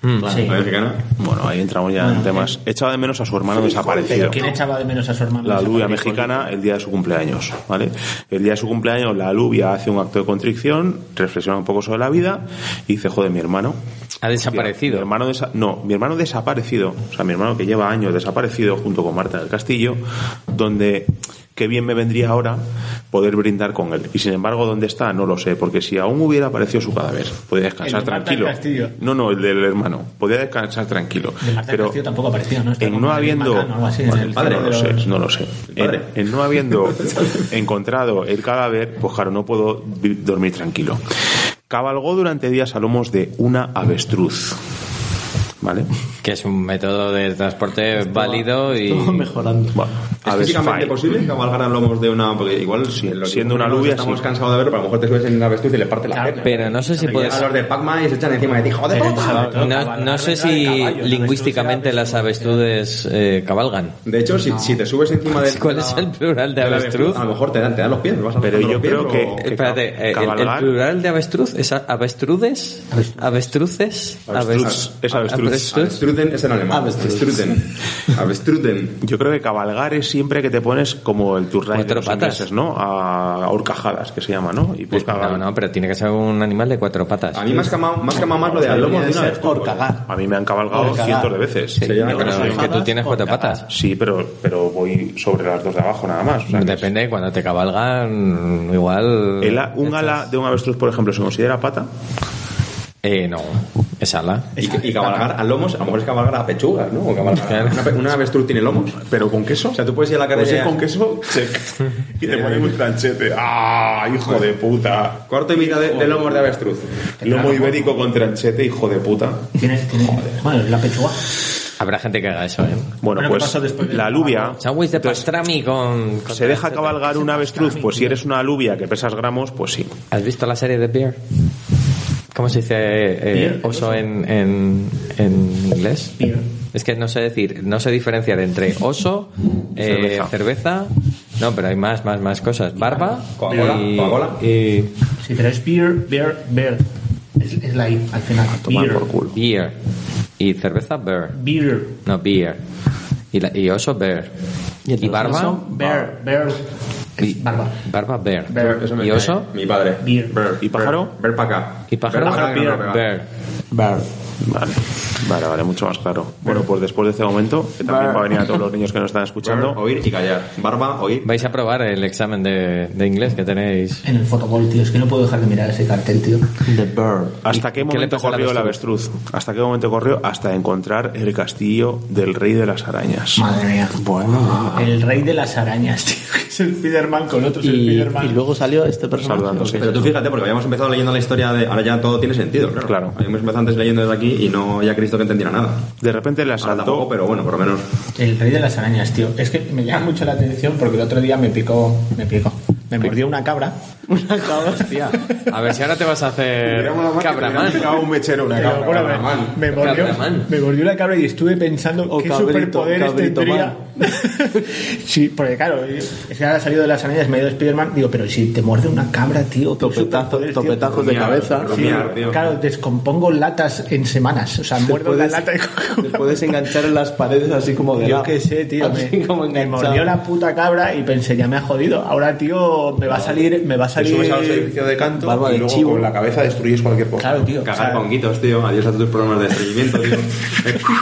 [SPEAKER 5] ¿no?
[SPEAKER 3] Sí.
[SPEAKER 5] Alubia mexicana.
[SPEAKER 1] Bueno, ahí entramos ya en temas. Echaba de menos a su hermano desaparecido.
[SPEAKER 3] Pero ¿quién echaba de menos a su hermano?
[SPEAKER 1] la alubia
[SPEAKER 3] Esa parte,
[SPEAKER 1] mexicana el día de su cumpleaños, ¿vale? El día de su cumpleaños la alubia hace un acto de contrición, reflexiona un poco sobre la vida y dice, joder, mi hermano.
[SPEAKER 6] Ha
[SPEAKER 1] Mi
[SPEAKER 6] desaparecido.
[SPEAKER 1] hermano desa- no, mi hermano desaparecido, o sea, mi hermano que lleva años desaparecido junto con Marta del Castillo, donde qué bien me vendría ahora poder brindar con él. Y sin embargo, ¿dónde está? No lo sé, porque si aún hubiera aparecido su cadáver, podría descansar
[SPEAKER 3] El de Marta del
[SPEAKER 1] tranquilo.
[SPEAKER 3] Castillo.
[SPEAKER 1] No, no, el del hermano, podía descansar tranquilo.
[SPEAKER 3] De Marta del
[SPEAKER 1] Pero
[SPEAKER 3] Castillo tampoco aparecía, ¿no? Está
[SPEAKER 1] en
[SPEAKER 3] como en
[SPEAKER 1] no
[SPEAKER 3] el
[SPEAKER 1] habiendo
[SPEAKER 3] Macán o algo así, en
[SPEAKER 1] Bueno,
[SPEAKER 3] el
[SPEAKER 1] padre, no
[SPEAKER 3] centro
[SPEAKER 1] lo
[SPEAKER 3] de los-
[SPEAKER 1] sé no lo sé
[SPEAKER 5] padre.
[SPEAKER 1] en, en no habiendo *laughs* encontrado el cadáver pues claro no puedo vi- dormir tranquilo cabalgó durante días a lomos de una avestruz vale
[SPEAKER 6] Que es un método de transporte válido y...
[SPEAKER 4] Todo mejorando.
[SPEAKER 1] bueno,
[SPEAKER 5] ¿Es físicamente
[SPEAKER 1] avesfai.
[SPEAKER 5] posible que cabalgaran lomos de una.? Porque igual, si en los
[SPEAKER 1] siendo una
[SPEAKER 5] dibujos
[SPEAKER 1] alubia,
[SPEAKER 5] Estamos
[SPEAKER 1] sí.
[SPEAKER 5] cansados de verlo, pero a lo mejor te subes en una avestruz y le parte la pierna.
[SPEAKER 6] Pero no sé si puedes...
[SPEAKER 5] Llegan los de Pac-Man y se echan encima de ti. ¡Joder,
[SPEAKER 3] Pero
[SPEAKER 5] puta!
[SPEAKER 3] chaval, todo
[SPEAKER 6] No,
[SPEAKER 3] cabalgar
[SPEAKER 6] no sé
[SPEAKER 3] dentro del
[SPEAKER 6] si
[SPEAKER 3] caballo, la
[SPEAKER 6] lingüísticamente
[SPEAKER 3] avestruz
[SPEAKER 6] las
[SPEAKER 3] era-
[SPEAKER 6] avestrudes eh, cabalgan.
[SPEAKER 5] De hecho, si, si te subes encima de.
[SPEAKER 6] ¿Cuál es el plural de
[SPEAKER 5] la
[SPEAKER 6] avestruz?
[SPEAKER 5] A lo mejor te dan, te dan los pies. vas a-
[SPEAKER 1] Pero
[SPEAKER 5] los
[SPEAKER 1] yo
[SPEAKER 5] pies, o-
[SPEAKER 1] creo que-
[SPEAKER 6] Espérate,
[SPEAKER 1] cab-
[SPEAKER 6] eh, el- el,
[SPEAKER 1] cabalgar.
[SPEAKER 6] plural de avestruz es a- avestrudes, avestruces,
[SPEAKER 1] Avestruz,
[SPEAKER 6] aves-
[SPEAKER 1] es avestruz.
[SPEAKER 5] Avestruden es en alemán.
[SPEAKER 4] Avestruz.
[SPEAKER 5] Avestruden.
[SPEAKER 6] *laughs*
[SPEAKER 5] Avestruden.
[SPEAKER 1] yo creo que cabalgar es siempre que te pones como el turray de
[SPEAKER 6] Cuatro
[SPEAKER 1] los
[SPEAKER 6] patas.
[SPEAKER 1] ingleses, ¿no? A horcajadas, que se llama, ¿no? Y pues
[SPEAKER 6] No,
[SPEAKER 1] cabalgar.
[SPEAKER 6] no, pero tiene que ser un animal de cuatro patas.
[SPEAKER 5] A mí me has camado más, camado más lo de al lomo de una
[SPEAKER 4] Debería de ser
[SPEAKER 5] avestruz.
[SPEAKER 4] por cagar.
[SPEAKER 1] A mí me han cabalgado
[SPEAKER 4] Horcagar.
[SPEAKER 1] cientos de veces.
[SPEAKER 6] Sí,
[SPEAKER 5] Se llama
[SPEAKER 6] pero
[SPEAKER 5] con
[SPEAKER 6] es que tú
[SPEAKER 4] alas
[SPEAKER 6] tienes
[SPEAKER 4] o
[SPEAKER 6] cuatro
[SPEAKER 4] caras.
[SPEAKER 6] patas.
[SPEAKER 1] Sí, pero, pero voy sobre las dos de abajo nada más. O sea, que es-
[SPEAKER 6] Depende, cuando te cabalgan, igual...
[SPEAKER 1] El a- un ala de un avestruz, por ejemplo, se considera pata.
[SPEAKER 6] Eh, no, es ala.
[SPEAKER 5] Y, que- y cabalgar a lomos, a lo mejor es cabalgar a pechugas, ¿no? O cabalgar- una, pe- una avestruz tiene lomos.
[SPEAKER 1] Pero con queso.
[SPEAKER 5] O sea, tú puedes ir a la
[SPEAKER 1] Pues
[SPEAKER 5] carrera
[SPEAKER 1] es con queso, check. *laughs* Y te ponen un tranchete. ¡Ah, hijo de puta!
[SPEAKER 5] Cuarto y mitad de, de lomos de avestruz.
[SPEAKER 1] Lomo ibérico con tranchete, hijo de puta.
[SPEAKER 3] Tiene- tiene- Bueno, la pechuga.
[SPEAKER 6] Habrá gente que haga eso, ¿eh?
[SPEAKER 1] Bueno,
[SPEAKER 3] Bueno, ¿qué
[SPEAKER 1] pues
[SPEAKER 3] pasa después del
[SPEAKER 1] la alubia
[SPEAKER 6] Sándwich de pastrami con... con
[SPEAKER 1] se deja
[SPEAKER 6] tranchete.
[SPEAKER 1] cabalgar un avestruz. Pues si eres una alubia que pesas gramos, pues sí.
[SPEAKER 6] ¿Has visto la serie de Bear? ¿Cómo se dice eh,
[SPEAKER 3] Bear,
[SPEAKER 6] oso en, en, en inglés?
[SPEAKER 3] Bear.
[SPEAKER 6] Es que no sé decir, no sé diferenciar entre oso, eh, cerveza. No, pero hay más, más, más cosas. Barba.
[SPEAKER 5] Coca-Cola,
[SPEAKER 6] y-
[SPEAKER 5] Coca-Cola.
[SPEAKER 6] y
[SPEAKER 3] Si traes beer, beer, beer. Es, es la I al final.
[SPEAKER 1] Tomar
[SPEAKER 3] Beer.
[SPEAKER 1] por culo.
[SPEAKER 6] beer. Y cerveza, bear.
[SPEAKER 3] Beer.
[SPEAKER 6] No, beer. Y, la- y oso, bear. Y,
[SPEAKER 4] entonces
[SPEAKER 6] barba,
[SPEAKER 4] son
[SPEAKER 3] Bear, bear.
[SPEAKER 6] Y-
[SPEAKER 3] Barba.
[SPEAKER 6] Barba bear.
[SPEAKER 3] Bear.
[SPEAKER 5] Eso me
[SPEAKER 6] ¿Y
[SPEAKER 5] cae.
[SPEAKER 6] oso?
[SPEAKER 5] Mi padre.
[SPEAKER 3] Beer.
[SPEAKER 5] Bear.
[SPEAKER 1] ¿Y pájaro?
[SPEAKER 5] Bear, para acá.
[SPEAKER 6] ¿Y pájaro?
[SPEAKER 5] Bear pa' acá que no me pega.
[SPEAKER 6] bear.
[SPEAKER 4] Bar.
[SPEAKER 1] Vale, vale, vale, mucho más claro. Bueno, pues después de este momento, que también va a venir a todos los niños que nos están
[SPEAKER 5] Bear,
[SPEAKER 1] escuchando,
[SPEAKER 5] oír y callar. Barba, oír.
[SPEAKER 6] Vais a probar el examen de, de inglés que tenéis.
[SPEAKER 3] En el fotogol, tío. Es que no puedo dejar de mirar ese cartel, tío.
[SPEAKER 4] The Bird.
[SPEAKER 1] ¿hasta
[SPEAKER 6] ¿Y qué
[SPEAKER 1] qué
[SPEAKER 6] le
[SPEAKER 1] momento
[SPEAKER 6] pasa al
[SPEAKER 1] corrió el avestruz? ¿Hasta qué momento corrió? Hasta encontrar el castillo del rey de las arañas.
[SPEAKER 3] Madre mía.
[SPEAKER 4] Bueno.
[SPEAKER 3] El rey de las arañas, tío. *laughs* que Es el Spiderman con otros
[SPEAKER 4] Y,
[SPEAKER 3] Spiderman.
[SPEAKER 4] y luego salió este personaje.
[SPEAKER 1] Saludándose.
[SPEAKER 5] Pero tú fíjate, porque habíamos empezado leyendo la historia de. Ahora ya todo tiene sentido, claro.
[SPEAKER 1] Claro.
[SPEAKER 5] Habíamos empezado antes leyendo desde aquí y no ya Cristo que entendiera nada.
[SPEAKER 1] De repente le
[SPEAKER 5] Ahora tampoco,
[SPEAKER 1] asaltó.
[SPEAKER 5] pero bueno, por lo menos.
[SPEAKER 3] El rey de las arañas, tío. Es que me llama mucho la atención porque el otro día me picó, me picó. Me mordió una
[SPEAKER 4] *laughs*
[SPEAKER 3] cabra. Una cabra, *laughs* hostia.
[SPEAKER 6] A ver si ahora te vas a hacer cabramán.
[SPEAKER 1] un mechero, una
[SPEAKER 3] Pero bueno, me, me mordió,
[SPEAKER 6] Cabramán.
[SPEAKER 3] me mordió la cabra y estuve pensando
[SPEAKER 4] O
[SPEAKER 3] qué
[SPEAKER 4] Oh, cabrito,
[SPEAKER 3] superpoderes
[SPEAKER 4] cabrito
[SPEAKER 3] tendría. *laughs* sí, porque claro, es que ahora ha salido de las arañas, me ha ido Spiderman, digo, pero si te muerde una cabra, tío, qué
[SPEAKER 4] Topetazo-
[SPEAKER 3] superpoderes, tío.
[SPEAKER 4] Topetazos de
[SPEAKER 5] Mira,
[SPEAKER 4] cabeza.
[SPEAKER 5] pero
[SPEAKER 3] Sí,
[SPEAKER 5] Miar, tío.
[SPEAKER 3] claro, descompongo latas en semanas. O sea, muerdo la lata y *laughs* cojo
[SPEAKER 4] te puedes enganchar en las paredes así como de
[SPEAKER 3] Yo
[SPEAKER 4] lado.
[SPEAKER 3] qué sé, tío.
[SPEAKER 4] Así
[SPEAKER 3] Me,
[SPEAKER 4] Pues como
[SPEAKER 3] me
[SPEAKER 4] enganchado.
[SPEAKER 3] mordió la puta cabra y pensé, ya me ha jodido. Ahora, tío, me va a salir. Me va a
[SPEAKER 7] Te subes al
[SPEAKER 3] salir.
[SPEAKER 7] servicio de canto
[SPEAKER 4] Barba de
[SPEAKER 7] y luego
[SPEAKER 4] chivo.
[SPEAKER 7] con la cabeza destruyes cualquier cosa.
[SPEAKER 3] Claro, tío. o
[SPEAKER 5] Cagar
[SPEAKER 3] sea,
[SPEAKER 5] con guitos, tío. Adiós a tus problemas de estreñimiento, tío.
[SPEAKER 4] *laughs*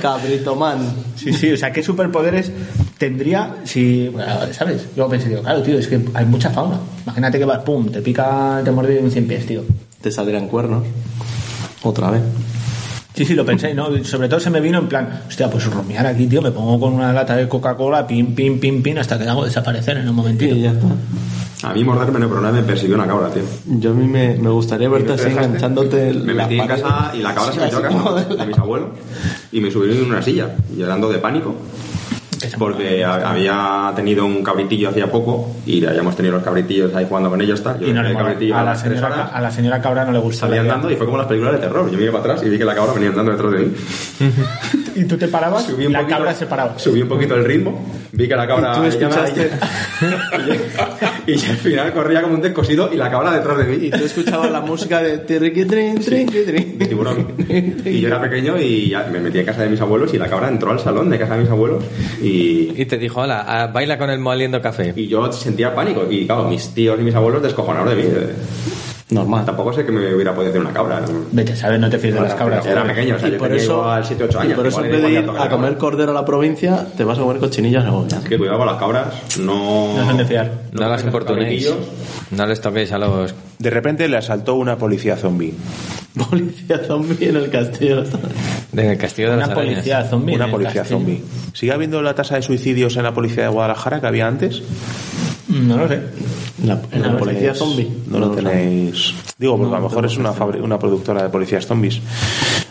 [SPEAKER 4] Cabrito man.
[SPEAKER 3] Sí, sí, o sea, ¿qué superpoderes tendría si. bueno, ¿Sabes? Yo pensé, digo, claro, tío, es que hay mucha fauna. Imagínate que vas, pum, te pica, te muerde un cien pies, tío.
[SPEAKER 4] Te saldrán cuernos. Otra vez.
[SPEAKER 3] Sí, sí, lo pensé, ¿no? Sobre todo se me vino en plan, hostia, pues rumiar aquí, tío, me pongo con una lata de Coca-Cola, pim, pim, pim, pim, hasta que la hago desaparecer en un momentito.
[SPEAKER 4] Y ya está.
[SPEAKER 5] A mí morderme no, pero una vez me persiguió una cabra, tío.
[SPEAKER 4] Yo a mí me, me gustaría verte así
[SPEAKER 7] dejaste?
[SPEAKER 4] enganchándote
[SPEAKER 5] Me
[SPEAKER 4] la
[SPEAKER 5] metí en
[SPEAKER 4] pared.
[SPEAKER 5] casa y la cabra se
[SPEAKER 4] Sí,
[SPEAKER 5] metió
[SPEAKER 4] *laughs*
[SPEAKER 5] a
[SPEAKER 4] así como
[SPEAKER 5] casa
[SPEAKER 4] de
[SPEAKER 5] de
[SPEAKER 4] lado.
[SPEAKER 5] mis abuelos y me subieron en una silla, llorando de pánico. Porque ha- había tenido un cabritillo hacía poco y habíamos tenido los cabritillos ahí jugando con ellos. Tal. Yo
[SPEAKER 3] Y no
[SPEAKER 5] dejé
[SPEAKER 3] le
[SPEAKER 5] el
[SPEAKER 3] mola.
[SPEAKER 5] cabritillo
[SPEAKER 3] a la,
[SPEAKER 5] las tres
[SPEAKER 3] señora,
[SPEAKER 5] horas,
[SPEAKER 3] a la señora Cabra no le gusta.
[SPEAKER 5] salí
[SPEAKER 3] la idea.
[SPEAKER 5] andando y fue como las películas de terror. Yo miré para atrás y vi que la cabra venía andando detrás de
[SPEAKER 3] *laughs*
[SPEAKER 5] mí.
[SPEAKER 3] Y tú te parabas
[SPEAKER 5] Subí
[SPEAKER 3] y
[SPEAKER 5] un
[SPEAKER 3] la
[SPEAKER 5] poquito-
[SPEAKER 3] cabra se paraba.
[SPEAKER 5] Subí un poquito el ritmo, vi que la
[SPEAKER 4] Y
[SPEAKER 5] cabra.
[SPEAKER 4] tú
[SPEAKER 5] ya me-
[SPEAKER 4] escuchaste-
[SPEAKER 5] *laughs* Y, ya al final corría como un descosido y la cabra detrás de mí.
[SPEAKER 4] Y tú escuchabas la música de tiriqui, trin, trinqui, trin.
[SPEAKER 5] de tiburón. Y yo era pequeño y ya me metí en casa de mis abuelos y la cabra entró al salón de casa de mis abuelos y,
[SPEAKER 6] Y te dijo, hola, ah, baila con el moliendo café.
[SPEAKER 5] y yo sentía pánico. Y claro, mis tíos y mis abuelos descojonaron de mí.
[SPEAKER 4] Normal.
[SPEAKER 5] Tampoco sé que me hubiera podido hacer una cabra.
[SPEAKER 3] Vete, ¿sabes? No te fíes de las cabras.
[SPEAKER 5] Era pequeño, o sea,
[SPEAKER 4] Y
[SPEAKER 5] yo
[SPEAKER 4] por
[SPEAKER 5] tenía
[SPEAKER 4] eso,
[SPEAKER 5] igual 7 8 años.
[SPEAKER 4] y por eso en
[SPEAKER 5] igual
[SPEAKER 4] vez de
[SPEAKER 5] era
[SPEAKER 4] ir
[SPEAKER 5] igual de
[SPEAKER 4] a comer
[SPEAKER 5] cabra.
[SPEAKER 4] cordero a la provincia, te vas a comer cochinillas a Goya.
[SPEAKER 5] Es que cuidado con las cabras, no...
[SPEAKER 3] No son de fiar.
[SPEAKER 6] No las importunéis.
[SPEAKER 5] cabritillos.
[SPEAKER 6] No les toquéis a los...
[SPEAKER 1] De repente le asaltó una policía zombie.
[SPEAKER 4] *laughs* Policía zombie en el castillo.
[SPEAKER 6] del castillo de las
[SPEAKER 3] Una policía
[SPEAKER 6] arañas.
[SPEAKER 3] zombie. en
[SPEAKER 1] Una
[SPEAKER 3] el
[SPEAKER 1] policía
[SPEAKER 3] castillo.
[SPEAKER 1] zombie. ¿Sigue habiendo la tasa de suicidios en la policía de Guadalajara que había antes?
[SPEAKER 3] Mm, No lo sé.
[SPEAKER 4] La, en la
[SPEAKER 3] No,
[SPEAKER 4] policía
[SPEAKER 3] es-
[SPEAKER 4] zombie.
[SPEAKER 1] No lo tenéis. Digo, porque a lo mejor es una, fabri- una productora de policías zombies.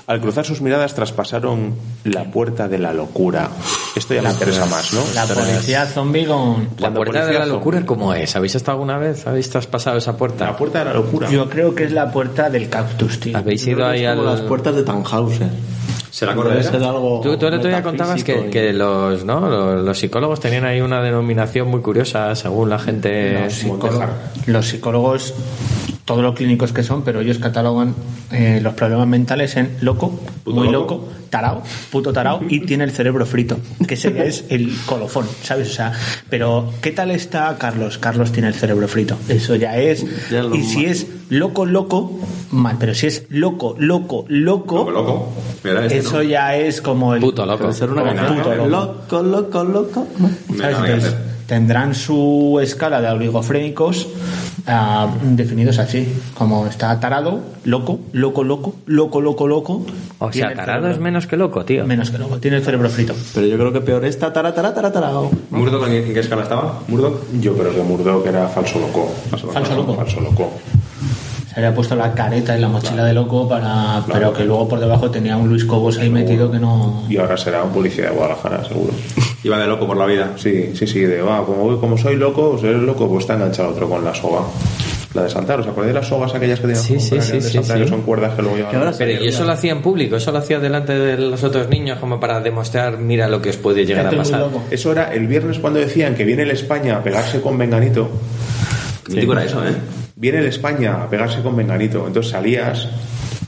[SPEAKER 1] Al cruzar sus miradas traspasaron la puerta de la locura. Esto ya me interesa más, ¿no?
[SPEAKER 3] La policía zombie con.
[SPEAKER 6] La
[SPEAKER 1] Cuando
[SPEAKER 6] puerta de
[SPEAKER 1] policía
[SPEAKER 6] la locura,
[SPEAKER 1] zombie.
[SPEAKER 6] ¿cómo es? ¿Habéis estado alguna vez? ¿Habéis traspasado esa
[SPEAKER 1] La
[SPEAKER 6] puerta?
[SPEAKER 1] puerta de la locura.
[SPEAKER 3] Yo creo que es la puerta del cactus, tío.
[SPEAKER 6] ¿Habéis
[SPEAKER 4] Yo
[SPEAKER 6] ido
[SPEAKER 4] creo que
[SPEAKER 6] ahí
[SPEAKER 4] es
[SPEAKER 6] al...?
[SPEAKER 4] como las puertas de Tannhauser.
[SPEAKER 5] ¿Será
[SPEAKER 4] Debe ser
[SPEAKER 5] cordera?
[SPEAKER 4] algo
[SPEAKER 6] Tú, tú el otro día contabas
[SPEAKER 4] metafísico
[SPEAKER 6] que,
[SPEAKER 4] y-
[SPEAKER 6] que los, ¿no? los, los psicólogos tenían ahí una denominación muy curiosa según la gente...
[SPEAKER 3] Los psicólogos, los psicólogos, todos los clínicos que son, pero ellos catalogan eh, los problemas mentales en loco,
[SPEAKER 5] Puto
[SPEAKER 3] muy
[SPEAKER 5] loco.
[SPEAKER 3] loco, tarao, puto tarao y tiene el cerebro frito, que ese ya es el colofón, ¿sabes? O sea, pero ¿qué tal está Carlos? Carlos tiene el cerebro frito, eso ya es.
[SPEAKER 4] Ya lo
[SPEAKER 3] y si
[SPEAKER 4] mal.
[SPEAKER 3] es loco, loco, mal, pero si es loco, loco,
[SPEAKER 5] Loco,
[SPEAKER 3] loco,
[SPEAKER 5] loco. Mira, este,
[SPEAKER 3] eso
[SPEAKER 5] ¿no?
[SPEAKER 3] ya es como el
[SPEAKER 6] Puto loco.
[SPEAKER 4] Debe ser una
[SPEAKER 3] Como
[SPEAKER 4] canción.
[SPEAKER 3] puto loco.
[SPEAKER 4] Loco, loco, loco. ¿no?
[SPEAKER 5] Venga,
[SPEAKER 3] ¿Sabes?
[SPEAKER 5] venga,
[SPEAKER 3] Entonces,
[SPEAKER 5] hacer.
[SPEAKER 3] tendrán su escala de oligofrénicos ah, definidos así, como está tarado, loco, loco, loco, loco, loco, loco.
[SPEAKER 6] O
[SPEAKER 3] tiene
[SPEAKER 6] sea,
[SPEAKER 3] el
[SPEAKER 6] tarado
[SPEAKER 3] cerebro-
[SPEAKER 6] es menos que loco, tío.
[SPEAKER 3] menos que loco, tiene el cerebro frito.
[SPEAKER 4] Pero yo creo que peor está tara, tara, tara, tara.
[SPEAKER 5] ¿Murdoch en, en qué escala estaba? ¿Murdoch?
[SPEAKER 1] Yo creo que Murdoch era falso loco.
[SPEAKER 3] Falso loco.
[SPEAKER 1] Falso loco.
[SPEAKER 3] Se había puesto la careta y la mochila de loco para, pero que luego por debajo tenía un Luis Cobos ahí metido que no.
[SPEAKER 1] Y ahora será un policía de Guadalajara, seguro.
[SPEAKER 5] Iba de loco por la vida.
[SPEAKER 1] Sí, sí, sí, de va, como, voy- como soy loco, soy loco, pues está enganchado otro con la soga. La de Santar, ¿os acordáis de las sogas aquellas que tenían
[SPEAKER 6] Sí,
[SPEAKER 1] que
[SPEAKER 6] sí,
[SPEAKER 1] comprar,
[SPEAKER 6] sí,
[SPEAKER 1] que eran de
[SPEAKER 6] sí,
[SPEAKER 1] Santar,
[SPEAKER 6] sí.
[SPEAKER 1] que son cuerdas que luego llevan-
[SPEAKER 4] Que ahora
[SPEAKER 6] Pero yo eso lo hacía en público, eso lo hacía delante de los otros niños como para demostrar, mira lo que os puede llegar a
[SPEAKER 3] Gente muy
[SPEAKER 6] pasar.
[SPEAKER 3] loco.
[SPEAKER 1] Eso era el viernes cuando decían que viene el España a pegarse con Venganito.
[SPEAKER 5] Mítico era eso, ¿eh?
[SPEAKER 1] Viene el España a pegarse con Venganito. Entonces salías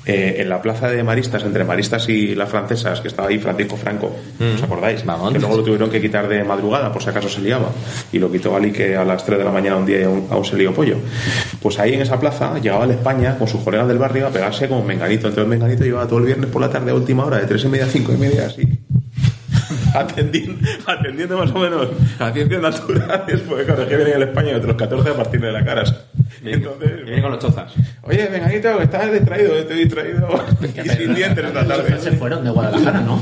[SPEAKER 1] eh, en la plaza de maristas, entre maristas y las francesas, que estaba ahí Francisco Franco,
[SPEAKER 5] Mm.
[SPEAKER 1] ¿os acordáis?
[SPEAKER 6] Vamos.
[SPEAKER 1] Que luego lo tuvieron que quitar de madrugada, por si acaso se liaba. Y lo quitó Ali que a las 3 de la mañana un día y aún, aún se lió pollo. Pues ahí en esa plaza llegaba la España con sus colegas del barrio a pegarse con Menganito. Entonces Menganito llevaba todo el viernes por la tarde a última hora, de 3 y media a 5 y media, así. Atendiendo, atendiendo más o menos a ciencias naturales, porque claro, es que vienen el España de los 14 a partir de la caras. Entonces,
[SPEAKER 5] Viene con los chozas.
[SPEAKER 1] Oye, Menganito, que estás distraído, estoy *laughs* distraído. Y sin dientes esta
[SPEAKER 3] Se
[SPEAKER 1] tarde.
[SPEAKER 3] fueron de Guadalajara, ¿no?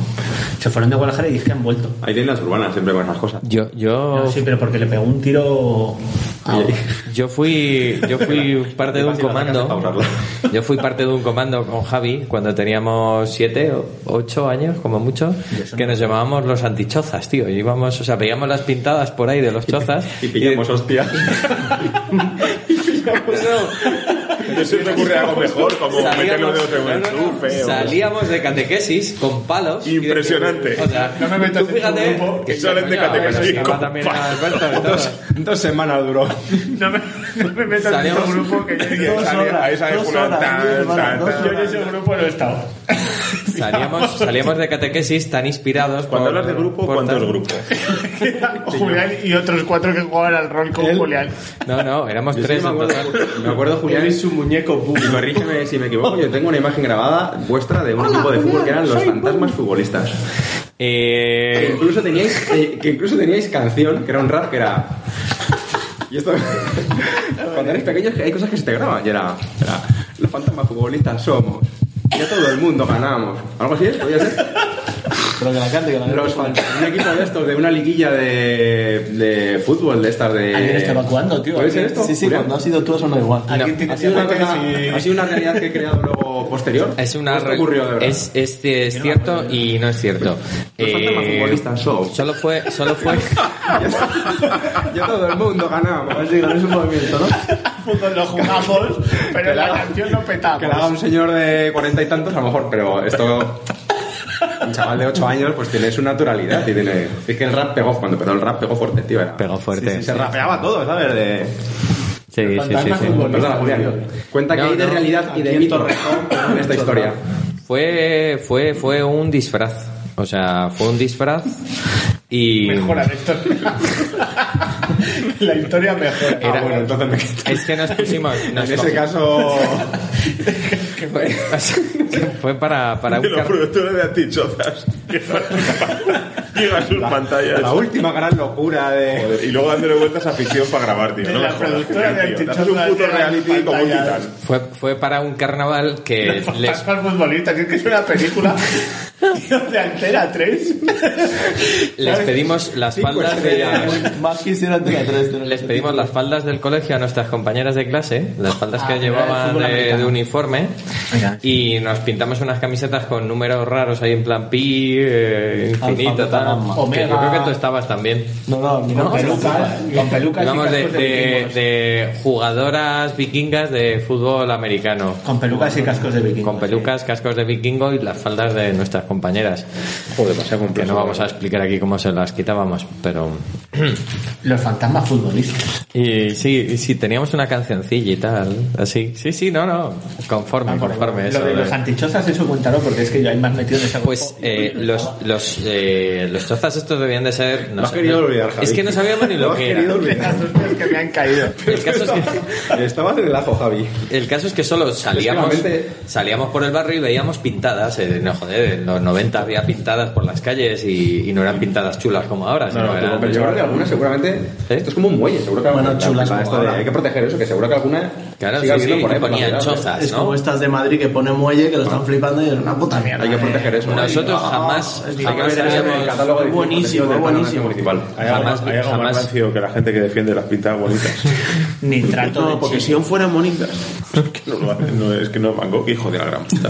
[SPEAKER 3] Se fueron de Guadalajara y es que han vuelto.
[SPEAKER 5] Hay tiendas urbanas siempre con esas cosas.
[SPEAKER 6] Yo, yo,
[SPEAKER 3] No, sí, pero porque le pegó un tiro a...
[SPEAKER 6] yo fui, yo
[SPEAKER 3] *laughs*
[SPEAKER 1] *laughs*
[SPEAKER 6] fui Ah, parte de un
[SPEAKER 5] Fácil, para
[SPEAKER 6] comando.
[SPEAKER 5] usarlo.
[SPEAKER 6] Yo fui parte de un comando con Javi cuando teníamos siete o ocho años, como mucho, que nos llamábamos los antichozas, tío. Y íbamos, o sea, veíamos las pintadas por ahí de los chozas.
[SPEAKER 5] Y pillamos, hostia.
[SPEAKER 6] *laughs*
[SPEAKER 1] Yo se me ocurre algo mejor, como meter los dedos en un
[SPEAKER 6] no, no, no.
[SPEAKER 1] enchufe. o-
[SPEAKER 6] Salíamos de catequesis con palos. y de-
[SPEAKER 1] Impresionante.
[SPEAKER 6] o sea,
[SPEAKER 7] No me metas en
[SPEAKER 6] tú
[SPEAKER 7] tu
[SPEAKER 6] fíjate
[SPEAKER 7] grupo
[SPEAKER 1] que salen de
[SPEAKER 6] coño,
[SPEAKER 1] catequesis
[SPEAKER 6] que nos
[SPEAKER 1] con
[SPEAKER 6] llama también
[SPEAKER 1] palos.
[SPEAKER 6] a Alberto y todo.
[SPEAKER 5] Dos semanas duró.
[SPEAKER 7] No me, no me metas en
[SPEAKER 6] Salíamos-
[SPEAKER 7] ese grupo que yo,
[SPEAKER 1] Y ahí
[SPEAKER 7] yo,
[SPEAKER 1] sale- ahí sale
[SPEAKER 4] dos
[SPEAKER 1] fulano,
[SPEAKER 4] horas,
[SPEAKER 1] tan,
[SPEAKER 4] diez hermanas,
[SPEAKER 1] tan,
[SPEAKER 4] dos
[SPEAKER 1] tan.
[SPEAKER 7] yo en ese grupo no he
[SPEAKER 3] *laughs*
[SPEAKER 7] estado.
[SPEAKER 6] Salíamos, salíamos de catequesis tan inspirados.
[SPEAKER 1] Cuando
[SPEAKER 6] por-
[SPEAKER 1] hablas de grupo,
[SPEAKER 6] por
[SPEAKER 1] ¿cuántos
[SPEAKER 6] tal-
[SPEAKER 1] grupos?
[SPEAKER 7] Julián y otros cuatro que jugaban al rol con Julián.
[SPEAKER 6] No, no, éramos
[SPEAKER 5] Yo sí
[SPEAKER 6] tres
[SPEAKER 5] me,
[SPEAKER 6] en
[SPEAKER 5] acuerdo,
[SPEAKER 6] total.
[SPEAKER 5] me acuerdo, Julián.
[SPEAKER 4] Él y su muñeco
[SPEAKER 5] Y
[SPEAKER 4] público.
[SPEAKER 5] corrígeme si me equivoco, yo tengo una imagen grabada vuestra de un equipo de fútbol que eran los fantasmas futbolistas. Que
[SPEAKER 6] Eh,
[SPEAKER 5] incluso teníais, eh, que incluso teníais canción, que era un rap que era. Y esto. Cuando eres pequeño hay cosas que se te graban. Y era. era, los fantasmas futbolistas somos. Y a todo el mundo ganamos. Algo así es, podía ser.
[SPEAKER 4] Pero que la cante, que la
[SPEAKER 5] Los fan- un equipo de estos, de una liguilla de, de fútbol, de estas de.
[SPEAKER 6] Eh,
[SPEAKER 3] Alguien está
[SPEAKER 7] *laughs*
[SPEAKER 3] evacuando, tío.
[SPEAKER 5] ¿Puede ser esto?
[SPEAKER 4] Sí, sí,
[SPEAKER 5] Julián?
[SPEAKER 4] cuando ha sido tú eso no igual.
[SPEAKER 3] Alguien tiene
[SPEAKER 5] Ha sido, una
[SPEAKER 3] que
[SPEAKER 5] cosa-
[SPEAKER 3] si-
[SPEAKER 5] ha sido una realidad que he creado luego posterior.
[SPEAKER 6] *laughs* es una
[SPEAKER 5] Esto
[SPEAKER 6] re-
[SPEAKER 5] ocurrió de verdad.
[SPEAKER 6] es, es, es cierto y no es cierto. Eh,
[SPEAKER 5] Los fantasmas futbolistas son.
[SPEAKER 6] *laughs* solo fue, solo fue.
[SPEAKER 5] Ya todo el mundo ganamos. Así, con ese movimiento, ¿no?
[SPEAKER 7] Fútbol no jugamos, pero la canción no
[SPEAKER 5] *laughs* Que la haga
[SPEAKER 7] petamos.
[SPEAKER 5] un señor de cuarenta y tantos, a lo mejor, pero esto. Un chaval de ocho años, pues tiene su naturalidad y tiene. Es que el rap pegó, cuando empezó el rap pegó fuerte, tío. Era...
[SPEAKER 6] Pegó fuerte.
[SPEAKER 5] Se rapeaba todo, ¿sabes? De...
[SPEAKER 6] Sí, sí, sí, sí.
[SPEAKER 5] Perdona, Julián. Cuenta que
[SPEAKER 6] No,
[SPEAKER 5] hay de
[SPEAKER 6] no.
[SPEAKER 5] realidad y de mito en
[SPEAKER 7] *laughs*
[SPEAKER 5] esta historia.
[SPEAKER 6] Fue, fue, fue un disfraz. O sea, fue un disfraz y.
[SPEAKER 7] Mejora, Néstor. la historia mejora.
[SPEAKER 6] Era-
[SPEAKER 5] Ah, bueno, entonces me quito.
[SPEAKER 6] Es que
[SPEAKER 5] *laughs*
[SPEAKER 6] nos pusimos. nos
[SPEAKER 5] En ese
[SPEAKER 6] cogimos-
[SPEAKER 5] caso.
[SPEAKER 1] *laughs*
[SPEAKER 6] fue, *laughs* fue para, para un
[SPEAKER 1] De los
[SPEAKER 6] car-
[SPEAKER 1] productores de antichozas.
[SPEAKER 5] *laughs*
[SPEAKER 1] Que Llegan sus pantallas.
[SPEAKER 5] La última gran locura de.
[SPEAKER 1] Joder, Y luego dándole vueltas a ficción para grabar, tío.
[SPEAKER 7] De
[SPEAKER 1] No me
[SPEAKER 7] la
[SPEAKER 1] jodas,
[SPEAKER 7] productora de
[SPEAKER 1] tío. Te haces
[SPEAKER 7] antichozas
[SPEAKER 1] un puto
[SPEAKER 7] llegan
[SPEAKER 1] reality como un
[SPEAKER 7] pantallas.
[SPEAKER 1] titán.
[SPEAKER 6] fue, fue para un
[SPEAKER 5] *laughs*
[SPEAKER 6] carnaval que les,
[SPEAKER 7] Fantasmas futbolistas, es que es una película tío, de Antena 3.
[SPEAKER 6] les pedimos las faldas de,
[SPEAKER 4] Más quisiera Antena 3. pero-
[SPEAKER 6] Les pedimos las faldas del colegio a nuestras compañeras de clase, las faldas que llevaban
[SPEAKER 3] fútbol
[SPEAKER 6] Ah, de,
[SPEAKER 3] americano.
[SPEAKER 6] de uniforme,
[SPEAKER 3] Mira.
[SPEAKER 6] y nos pintamos unas camisetas con números raros ahí en plan pi, eh, infinito,
[SPEAKER 4] Alfa, beta,
[SPEAKER 6] tal.
[SPEAKER 4] gamma.
[SPEAKER 6] Que yo creo que tú estabas también.
[SPEAKER 4] No, no, mi
[SPEAKER 3] Con
[SPEAKER 4] nombre es
[SPEAKER 3] pelucas, con pelucas y
[SPEAKER 6] Íbamos de,
[SPEAKER 3] cascos de
[SPEAKER 6] de-
[SPEAKER 3] vikingos.
[SPEAKER 6] de jugadoras vikingas de fútbol americano.
[SPEAKER 3] Con pelucas y cascos de vikingos.
[SPEAKER 6] Con pelucas, cascos de vikingo y las faldas de nuestras compañeras.
[SPEAKER 5] Joder, demasiado
[SPEAKER 6] Que
[SPEAKER 5] complejo.
[SPEAKER 6] no vamos a explicar aquí cómo se las quitábamos, pero...
[SPEAKER 3] Los fantasmas futbolistas.
[SPEAKER 6] Y sí, y sí, teníamos una cancioncilla y tal, así. Sí, sí, no, no, conforme, conforme. eso
[SPEAKER 3] Ah, Lo de
[SPEAKER 6] de-
[SPEAKER 3] los antichozas, eso cuéntalo, porque es que yo ahí me has metido en esa
[SPEAKER 6] Pues eh, los, los, eh, los chozas estos debían de ser... No
[SPEAKER 5] Lo has querido olvidar, Javi.
[SPEAKER 6] Es que no
[SPEAKER 5] *laughs*
[SPEAKER 6] sabíamos ni lo
[SPEAKER 5] has
[SPEAKER 6] que
[SPEAKER 5] querido
[SPEAKER 6] era.
[SPEAKER 5] olvidar.
[SPEAKER 7] Las hostias que me han caído.
[SPEAKER 6] El caso es
[SPEAKER 5] *laughs*
[SPEAKER 6] que...
[SPEAKER 5] Estabas en el ajo, Javi.
[SPEAKER 6] El caso es que solo salíamos,
[SPEAKER 5] realmente-
[SPEAKER 6] salíamos por el barrio y veíamos pintadas. eh, no, joder, en los 90 había pintadas por las calles y, y no eran pintadas chulas como ahora. sino eran-
[SPEAKER 5] Pero yo creo que alguna seguramente. Esto es como un muelle, seguro que alguna. chula, esto de- hay que proteger eso, que seguro que alguna.
[SPEAKER 6] Claro,
[SPEAKER 5] sigue
[SPEAKER 6] sí, sí,
[SPEAKER 5] habiendo por ahí, por la
[SPEAKER 6] ponían
[SPEAKER 5] ciudad,
[SPEAKER 6] chozas,
[SPEAKER 4] Es
[SPEAKER 6] ¿no?
[SPEAKER 4] como estas de Madrid que ponen muelle que lo están flipando y es una puta mierda.
[SPEAKER 5] Hay que proteger eso.
[SPEAKER 6] Nosotros
[SPEAKER 5] Hay
[SPEAKER 6] jamás,
[SPEAKER 4] es que
[SPEAKER 5] que ver
[SPEAKER 6] jamás
[SPEAKER 5] eso en el
[SPEAKER 6] habíamos-
[SPEAKER 5] catálogo de
[SPEAKER 4] Buenísimo,
[SPEAKER 5] del Plan Nacional
[SPEAKER 4] buenísimo.
[SPEAKER 5] Municipal.
[SPEAKER 1] Hay algo,
[SPEAKER 6] Jamás-
[SPEAKER 1] más, hay algo
[SPEAKER 6] jamás-
[SPEAKER 1] más rancio que la gente que defiende las pintadas bonitas.
[SPEAKER 3] Ni trato
[SPEAKER 4] No,
[SPEAKER 3] de
[SPEAKER 4] porque
[SPEAKER 3] chiste.
[SPEAKER 4] si aún fueran bonitas.
[SPEAKER 1] Que no lo hacen, no, es que no es Van Gogh, hijo de la gran puta.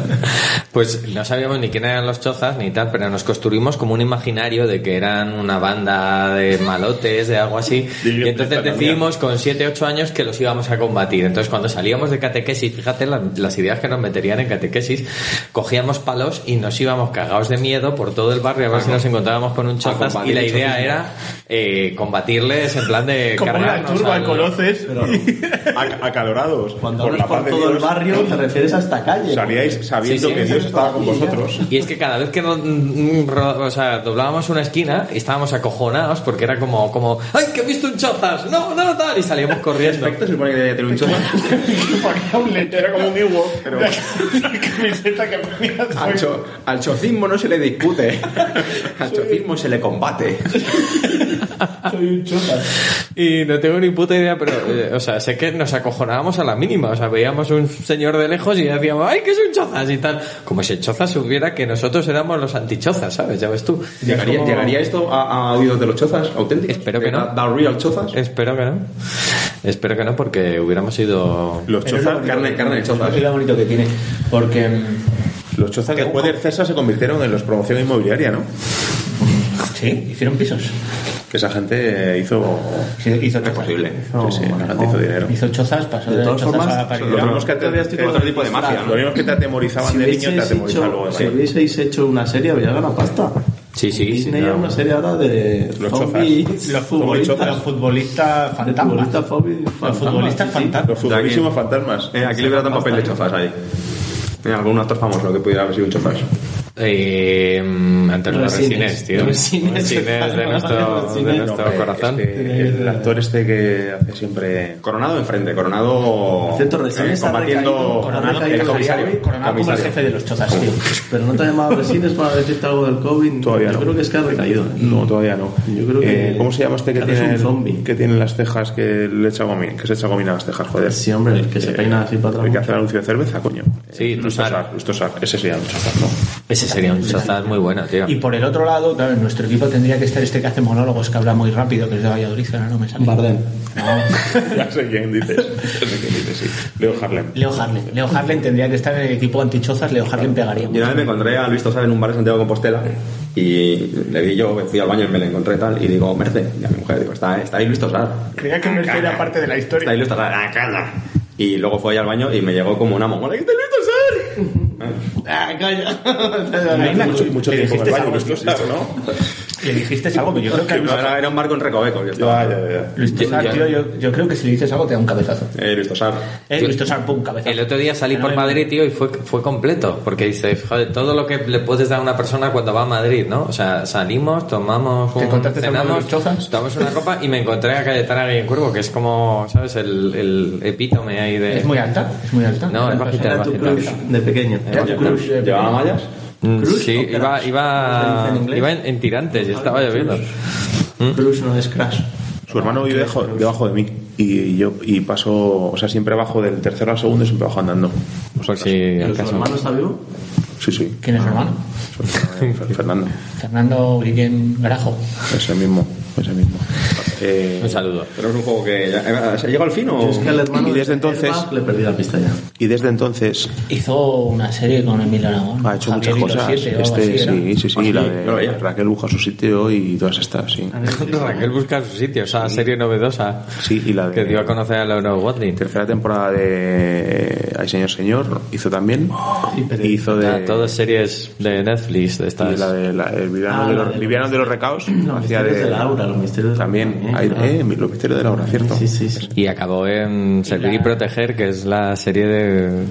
[SPEAKER 6] Pues no sabíamos ni quién eran los chozas ni tal, pero nos construimos como un imaginario de que eran una banda de malotes, de algo *laughs* así.
[SPEAKER 1] De
[SPEAKER 6] Y entonces
[SPEAKER 1] libertad
[SPEAKER 6] decidimos con 7, 8 años que los íbamos a combatir. Entonces cuando salíamos de catequesis, fíjate la- las ideas que nos meterían en catequesis, cogíamos palos y nos íbamos cagados de miedo por todo el barrio a ver si nos encontrábamos con un chozas.
[SPEAKER 5] combatir
[SPEAKER 6] Y la
[SPEAKER 5] el
[SPEAKER 6] idea
[SPEAKER 5] chozismo.
[SPEAKER 6] era eh, combatirles en plan de
[SPEAKER 7] Como una
[SPEAKER 6] cargarnos
[SPEAKER 7] turba
[SPEAKER 6] al-
[SPEAKER 7] conoces.
[SPEAKER 1] Ac- acalorados
[SPEAKER 4] Cuando
[SPEAKER 1] por la
[SPEAKER 4] hablas por
[SPEAKER 1] aparte
[SPEAKER 4] todo el
[SPEAKER 1] Dios-
[SPEAKER 4] barrio, te refieres a esta calle.
[SPEAKER 1] Salíais sabiendo
[SPEAKER 6] Sí, sí.
[SPEAKER 1] que Dios estaba con vosotros.
[SPEAKER 6] Y es que cada vez que no- mm, ro- o sea, doblábamos una esquina estábamos acojonados porque era como, como ¡ay, que he visto un chozas! ¡No, no, tal! Y salíamos corriendo.
[SPEAKER 5] Perfecto, se supone que debería tener un choza.
[SPEAKER 7] *laughs* Ponía un lechero como un Ewok,
[SPEAKER 1] pero-
[SPEAKER 7] Una camiseta que ponía
[SPEAKER 5] Al, cho- al chocismo no se le discute. *laughs* Al chocismo se le combate.
[SPEAKER 7] Soy un chota.
[SPEAKER 6] *laughs* Y no tengo ni puta idea, pero, eh, o sea, sé que nos acojonábamos a la mínima. O sea, veíamos un señor de lejos y decíamos, ¡ay, que es un chozas! Y tal. Como si el chozas supiera que nosotros éramos los antichozas, ¿sabes? Ya ves tú.
[SPEAKER 5] ¿Llegaría, ¿llegaría esto a, a oídos de los chozas auténticos?
[SPEAKER 6] Espero que no.
[SPEAKER 5] ¿Da da real chozas?
[SPEAKER 6] Espero que no. Espero que no, porque hubiéramos ido.
[SPEAKER 1] Los chozas,
[SPEAKER 5] Carne, carne de chozas.
[SPEAKER 3] Es lo bonito que tiene. Porque. mm,
[SPEAKER 1] los chozas después del César se convirtieron en los promoción inmobiliaria, ¿no?
[SPEAKER 3] Sí, hicieron pisos.
[SPEAKER 1] Que esa gente hizo.
[SPEAKER 3] Sí, hizo chozas.
[SPEAKER 5] Posible.
[SPEAKER 1] sí, sí, la gente hizo dinero.
[SPEAKER 3] Hizo chozas, pasó de,
[SPEAKER 4] De todas
[SPEAKER 3] chozas
[SPEAKER 4] formas,
[SPEAKER 3] a
[SPEAKER 1] Lo
[SPEAKER 3] paridad.
[SPEAKER 1] mismo que te, eh,
[SPEAKER 5] Todavía estoy con otro tipo de magia, ¿no?
[SPEAKER 1] Lo mismo que te atemorizaban
[SPEAKER 4] Si
[SPEAKER 1] de niño, te
[SPEAKER 4] hubieseis,
[SPEAKER 1] atemorizan luego
[SPEAKER 4] hecho,
[SPEAKER 1] de
[SPEAKER 4] si
[SPEAKER 1] mayor.
[SPEAKER 4] hubieseis hecho una serie, habría ganado pasta.
[SPEAKER 6] Sí, sí, sí,
[SPEAKER 4] Disney
[SPEAKER 6] no.
[SPEAKER 4] era una serie ahora de
[SPEAKER 1] Los
[SPEAKER 4] zombies,
[SPEAKER 1] chozas.
[SPEAKER 4] *laughs*
[SPEAKER 3] Los
[SPEAKER 1] futbolistas.
[SPEAKER 3] futbolistas, los futbolistas
[SPEAKER 4] de
[SPEAKER 3] fantasmas.
[SPEAKER 4] futbolistas zombies,
[SPEAKER 3] Los
[SPEAKER 4] fantasmas,
[SPEAKER 3] futbolistas
[SPEAKER 4] sí, sí.
[SPEAKER 3] fantasmas.
[SPEAKER 1] Los futbolísimos fantasmas.
[SPEAKER 5] Eh, aquí le hubiera dado un papel de chozas ahí. Eh, algún actor famoso que pudiera haber sido un chozas.
[SPEAKER 6] Eh, mm, ante los
[SPEAKER 4] Resines.
[SPEAKER 6] resines, tío.
[SPEAKER 4] Resines.
[SPEAKER 6] Resines de nuestro, de
[SPEAKER 4] Resines.
[SPEAKER 6] nuestro
[SPEAKER 1] Hombre,
[SPEAKER 6] corazón.
[SPEAKER 1] este, el actor este que hace siempre.
[SPEAKER 5] Coronado enfrente, coronado. eh,
[SPEAKER 4] Cierto, recién está recaído,
[SPEAKER 5] combatiendo.
[SPEAKER 4] coronado
[SPEAKER 5] el
[SPEAKER 4] como
[SPEAKER 5] comisario.
[SPEAKER 3] Coronado como el
[SPEAKER 5] comisario.
[SPEAKER 3] jefe de los chozas, tío.
[SPEAKER 4] Pero no te ha llamado Resines para decirte algo del COVID.
[SPEAKER 1] Todavía
[SPEAKER 4] Yo
[SPEAKER 1] no.
[SPEAKER 4] creo que es que ha recaído. ¿eh?
[SPEAKER 1] No, todavía no.
[SPEAKER 4] Yo creo que-
[SPEAKER 1] Eh, ¿Cómo se llama este que
[SPEAKER 4] Ahora es
[SPEAKER 1] tiene,
[SPEAKER 4] un
[SPEAKER 1] el-
[SPEAKER 4] zombi.
[SPEAKER 1] que tiene las cejas que le echa gomina? Que se echa gomina a las cejas, joder.
[SPEAKER 4] Sí, hombre, el que se
[SPEAKER 1] Eh,
[SPEAKER 4] peina así para
[SPEAKER 1] El que
[SPEAKER 4] atrás.
[SPEAKER 1] hace el anuncio de cerveza, coño.
[SPEAKER 6] Sí, Eh, Tusar.
[SPEAKER 1] Tusar. Tusar. Ese sería un Tusar, ¿no?
[SPEAKER 6] Ese sería un chazaz muy bueno, tío.
[SPEAKER 3] Y por el otro lado, claro, en nuestro equipo tendría que estar este que hace monólogos, que habla muy rápido, que es de Valladolid, que ahora no me sale.
[SPEAKER 4] Bardem.
[SPEAKER 3] No.
[SPEAKER 1] *laughs* ya sé quién dices. Ya sé quién dices, sí. Leo Harlem.
[SPEAKER 3] Leo Harlen. Leo Harlen tendría que estar en el equipo antichozas, Leo Harlen pegaría.
[SPEAKER 5] Yo una vez me encontré a Luis Tosar en un bar de Santiago de Compostela y le vi yo, fui al baño y me lo encontré tal y digo, Merce, y a mi mujer digo, está, está ahí Luis Tosar.
[SPEAKER 7] Creía que me era parte de la
[SPEAKER 5] Está ahí
[SPEAKER 7] historia.
[SPEAKER 5] Luis Tosar, ah, calla. Y luego fue allá al baño y me llegó como una mongola, ¿qué está Luis Tosar? Ah, calla.
[SPEAKER 3] Ahí me-
[SPEAKER 1] Mucho, y mucho
[SPEAKER 3] le
[SPEAKER 1] tiempo en el
[SPEAKER 3] dijiste
[SPEAKER 1] baño,
[SPEAKER 3] algo,
[SPEAKER 1] Luis Tusar, ¿no?
[SPEAKER 3] Le dijiste algo que yo creo que a Luis,
[SPEAKER 5] No, era, era un barco en recoveco, yo estaba.
[SPEAKER 1] Ya, ya, ya.
[SPEAKER 3] Luis Tosar, tío, yo, yo creo que si le dices algo te da un cabezazo.
[SPEAKER 5] Eh, Luis Tosar.
[SPEAKER 3] Eh, Luis Tosar, pum, cabezazo.
[SPEAKER 6] El otro día salí
[SPEAKER 3] Que no
[SPEAKER 6] por
[SPEAKER 3] eh, le-
[SPEAKER 6] Madrid, tío, y fue, fue completo. Porque dices, joder, todo lo que le puedes dar a una persona cuando va a Madrid, ¿no? O sea, salimos, tomamos,
[SPEAKER 3] ¿Te encontraste a uno de los chozas?
[SPEAKER 6] tomamos una copa y me encontré a Cayetana Guillencuervo, que es como, ¿sabes? El, el epítome ahí de...
[SPEAKER 3] Es muy alta, es muy alta.
[SPEAKER 6] No, es bajita, es
[SPEAKER 4] Era tu
[SPEAKER 6] bajita.
[SPEAKER 4] crush de pequeño.
[SPEAKER 6] Era tu crush.
[SPEAKER 5] ¿Llevaba mallas?
[SPEAKER 6] Mm,
[SPEAKER 4] ¿Crush
[SPEAKER 6] Sí,
[SPEAKER 4] o crush?
[SPEAKER 6] iba,
[SPEAKER 4] ¿Cómo se
[SPEAKER 6] iba,
[SPEAKER 4] dice en inglés?
[SPEAKER 6] iba en, ¿Mm? en tirantes y estaba lloviendo.
[SPEAKER 4] Crush no es crash.
[SPEAKER 1] Su hermano vive dejo- debajo de mí y yo y paso, o sea, siempre bajo del tercero al segundo y siempre bajo andando.
[SPEAKER 6] Por si
[SPEAKER 4] ¿Pero su
[SPEAKER 6] acaso.
[SPEAKER 4] hermano está vivo?
[SPEAKER 1] Sí, sí.
[SPEAKER 3] ¿Quién es su hermano?
[SPEAKER 1] Su hermano, Fernando,
[SPEAKER 3] Fernando Guillén Garajo.
[SPEAKER 1] ese mismo, ese mismo. Eh,
[SPEAKER 6] Un saludo.
[SPEAKER 5] Pero es un juego que. ya- ¿Se llegó al fin o.?
[SPEAKER 4] Es que al hermano
[SPEAKER 1] Y desde
[SPEAKER 4] de
[SPEAKER 1] entonces-
[SPEAKER 4] Airbag le perdí la pista ya.
[SPEAKER 1] y desde entonces
[SPEAKER 3] Hizo una serie con Emilio Aragón.
[SPEAKER 1] ha hecho
[SPEAKER 3] Javier
[SPEAKER 1] muchas
[SPEAKER 3] y los
[SPEAKER 1] cosas.
[SPEAKER 3] siete o algo
[SPEAKER 1] Este,
[SPEAKER 3] así era.
[SPEAKER 1] sí, sí, sí, la
[SPEAKER 5] yo lo veía.
[SPEAKER 1] de Raquel Buja a su sitio y todas estas, sí.
[SPEAKER 6] *laughs* Raquel busca su sitio, o sea, serie novedosa.
[SPEAKER 1] Sí, y la de
[SPEAKER 6] Que dio a conocer a Laura Watling.
[SPEAKER 1] tercera temporada de Ay señor señor hizo también
[SPEAKER 4] pero-
[SPEAKER 1] Y hizo de
[SPEAKER 6] Ah, todas series de Netflix de
[SPEAKER 1] y
[SPEAKER 6] estas.
[SPEAKER 1] la de la- el liviano,
[SPEAKER 4] Ah,
[SPEAKER 1] de
[SPEAKER 4] la
[SPEAKER 1] los,
[SPEAKER 4] de-
[SPEAKER 1] liviano de los recaos
[SPEAKER 4] Los
[SPEAKER 1] hacía
[SPEAKER 4] misterios de Laura, los misterios de Laura.
[SPEAKER 1] también hay,
[SPEAKER 4] claro.
[SPEAKER 1] eh, los misterios de Laura cierto
[SPEAKER 4] Sí, sí, sí.
[SPEAKER 6] Y acabó en Servir y,
[SPEAKER 3] la-
[SPEAKER 6] Proteger, que es la serie de.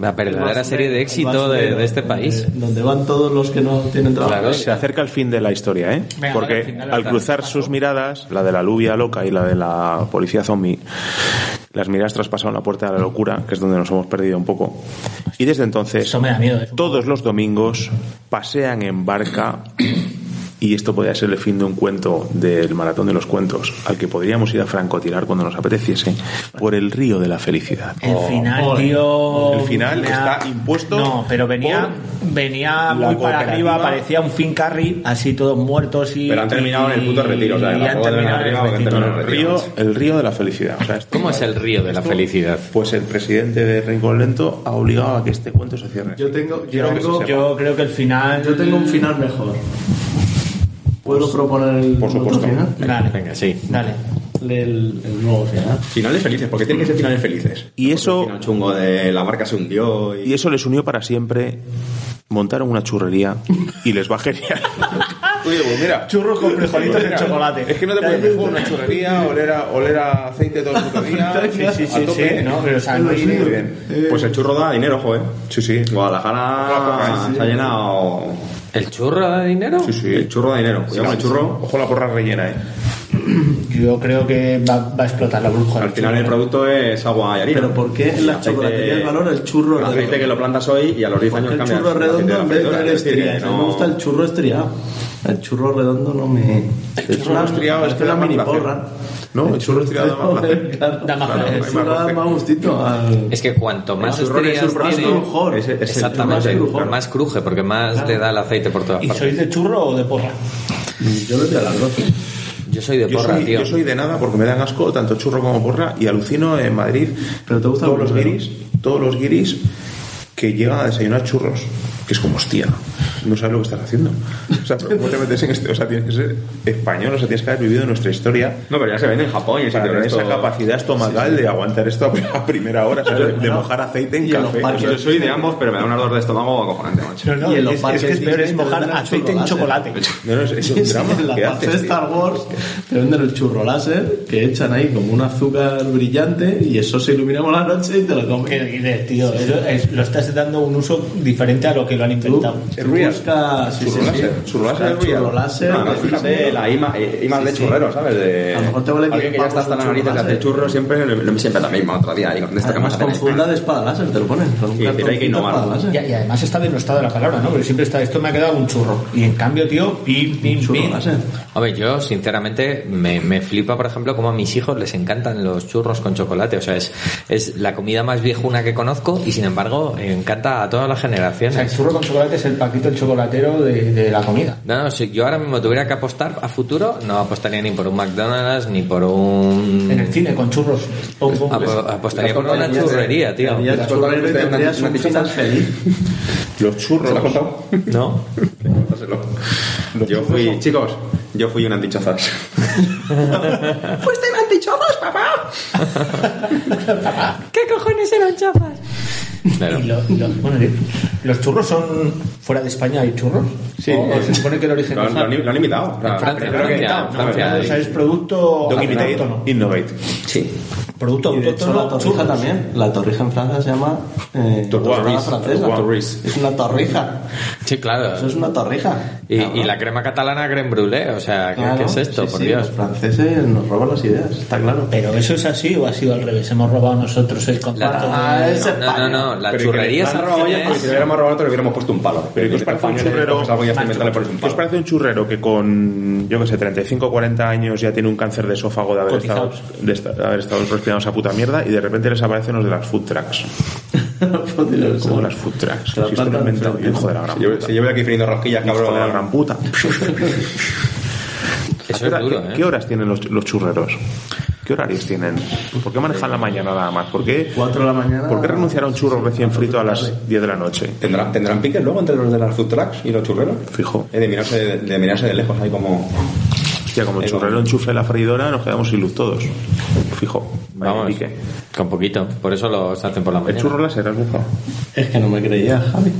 [SPEAKER 6] La verdadera serie de éxito de, de este país.
[SPEAKER 4] Donde, donde van todos los que no tienen trabajo.
[SPEAKER 6] Claro.
[SPEAKER 1] Se acerca el fin de la historia, ¿eh?
[SPEAKER 3] Venga,
[SPEAKER 1] Porque
[SPEAKER 3] al final,
[SPEAKER 1] al
[SPEAKER 3] otra.
[SPEAKER 1] cruzar sus miradas, la de la lluvia loca y la de la policía zombie, las miradas traspasaron la puerta de la locura, que es donde nos hemos perdido un poco. Y desde entonces,
[SPEAKER 3] Eso me da miedo. ¿eh? es un-
[SPEAKER 1] todos los domingos pasean en barca y esto podría ser el fin de un cuento del maratón de los cuentos, al que podríamos ir a francotirar cuando nos apeteciese por el río de la felicidad.
[SPEAKER 3] El final,
[SPEAKER 1] Ole.
[SPEAKER 3] tío.
[SPEAKER 1] Oh, El final
[SPEAKER 3] me
[SPEAKER 1] está impuesto
[SPEAKER 3] No, pero venía,
[SPEAKER 1] por
[SPEAKER 3] venía
[SPEAKER 1] la
[SPEAKER 3] muy para
[SPEAKER 1] cooperativa.
[SPEAKER 3] arriba, parecía un fin carry, así todos muertos y.
[SPEAKER 5] Pero han terminado en el puto retiro, o sea,
[SPEAKER 3] y
[SPEAKER 5] la
[SPEAKER 3] han
[SPEAKER 5] boda de
[SPEAKER 3] terminado en el
[SPEAKER 5] arriba, porque han
[SPEAKER 3] retiro.
[SPEAKER 5] terminado en el
[SPEAKER 1] El río, el río de la felicidad. O sea, esto-
[SPEAKER 6] ¿Cómo es el río de la felicidad?
[SPEAKER 1] Pues el presidente de Rincón Lento ha obligado a que este cuento se cierre.
[SPEAKER 4] Yo tengo, yo,
[SPEAKER 1] Quiero que
[SPEAKER 4] tengo,
[SPEAKER 1] se sepa.
[SPEAKER 3] Yo creo que el final.
[SPEAKER 4] yo tengo un final mejor. ¿Puedo proponer el
[SPEAKER 1] por
[SPEAKER 4] otro
[SPEAKER 1] supuesto.
[SPEAKER 4] final?
[SPEAKER 3] Dale.
[SPEAKER 6] Venga, sí.
[SPEAKER 3] Dale.
[SPEAKER 4] El, el nuevo final.
[SPEAKER 5] Finales felices, porque tienen que ser finales felices.
[SPEAKER 1] Y
[SPEAKER 5] El
[SPEAKER 1] eso,
[SPEAKER 5] final chungo de la barca se hundió y.
[SPEAKER 1] y eso les unió para siempre. Montaron una churrería y les va genial. *laughs* Oye, pues mira.
[SPEAKER 3] Churros con frijolitos en
[SPEAKER 1] Mira,
[SPEAKER 3] chocolate.
[SPEAKER 1] Es que no te puedes mejor una churrería, oler a, oler a aceite todo
[SPEAKER 3] *laughs*
[SPEAKER 1] el puto día.
[SPEAKER 3] Sí, sí, sí,
[SPEAKER 1] a tope.
[SPEAKER 3] sí, Eh. no, pero, o sea, no
[SPEAKER 1] Muy
[SPEAKER 3] hay-
[SPEAKER 1] bien.
[SPEAKER 5] Pues el churro da dinero, joder.
[SPEAKER 1] Sí, sí.
[SPEAKER 5] Guadalajara se ha llenado.
[SPEAKER 6] ¿El churro da dinero?
[SPEAKER 1] Sí, sí.
[SPEAKER 5] El churro da dinero. Cuidado con el churro.
[SPEAKER 1] Ojo la porra rellena, eh.
[SPEAKER 3] Yo creo que va, va a explotar la bruja.
[SPEAKER 5] Al final el producto es agua y harina.
[SPEAKER 4] Pero ¿por qué en las
[SPEAKER 5] Aceite-
[SPEAKER 4] chocolaterías valora el churro
[SPEAKER 5] El aceite
[SPEAKER 4] redondo?
[SPEAKER 5] que lo plantas hoy y a los 10
[SPEAKER 4] Porque
[SPEAKER 5] años
[SPEAKER 4] el
[SPEAKER 5] cambia.
[SPEAKER 4] churro
[SPEAKER 5] aceite de
[SPEAKER 4] redondo
[SPEAKER 5] la
[SPEAKER 4] en vez de
[SPEAKER 5] freidora,
[SPEAKER 4] haber
[SPEAKER 5] es decir, que
[SPEAKER 4] estriado.
[SPEAKER 5] no-
[SPEAKER 4] Me gusta el churro estriado. El churro redondo no me. El
[SPEAKER 1] churro estriado es
[SPEAKER 4] es
[SPEAKER 1] que
[SPEAKER 4] una
[SPEAKER 1] da más
[SPEAKER 4] mini
[SPEAKER 1] placer.
[SPEAKER 4] porra.
[SPEAKER 1] No, el churro
[SPEAKER 4] *laughs*
[SPEAKER 1] estriado da más placer.
[SPEAKER 4] Claro,
[SPEAKER 3] Da más
[SPEAKER 4] claro,
[SPEAKER 3] placer.
[SPEAKER 4] El churro da
[SPEAKER 1] Hay más
[SPEAKER 4] más gustito. al-
[SPEAKER 6] Es que cuanto más
[SPEAKER 5] El churro
[SPEAKER 6] estrías
[SPEAKER 5] es el
[SPEAKER 6] tiene-
[SPEAKER 5] brazo.
[SPEAKER 4] mejor.
[SPEAKER 5] Ese- ese es el
[SPEAKER 6] Exactamente,
[SPEAKER 4] churro, claro.
[SPEAKER 6] más cruje, porque más le da el aceite por todas
[SPEAKER 3] ¿Y
[SPEAKER 6] partes.
[SPEAKER 3] sois de churro o de porra?
[SPEAKER 4] Yo lo doy a las dos.
[SPEAKER 6] Yo soy de
[SPEAKER 1] Yo
[SPEAKER 6] porra,
[SPEAKER 1] soy,
[SPEAKER 6] tío.
[SPEAKER 1] yo soy de nada porque me dan asco tanto churro como porra y alucino en Madrid.
[SPEAKER 4] Pero te gustan
[SPEAKER 1] todos
[SPEAKER 4] los
[SPEAKER 1] los
[SPEAKER 4] guiris.
[SPEAKER 1] guiris, todos los guiris que llegan a desayunar churros, que es como hostia. No sabes lo que estás haciendo. O sea, pero ¿cómo te metes en este? O sea, tienes que ser español, o sea, tienes que haber vivido nuestra historia
[SPEAKER 5] No, pero ya se vende en Japón y en
[SPEAKER 1] para
[SPEAKER 5] sitios
[SPEAKER 1] tener
[SPEAKER 5] de
[SPEAKER 1] esa
[SPEAKER 5] estos.
[SPEAKER 1] capacidad estomacal de aguantar esto a- a primera hora, o sea, de, de mojar aceite en
[SPEAKER 4] Y en los
[SPEAKER 1] café.
[SPEAKER 4] parques.
[SPEAKER 1] O sea,
[SPEAKER 5] Yo soy de ambos, pero me da un ardor de estómago acojonante, macho.
[SPEAKER 4] no, Y en los
[SPEAKER 3] es, es que
[SPEAKER 4] parques
[SPEAKER 3] es peor es
[SPEAKER 4] Disney
[SPEAKER 3] mojar
[SPEAKER 4] venden
[SPEAKER 3] aceite en
[SPEAKER 4] chocolate.
[SPEAKER 3] chocolate.
[SPEAKER 1] no, no, es,
[SPEAKER 4] *laughs*
[SPEAKER 1] es un drama.
[SPEAKER 4] en la
[SPEAKER 1] ¿Qué
[SPEAKER 4] parte de
[SPEAKER 1] haces? tío?
[SPEAKER 4] Star Wars te venden el churro láser que echan ahí como un azúcar brillante y eso se ilumina por la noche y te lo comes.
[SPEAKER 3] ¿Qué dices, tío? Eso es- lo estás dando un uso diferente a lo que lo han
[SPEAKER 4] Tú,
[SPEAKER 3] inventado.
[SPEAKER 4] tú
[SPEAKER 1] Es real.
[SPEAKER 4] buscas sí,
[SPEAKER 1] Churro
[SPEAKER 4] sí,
[SPEAKER 1] láser,
[SPEAKER 4] sí.
[SPEAKER 1] churro láser
[SPEAKER 4] Buscas
[SPEAKER 1] es real.
[SPEAKER 4] churro láser,
[SPEAKER 5] Ah, no,
[SPEAKER 4] que
[SPEAKER 5] fíjate,
[SPEAKER 4] dice-
[SPEAKER 5] la IMA, eh, IMA de
[SPEAKER 4] sí.
[SPEAKER 5] churrero, ¿sabes? De...
[SPEAKER 4] A lo mejor te vale
[SPEAKER 5] Alguien que
[SPEAKER 4] diez
[SPEAKER 5] ya está
[SPEAKER 4] pavos
[SPEAKER 5] hasta la
[SPEAKER 4] un
[SPEAKER 5] nariz
[SPEAKER 4] churro
[SPEAKER 5] de
[SPEAKER 4] láser.
[SPEAKER 5] churro, siempre, lo- siempre la misma, otra día. Digo, de esta que más
[SPEAKER 4] Además con
[SPEAKER 5] tenés.
[SPEAKER 4] funda de espada láser te lo ponen. Con un
[SPEAKER 5] Sí, pero hay que
[SPEAKER 4] cartoncito
[SPEAKER 5] innovar.
[SPEAKER 4] espada láser.
[SPEAKER 3] Y, y además está denostado la palabra, ¿no? Pero siempre está, esto me ha quedado un churro. Y en cambio, tío, pim, pim,
[SPEAKER 4] Churro
[SPEAKER 3] pim.
[SPEAKER 4] láser.
[SPEAKER 6] Hombre, yo sinceramente me, me flipa, por ejemplo, como a mis hijos les encantan los churros con chocolate. O sea, es, es la comida más viejuna que conozco y sin embargo encanta a todas las
[SPEAKER 3] O sea, el
[SPEAKER 6] generaciones.
[SPEAKER 3] churro con chocolate es el paquito el chocolatero de, de la comida.
[SPEAKER 6] No, no, si yo ahora mismo tuviera que apostar a futuro, no apostaría ni por un McDonald's ni por un.
[SPEAKER 3] En el cine, con churros. Pum,
[SPEAKER 4] Ah,
[SPEAKER 3] pum. pues,
[SPEAKER 6] Apo- apostaría por una
[SPEAKER 5] compañías de-
[SPEAKER 6] churrería, tío.
[SPEAKER 4] Y el
[SPEAKER 5] Las
[SPEAKER 4] churrero
[SPEAKER 5] cosas que
[SPEAKER 4] tendrías
[SPEAKER 5] te dan
[SPEAKER 4] un
[SPEAKER 5] una
[SPEAKER 4] final feliz.
[SPEAKER 1] Los churros.
[SPEAKER 5] ¿Se lo has contado?
[SPEAKER 6] ¿No?
[SPEAKER 5] Dáselo. Yo fui, chicos, yo fui un antichozas. ¡Fuiste un antichozas, papá!
[SPEAKER 6] ¿Qué cojones eran chafas? Claro.
[SPEAKER 4] pues,
[SPEAKER 3] Y lo- y lo- bueno, y- los churros son fuera de España hay churros.
[SPEAKER 5] Sí,
[SPEAKER 3] O- o
[SPEAKER 5] eh,
[SPEAKER 3] Oh, se supone que el origen
[SPEAKER 5] Lo,
[SPEAKER 3] es-
[SPEAKER 5] lo han- lo han imitado. O sea,
[SPEAKER 6] Francia,
[SPEAKER 5] creo que-
[SPEAKER 6] Francia,
[SPEAKER 5] no,
[SPEAKER 6] Francia.
[SPEAKER 3] o sea, es producto
[SPEAKER 1] Don't imitate,
[SPEAKER 3] autóctono.
[SPEAKER 1] innovate.
[SPEAKER 6] Sí.
[SPEAKER 3] Producto
[SPEAKER 4] Y de hecho,
[SPEAKER 3] autóctono,
[SPEAKER 4] la torrija
[SPEAKER 3] churros.
[SPEAKER 4] también. La torrija en Francia se llama eh,
[SPEAKER 1] Torrija
[SPEAKER 4] torrija francesa.
[SPEAKER 1] Torrija.
[SPEAKER 4] Es una torrija.
[SPEAKER 6] Sí,
[SPEAKER 4] Eso
[SPEAKER 6] claro.
[SPEAKER 4] es una torrija.
[SPEAKER 6] Y, y la crema catalana creme brûlée, o sea, ¿qué,
[SPEAKER 4] Claro.
[SPEAKER 6] qué es esto?
[SPEAKER 4] Sí,
[SPEAKER 6] por
[SPEAKER 4] sí,
[SPEAKER 6] Dios.
[SPEAKER 4] Los franceses nos roban las ideas, *laughs* está claro.
[SPEAKER 3] Pero eso es así o ha sido al revés. Hemos robado nosotros el contrato.
[SPEAKER 4] Ah,
[SPEAKER 3] de-
[SPEAKER 4] es
[SPEAKER 6] No, no, no, la
[SPEAKER 5] Pero
[SPEAKER 6] churrería
[SPEAKER 5] que
[SPEAKER 6] es
[SPEAKER 5] le han robado ya, porque si le hubiéramos robado, te lo hubiéramos puesto un palo.
[SPEAKER 1] ¿eh? Pero ¿qué os parece un
[SPEAKER 5] Españoles,
[SPEAKER 1] churrero?
[SPEAKER 5] coges algo y hasta inventarle por un
[SPEAKER 1] ¿Qué os
[SPEAKER 5] palo.
[SPEAKER 1] parece un churrero que con, yo que sé, 35 o 40 años ya tiene un cáncer de esófago de haber, estado, de esta- de haber estado respirando esa puta mierda y de repente les aparecen los de las food trucks? Como las food trucks.
[SPEAKER 4] Se la
[SPEAKER 1] Si esto lo
[SPEAKER 4] plantan
[SPEAKER 1] he inventado
[SPEAKER 4] frente.
[SPEAKER 1] yo, hijo de la gran
[SPEAKER 5] Si yo,
[SPEAKER 1] puta.
[SPEAKER 5] si yo veo aquí friendo rosquillas,
[SPEAKER 1] Hijo
[SPEAKER 5] cabrón.
[SPEAKER 1] de la gran puta.
[SPEAKER 6] *laughs* Eso
[SPEAKER 1] ¿Qué
[SPEAKER 6] es
[SPEAKER 1] hora-
[SPEAKER 6] duro,
[SPEAKER 1] qué-
[SPEAKER 6] ¿eh?
[SPEAKER 1] ¿Qué horas tienen los, los churreros? ¿Qué horarios tienen? ¿Por qué manejan la mañana nada más? ¿Por qué,
[SPEAKER 4] Cuatro de la mañana.
[SPEAKER 1] ¿por qué renunciar a un churro recién frito a las 10 de la noche?
[SPEAKER 5] ¿Tendrán, ¿Tendrán piques luego entre los de las food trucks y los churreros?
[SPEAKER 1] Fijo.
[SPEAKER 5] Eh, de, mirarse de, de mirarse de lejos ahí como...
[SPEAKER 1] Hostia, como el
[SPEAKER 5] Ahí va.
[SPEAKER 1] churrero enchufe la freidora, nos quedamos sin luz todos. Fijo. Vaya
[SPEAKER 6] Vamos,
[SPEAKER 1] pique.
[SPEAKER 6] con poquito. Por eso los hacen por la
[SPEAKER 1] El
[SPEAKER 6] mañana.
[SPEAKER 1] churro láser has buscado.
[SPEAKER 4] Es que no me creía, Javi.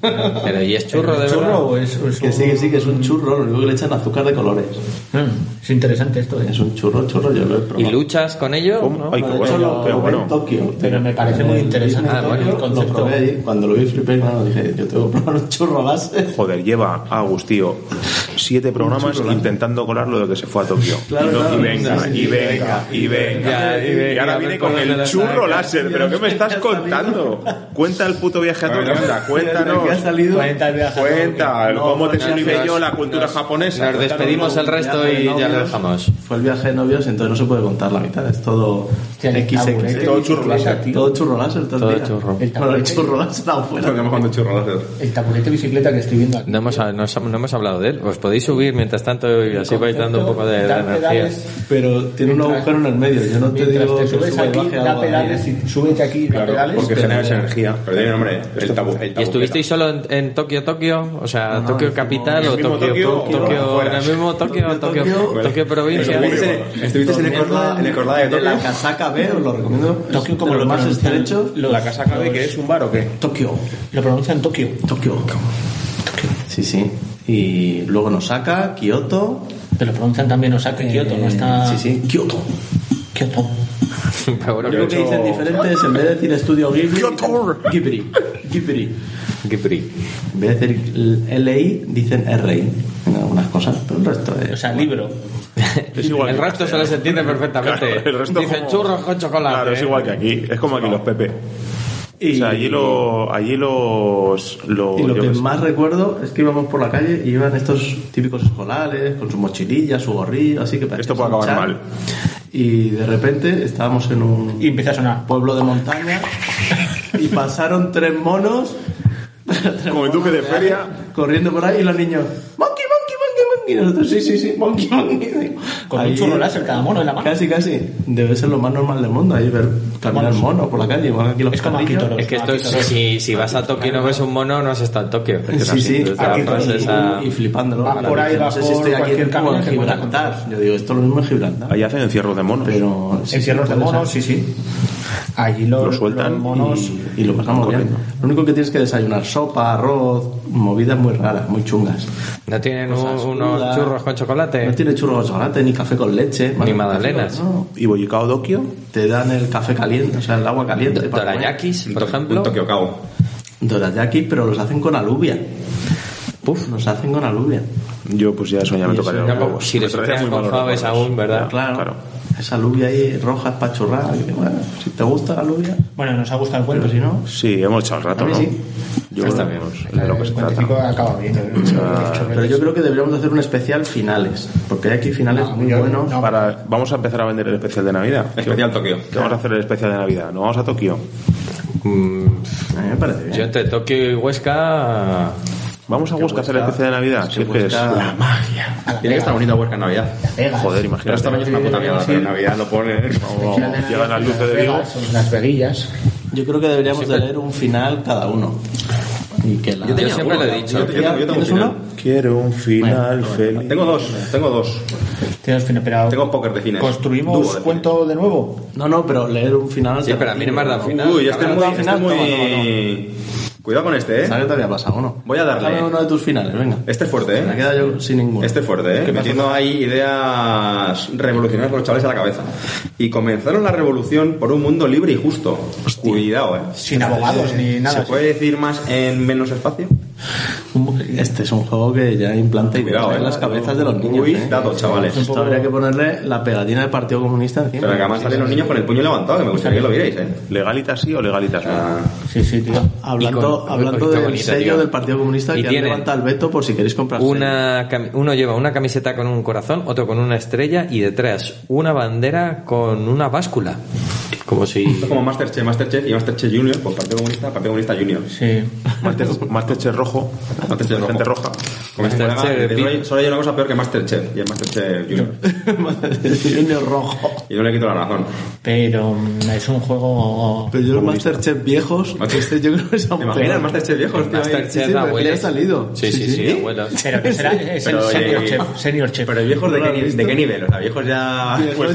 [SPEAKER 6] Pero ¿y es churro de
[SPEAKER 3] ¿Es churro
[SPEAKER 6] verdad?
[SPEAKER 3] o es, o es
[SPEAKER 4] Que
[SPEAKER 3] un-
[SPEAKER 4] sí, que sí, que es un churro, lo único que le echan azúcar de colores.
[SPEAKER 3] Mm, es interesante esto. ¿eh?
[SPEAKER 4] Es un churro, churro, yo lo he
[SPEAKER 6] ¿Y
[SPEAKER 4] probado.
[SPEAKER 6] luchas con ello?
[SPEAKER 1] ¿Cómo?
[SPEAKER 6] ¿No?
[SPEAKER 1] Ay,
[SPEAKER 4] No,
[SPEAKER 1] qué
[SPEAKER 4] de hecho,
[SPEAKER 1] bueno,
[SPEAKER 4] lo
[SPEAKER 1] qué
[SPEAKER 4] probé
[SPEAKER 1] bueno.
[SPEAKER 4] en Tokio.
[SPEAKER 3] Pero me parece muy
[SPEAKER 4] En
[SPEAKER 3] interesante.
[SPEAKER 4] Disney
[SPEAKER 3] Ah, bueno,
[SPEAKER 4] Tokio
[SPEAKER 3] el concepto.
[SPEAKER 4] Lo probé ahí. Cuando lo vi flipé, claro, dije, yo tengo que *laughs* probar un churro láser.
[SPEAKER 1] Joder, lleva Agus, tío, siete programas intentando colar lo de que se fue a Tokio.
[SPEAKER 4] Claro,
[SPEAKER 1] y, no-
[SPEAKER 4] claro.
[SPEAKER 1] y venga,
[SPEAKER 4] Sí, sí,
[SPEAKER 1] y venga, y venga,
[SPEAKER 6] Ya, y venga,
[SPEAKER 1] Y ahora
[SPEAKER 6] a
[SPEAKER 1] viene
[SPEAKER 6] ver
[SPEAKER 1] con
[SPEAKER 6] por dónde
[SPEAKER 1] el
[SPEAKER 6] la
[SPEAKER 1] churro
[SPEAKER 6] saca.
[SPEAKER 1] láser. ¿Pero qué me estás contando? Cuenta el puto viaje a Tokio. anda,
[SPEAKER 4] ¿Qué ha
[SPEAKER 1] cuéntanos.
[SPEAKER 4] salido?
[SPEAKER 3] Cuarenta viajes.
[SPEAKER 1] Cuenta
[SPEAKER 4] No,
[SPEAKER 1] cómo te
[SPEAKER 4] fue el
[SPEAKER 1] sirve
[SPEAKER 4] viaje-
[SPEAKER 1] yo la cultura japonesa.
[SPEAKER 6] Nos despedimos el resto y ya lo dejamos.
[SPEAKER 4] Fue el viaje de novios, entonces no se puede contar la mitad, es todo
[SPEAKER 3] Hostia, el taburete,
[SPEAKER 4] XX.
[SPEAKER 1] Todo churro láser.
[SPEAKER 3] bicicleta, tío.
[SPEAKER 4] Todo churro láser, todo,
[SPEAKER 6] Todo
[SPEAKER 4] el día.
[SPEAKER 6] churro.
[SPEAKER 3] El
[SPEAKER 4] Bueno, el
[SPEAKER 3] taburete.
[SPEAKER 4] churro láser afuera.
[SPEAKER 5] Estamos cuando churros.
[SPEAKER 3] El taburete bicicleta que estoy viendo aquí.
[SPEAKER 6] No hemos, no, hemos- no hemos hablado de él. Os podéis subir mientras tanto y así vais dando un poco de, de
[SPEAKER 3] Dar
[SPEAKER 6] energía.
[SPEAKER 3] pedales,
[SPEAKER 4] Pero tiene un
[SPEAKER 3] Mientras-
[SPEAKER 4] agujero en el medio, yo no te
[SPEAKER 3] mientras
[SPEAKER 4] digo
[SPEAKER 3] te
[SPEAKER 4] que
[SPEAKER 3] subes
[SPEAKER 4] suba y
[SPEAKER 3] aquí,
[SPEAKER 4] baje
[SPEAKER 3] da
[SPEAKER 4] algo ahí,
[SPEAKER 3] pedales
[SPEAKER 4] ¿eh?
[SPEAKER 3] y súbete aquí, da pedales.
[SPEAKER 5] Porque
[SPEAKER 3] pero-
[SPEAKER 5] genera esa energía. Pero tiene nombre, el tabu. el
[SPEAKER 6] ¿Y
[SPEAKER 5] tabureta.
[SPEAKER 6] estuvisteis solo en, en Tokio, Tokio? O sea, Tokio capital
[SPEAKER 1] en el
[SPEAKER 6] o
[SPEAKER 1] mismo
[SPEAKER 6] Tokio,
[SPEAKER 1] Tokio,
[SPEAKER 6] Tokio,
[SPEAKER 1] Tokio,
[SPEAKER 6] en el mismo Tokio, Tokio, Tokio,
[SPEAKER 4] Tokio,
[SPEAKER 6] provincia.
[SPEAKER 5] Estuvisteis en- Estuvisteis en el cordada- en el cordada de
[SPEAKER 4] De la
[SPEAKER 5] Tokio.
[SPEAKER 4] casaca B, os lo recomiendo.
[SPEAKER 3] Tokio como
[SPEAKER 4] De los
[SPEAKER 3] lo
[SPEAKER 4] más
[SPEAKER 3] pronuncian
[SPEAKER 4] estrechos.
[SPEAKER 3] los-
[SPEAKER 1] ¿La casa cabe que es un bar o qué?
[SPEAKER 4] Tokio.
[SPEAKER 3] Lo pronuncian Tokio.
[SPEAKER 4] Tokio. Sí, sí. Y luego nos saca Kioto.
[SPEAKER 3] Pero pronuncian también Osaka y Kioto, no está.
[SPEAKER 4] Eh, Sí, sí, Kioto.
[SPEAKER 3] Kioto.
[SPEAKER 6] *laughs* Pero bueno,
[SPEAKER 4] Lo que
[SPEAKER 6] mucho-
[SPEAKER 4] dicen diferente es en vez de decir estudio Ghibli, Ghibli, Ghibli.
[SPEAKER 6] Guipri.
[SPEAKER 4] En vez de decir LI, dicen RI en algunas cosas, pero el resto es.
[SPEAKER 3] O sea, libro.
[SPEAKER 1] Es igual
[SPEAKER 6] el
[SPEAKER 1] que-
[SPEAKER 6] resto se les entiende perfectamente.
[SPEAKER 1] Claro, el resto
[SPEAKER 6] Dicen
[SPEAKER 1] como-
[SPEAKER 6] churros con chocolate. ¿eh?
[SPEAKER 1] Claro, es igual que aquí. Es como aquí los Pepe. O sea, allí, lo, allí los, los-
[SPEAKER 4] Y lo
[SPEAKER 1] yo
[SPEAKER 4] que
[SPEAKER 1] qué sé.
[SPEAKER 4] más recuerdo es que íbamos por la calle y iban estos típicos escolares con su mochililla, su gorrillo, así que parecía
[SPEAKER 1] Esto puede
[SPEAKER 4] un
[SPEAKER 1] acabar
[SPEAKER 4] chan.
[SPEAKER 1] mal.
[SPEAKER 4] Y de repente estábamos en un
[SPEAKER 3] Y empieza a sonar.
[SPEAKER 4] pueblo de montaña y pasaron tres monos
[SPEAKER 1] Como el duque de feria.
[SPEAKER 4] corriendo por ahí y los niños monkey monkey monkey monkey Y nosotros sí sí sí monkey monkey Digo,
[SPEAKER 3] Con
[SPEAKER 4] ahí-
[SPEAKER 3] un churro láser cada mono en la mano.
[SPEAKER 4] casi casi debe ser lo más normal del mundo ahí ver caminar
[SPEAKER 3] Monos.
[SPEAKER 4] mono por la calle igual aquí los
[SPEAKER 3] Es como aquí
[SPEAKER 4] perrillos.
[SPEAKER 3] toros.
[SPEAKER 6] Es que esto es, si, si vas a Tokio y no ves un mono, no has estado en Tokio.
[SPEAKER 4] *laughs* Sí, sí,
[SPEAKER 6] Entonces, la
[SPEAKER 4] aquí
[SPEAKER 6] frase
[SPEAKER 4] y-
[SPEAKER 6] esa-
[SPEAKER 4] y, flipándolo.
[SPEAKER 3] Va por ahí,
[SPEAKER 4] no
[SPEAKER 3] va
[SPEAKER 4] sé si
[SPEAKER 3] por
[SPEAKER 4] estoy aquí
[SPEAKER 3] cualquier
[SPEAKER 4] en Cuba, en
[SPEAKER 3] camino,
[SPEAKER 4] Gibraltar. Yo digo, esto es lo mismo en Gibraltar.
[SPEAKER 1] Ahí hacen encierros de monos.
[SPEAKER 4] Pero sí,
[SPEAKER 3] En cierros
[SPEAKER 4] sí,
[SPEAKER 3] de
[SPEAKER 4] puede
[SPEAKER 3] monos,
[SPEAKER 4] ser.
[SPEAKER 3] sí, sí. Allí los,
[SPEAKER 1] Lo sueltan
[SPEAKER 3] los monos.
[SPEAKER 4] Y, y lo pasamos bien.
[SPEAKER 1] Correcto.
[SPEAKER 4] Lo único que tienes que desayunar sopa, arroz, movidas muy raras, muy chungas.
[SPEAKER 6] ¿No tienen un-
[SPEAKER 4] Cosas
[SPEAKER 6] Uh, unos
[SPEAKER 4] crudas.
[SPEAKER 6] churros con chocolate?
[SPEAKER 4] No tiene churros con chocolate, ni café con leche. Bueno,
[SPEAKER 6] magdalenas.
[SPEAKER 4] no.
[SPEAKER 1] ¿Y Boyicao Tokio?
[SPEAKER 4] Te dan el café caliente, o sea, el agua caliente. para comer.
[SPEAKER 6] Dorayakis, por
[SPEAKER 5] Un
[SPEAKER 6] ejemplo.
[SPEAKER 5] Tokio Cabo.
[SPEAKER 4] Dorayaki, pero los hacen con alubia. Puf, los hacen con alubia.
[SPEAKER 1] Yo, pues ya eso ya me
[SPEAKER 4] Y eso
[SPEAKER 1] tocaría.
[SPEAKER 6] No,
[SPEAKER 1] los huevos.
[SPEAKER 6] si
[SPEAKER 1] Me
[SPEAKER 6] les
[SPEAKER 1] traería
[SPEAKER 6] traes
[SPEAKER 1] muy
[SPEAKER 6] con
[SPEAKER 1] malos
[SPEAKER 6] faves
[SPEAKER 1] recuerdos.
[SPEAKER 6] aún, ¿verdad?
[SPEAKER 4] Claro.
[SPEAKER 1] Claro.
[SPEAKER 4] Esa alubia ahí roja espachurrada. que Bueno, si te gusta la alubia,
[SPEAKER 3] Bueno, nos ha gustado el cuento,
[SPEAKER 4] pero si no.
[SPEAKER 1] Sí, hemos echado el rato,
[SPEAKER 4] A mí
[SPEAKER 1] ¿no?
[SPEAKER 4] sí.
[SPEAKER 1] Yo
[SPEAKER 6] Está
[SPEAKER 1] creo
[SPEAKER 6] bien.
[SPEAKER 1] que es de lo que se trata.
[SPEAKER 7] acaba bien. yo
[SPEAKER 3] ¿eh?
[SPEAKER 7] creo.
[SPEAKER 4] Pero yo creo que deberíamos de hacer un especial finales. Porque hay aquí
[SPEAKER 6] Ah,
[SPEAKER 4] finales muy buenos.
[SPEAKER 7] no.
[SPEAKER 1] Para, vamos a empezar a vender el especial de Navidad. ¿Qué
[SPEAKER 5] Especial Tokio.
[SPEAKER 1] vamos a hacer el especial de Navidad? ¿No vamos a Tokio?
[SPEAKER 6] Mm,
[SPEAKER 4] A mí me parece bien.
[SPEAKER 6] Yo entre Tokio y Huesca.
[SPEAKER 1] ¿Vamos a Huesca a hacer el
[SPEAKER 4] Huesca-
[SPEAKER 1] especial de Navidad? Si es que es
[SPEAKER 4] Huesca-
[SPEAKER 1] la magia.
[SPEAKER 5] Tiene que estar bonita Huesca en Navidad.
[SPEAKER 1] Joder,
[SPEAKER 5] Pero
[SPEAKER 1] imagínate.
[SPEAKER 5] esta vez es una puta mierda, pero en Navidad lo ¿eh? ponen.
[SPEAKER 1] Vamos, Llegan las luces de Vigo.
[SPEAKER 7] Las veguillas.
[SPEAKER 4] Yo creo que deberíamos de leer un final cada uno. Y que la...
[SPEAKER 6] Yo tenía siempre lo he dicho.
[SPEAKER 5] Yo, yo tengo- yo tengo un
[SPEAKER 4] ¿Tienes uno?
[SPEAKER 5] final.
[SPEAKER 1] Quiero un final feliz.
[SPEAKER 5] Tengo dos, tengo dos.
[SPEAKER 3] Tienes fin, pero
[SPEAKER 5] Tengo póker de cines. Dúo de
[SPEAKER 3] construimos
[SPEAKER 5] cines.
[SPEAKER 3] cuento de nuevo.
[SPEAKER 4] No, no, pero leer un final.
[SPEAKER 6] Sí, pero a mí no me has dado final.
[SPEAKER 5] Uy, este es muy. Este es
[SPEAKER 4] Final, toma,
[SPEAKER 5] muy... Cuidado con este,
[SPEAKER 4] ¿Sabes
[SPEAKER 5] eh.
[SPEAKER 4] que te había pasado uno?
[SPEAKER 5] Voy a darle.
[SPEAKER 4] Dame uno de tus finales, venga.
[SPEAKER 5] Este es fuerte,
[SPEAKER 4] Me he
[SPEAKER 5] eh.
[SPEAKER 4] quedado yo sin ninguno.
[SPEAKER 5] Este es fuerte, ¿eh? metiendo ahí ideas revolucionarias con los chavales a la cabeza. Y comenzaron la revolución por un mundo libre y justo. Cuidado, ¿eh?
[SPEAKER 3] Sin abogados ni nada.
[SPEAKER 5] ¿Se puede decir más en menos espacio?
[SPEAKER 4] Este es un juego que ya implanta y
[SPEAKER 5] Cuidado,
[SPEAKER 4] en
[SPEAKER 5] eh.
[SPEAKER 4] las cabezas de los niños.
[SPEAKER 5] Uy,
[SPEAKER 4] eh.
[SPEAKER 5] datos, chavales.
[SPEAKER 4] Esto habría que ponerle la pegatina del Partido Comunista encima.
[SPEAKER 5] Pero que además salen los niños con el puño levantado, que me gustaría que lo vierais, ¿eh?
[SPEAKER 1] ¿Legalitas sí o legalitas no?
[SPEAKER 5] Ah,
[SPEAKER 3] Sí, sí, tío.
[SPEAKER 4] Hablando,
[SPEAKER 6] Y con-
[SPEAKER 4] hablando
[SPEAKER 6] uy, qué
[SPEAKER 4] del
[SPEAKER 6] bonito,
[SPEAKER 4] sello
[SPEAKER 6] tío.
[SPEAKER 4] del Partido Comunista
[SPEAKER 6] Y
[SPEAKER 4] que han
[SPEAKER 6] tienen
[SPEAKER 4] levantado el veto por si queréis comprar *laughs*
[SPEAKER 6] Una cami- uno lleva una camiseta con un corazón, otro con una estrella y detrás una bandera con una báscula. Como si.
[SPEAKER 5] Esto como Masterchef, Masterchef y Masterchef Junior, pues Partido Comunista, Partido Comunista Junior.
[SPEAKER 3] Sí.
[SPEAKER 1] Master- Masterchef rojo.
[SPEAKER 5] Masterchef
[SPEAKER 1] gente
[SPEAKER 5] rojo.
[SPEAKER 1] roja.
[SPEAKER 5] Como dice un
[SPEAKER 6] Masterchef,
[SPEAKER 5] colega, dice,
[SPEAKER 6] pi-
[SPEAKER 5] "Solo hay- Solo hay una cosa peor que Masterchef, y es Masterchef Junior.
[SPEAKER 4] sello rojo.
[SPEAKER 5] Y no le quito la razón.
[SPEAKER 3] Pero mm, es un juego.
[SPEAKER 4] Pero yo los Masterchef viejos,
[SPEAKER 5] Macho.
[SPEAKER 4] este yo creo que es aún
[SPEAKER 5] ¿Te imaginas
[SPEAKER 4] peor.
[SPEAKER 5] Masterchef viejos, tío? ahí?
[SPEAKER 6] Masterchef
[SPEAKER 4] sí, pero
[SPEAKER 6] abuelos.
[SPEAKER 4] que ya ha salido.
[SPEAKER 6] Sí, sí,
[SPEAKER 4] Sí,
[SPEAKER 6] sí,
[SPEAKER 4] sí.
[SPEAKER 6] abuelos.
[SPEAKER 3] *laughs* Pero que será. Es
[SPEAKER 5] Pero,
[SPEAKER 3] el
[SPEAKER 5] oye,
[SPEAKER 3] senior
[SPEAKER 5] y-
[SPEAKER 3] chef. Senior chef.
[SPEAKER 5] Pero viejos de
[SPEAKER 4] ¿No lo
[SPEAKER 5] qué,
[SPEAKER 4] has
[SPEAKER 5] ni-
[SPEAKER 4] visto?
[SPEAKER 5] de qué nivel, o sea, *laughs* viejos ya...
[SPEAKER 4] Viejos
[SPEAKER 5] pues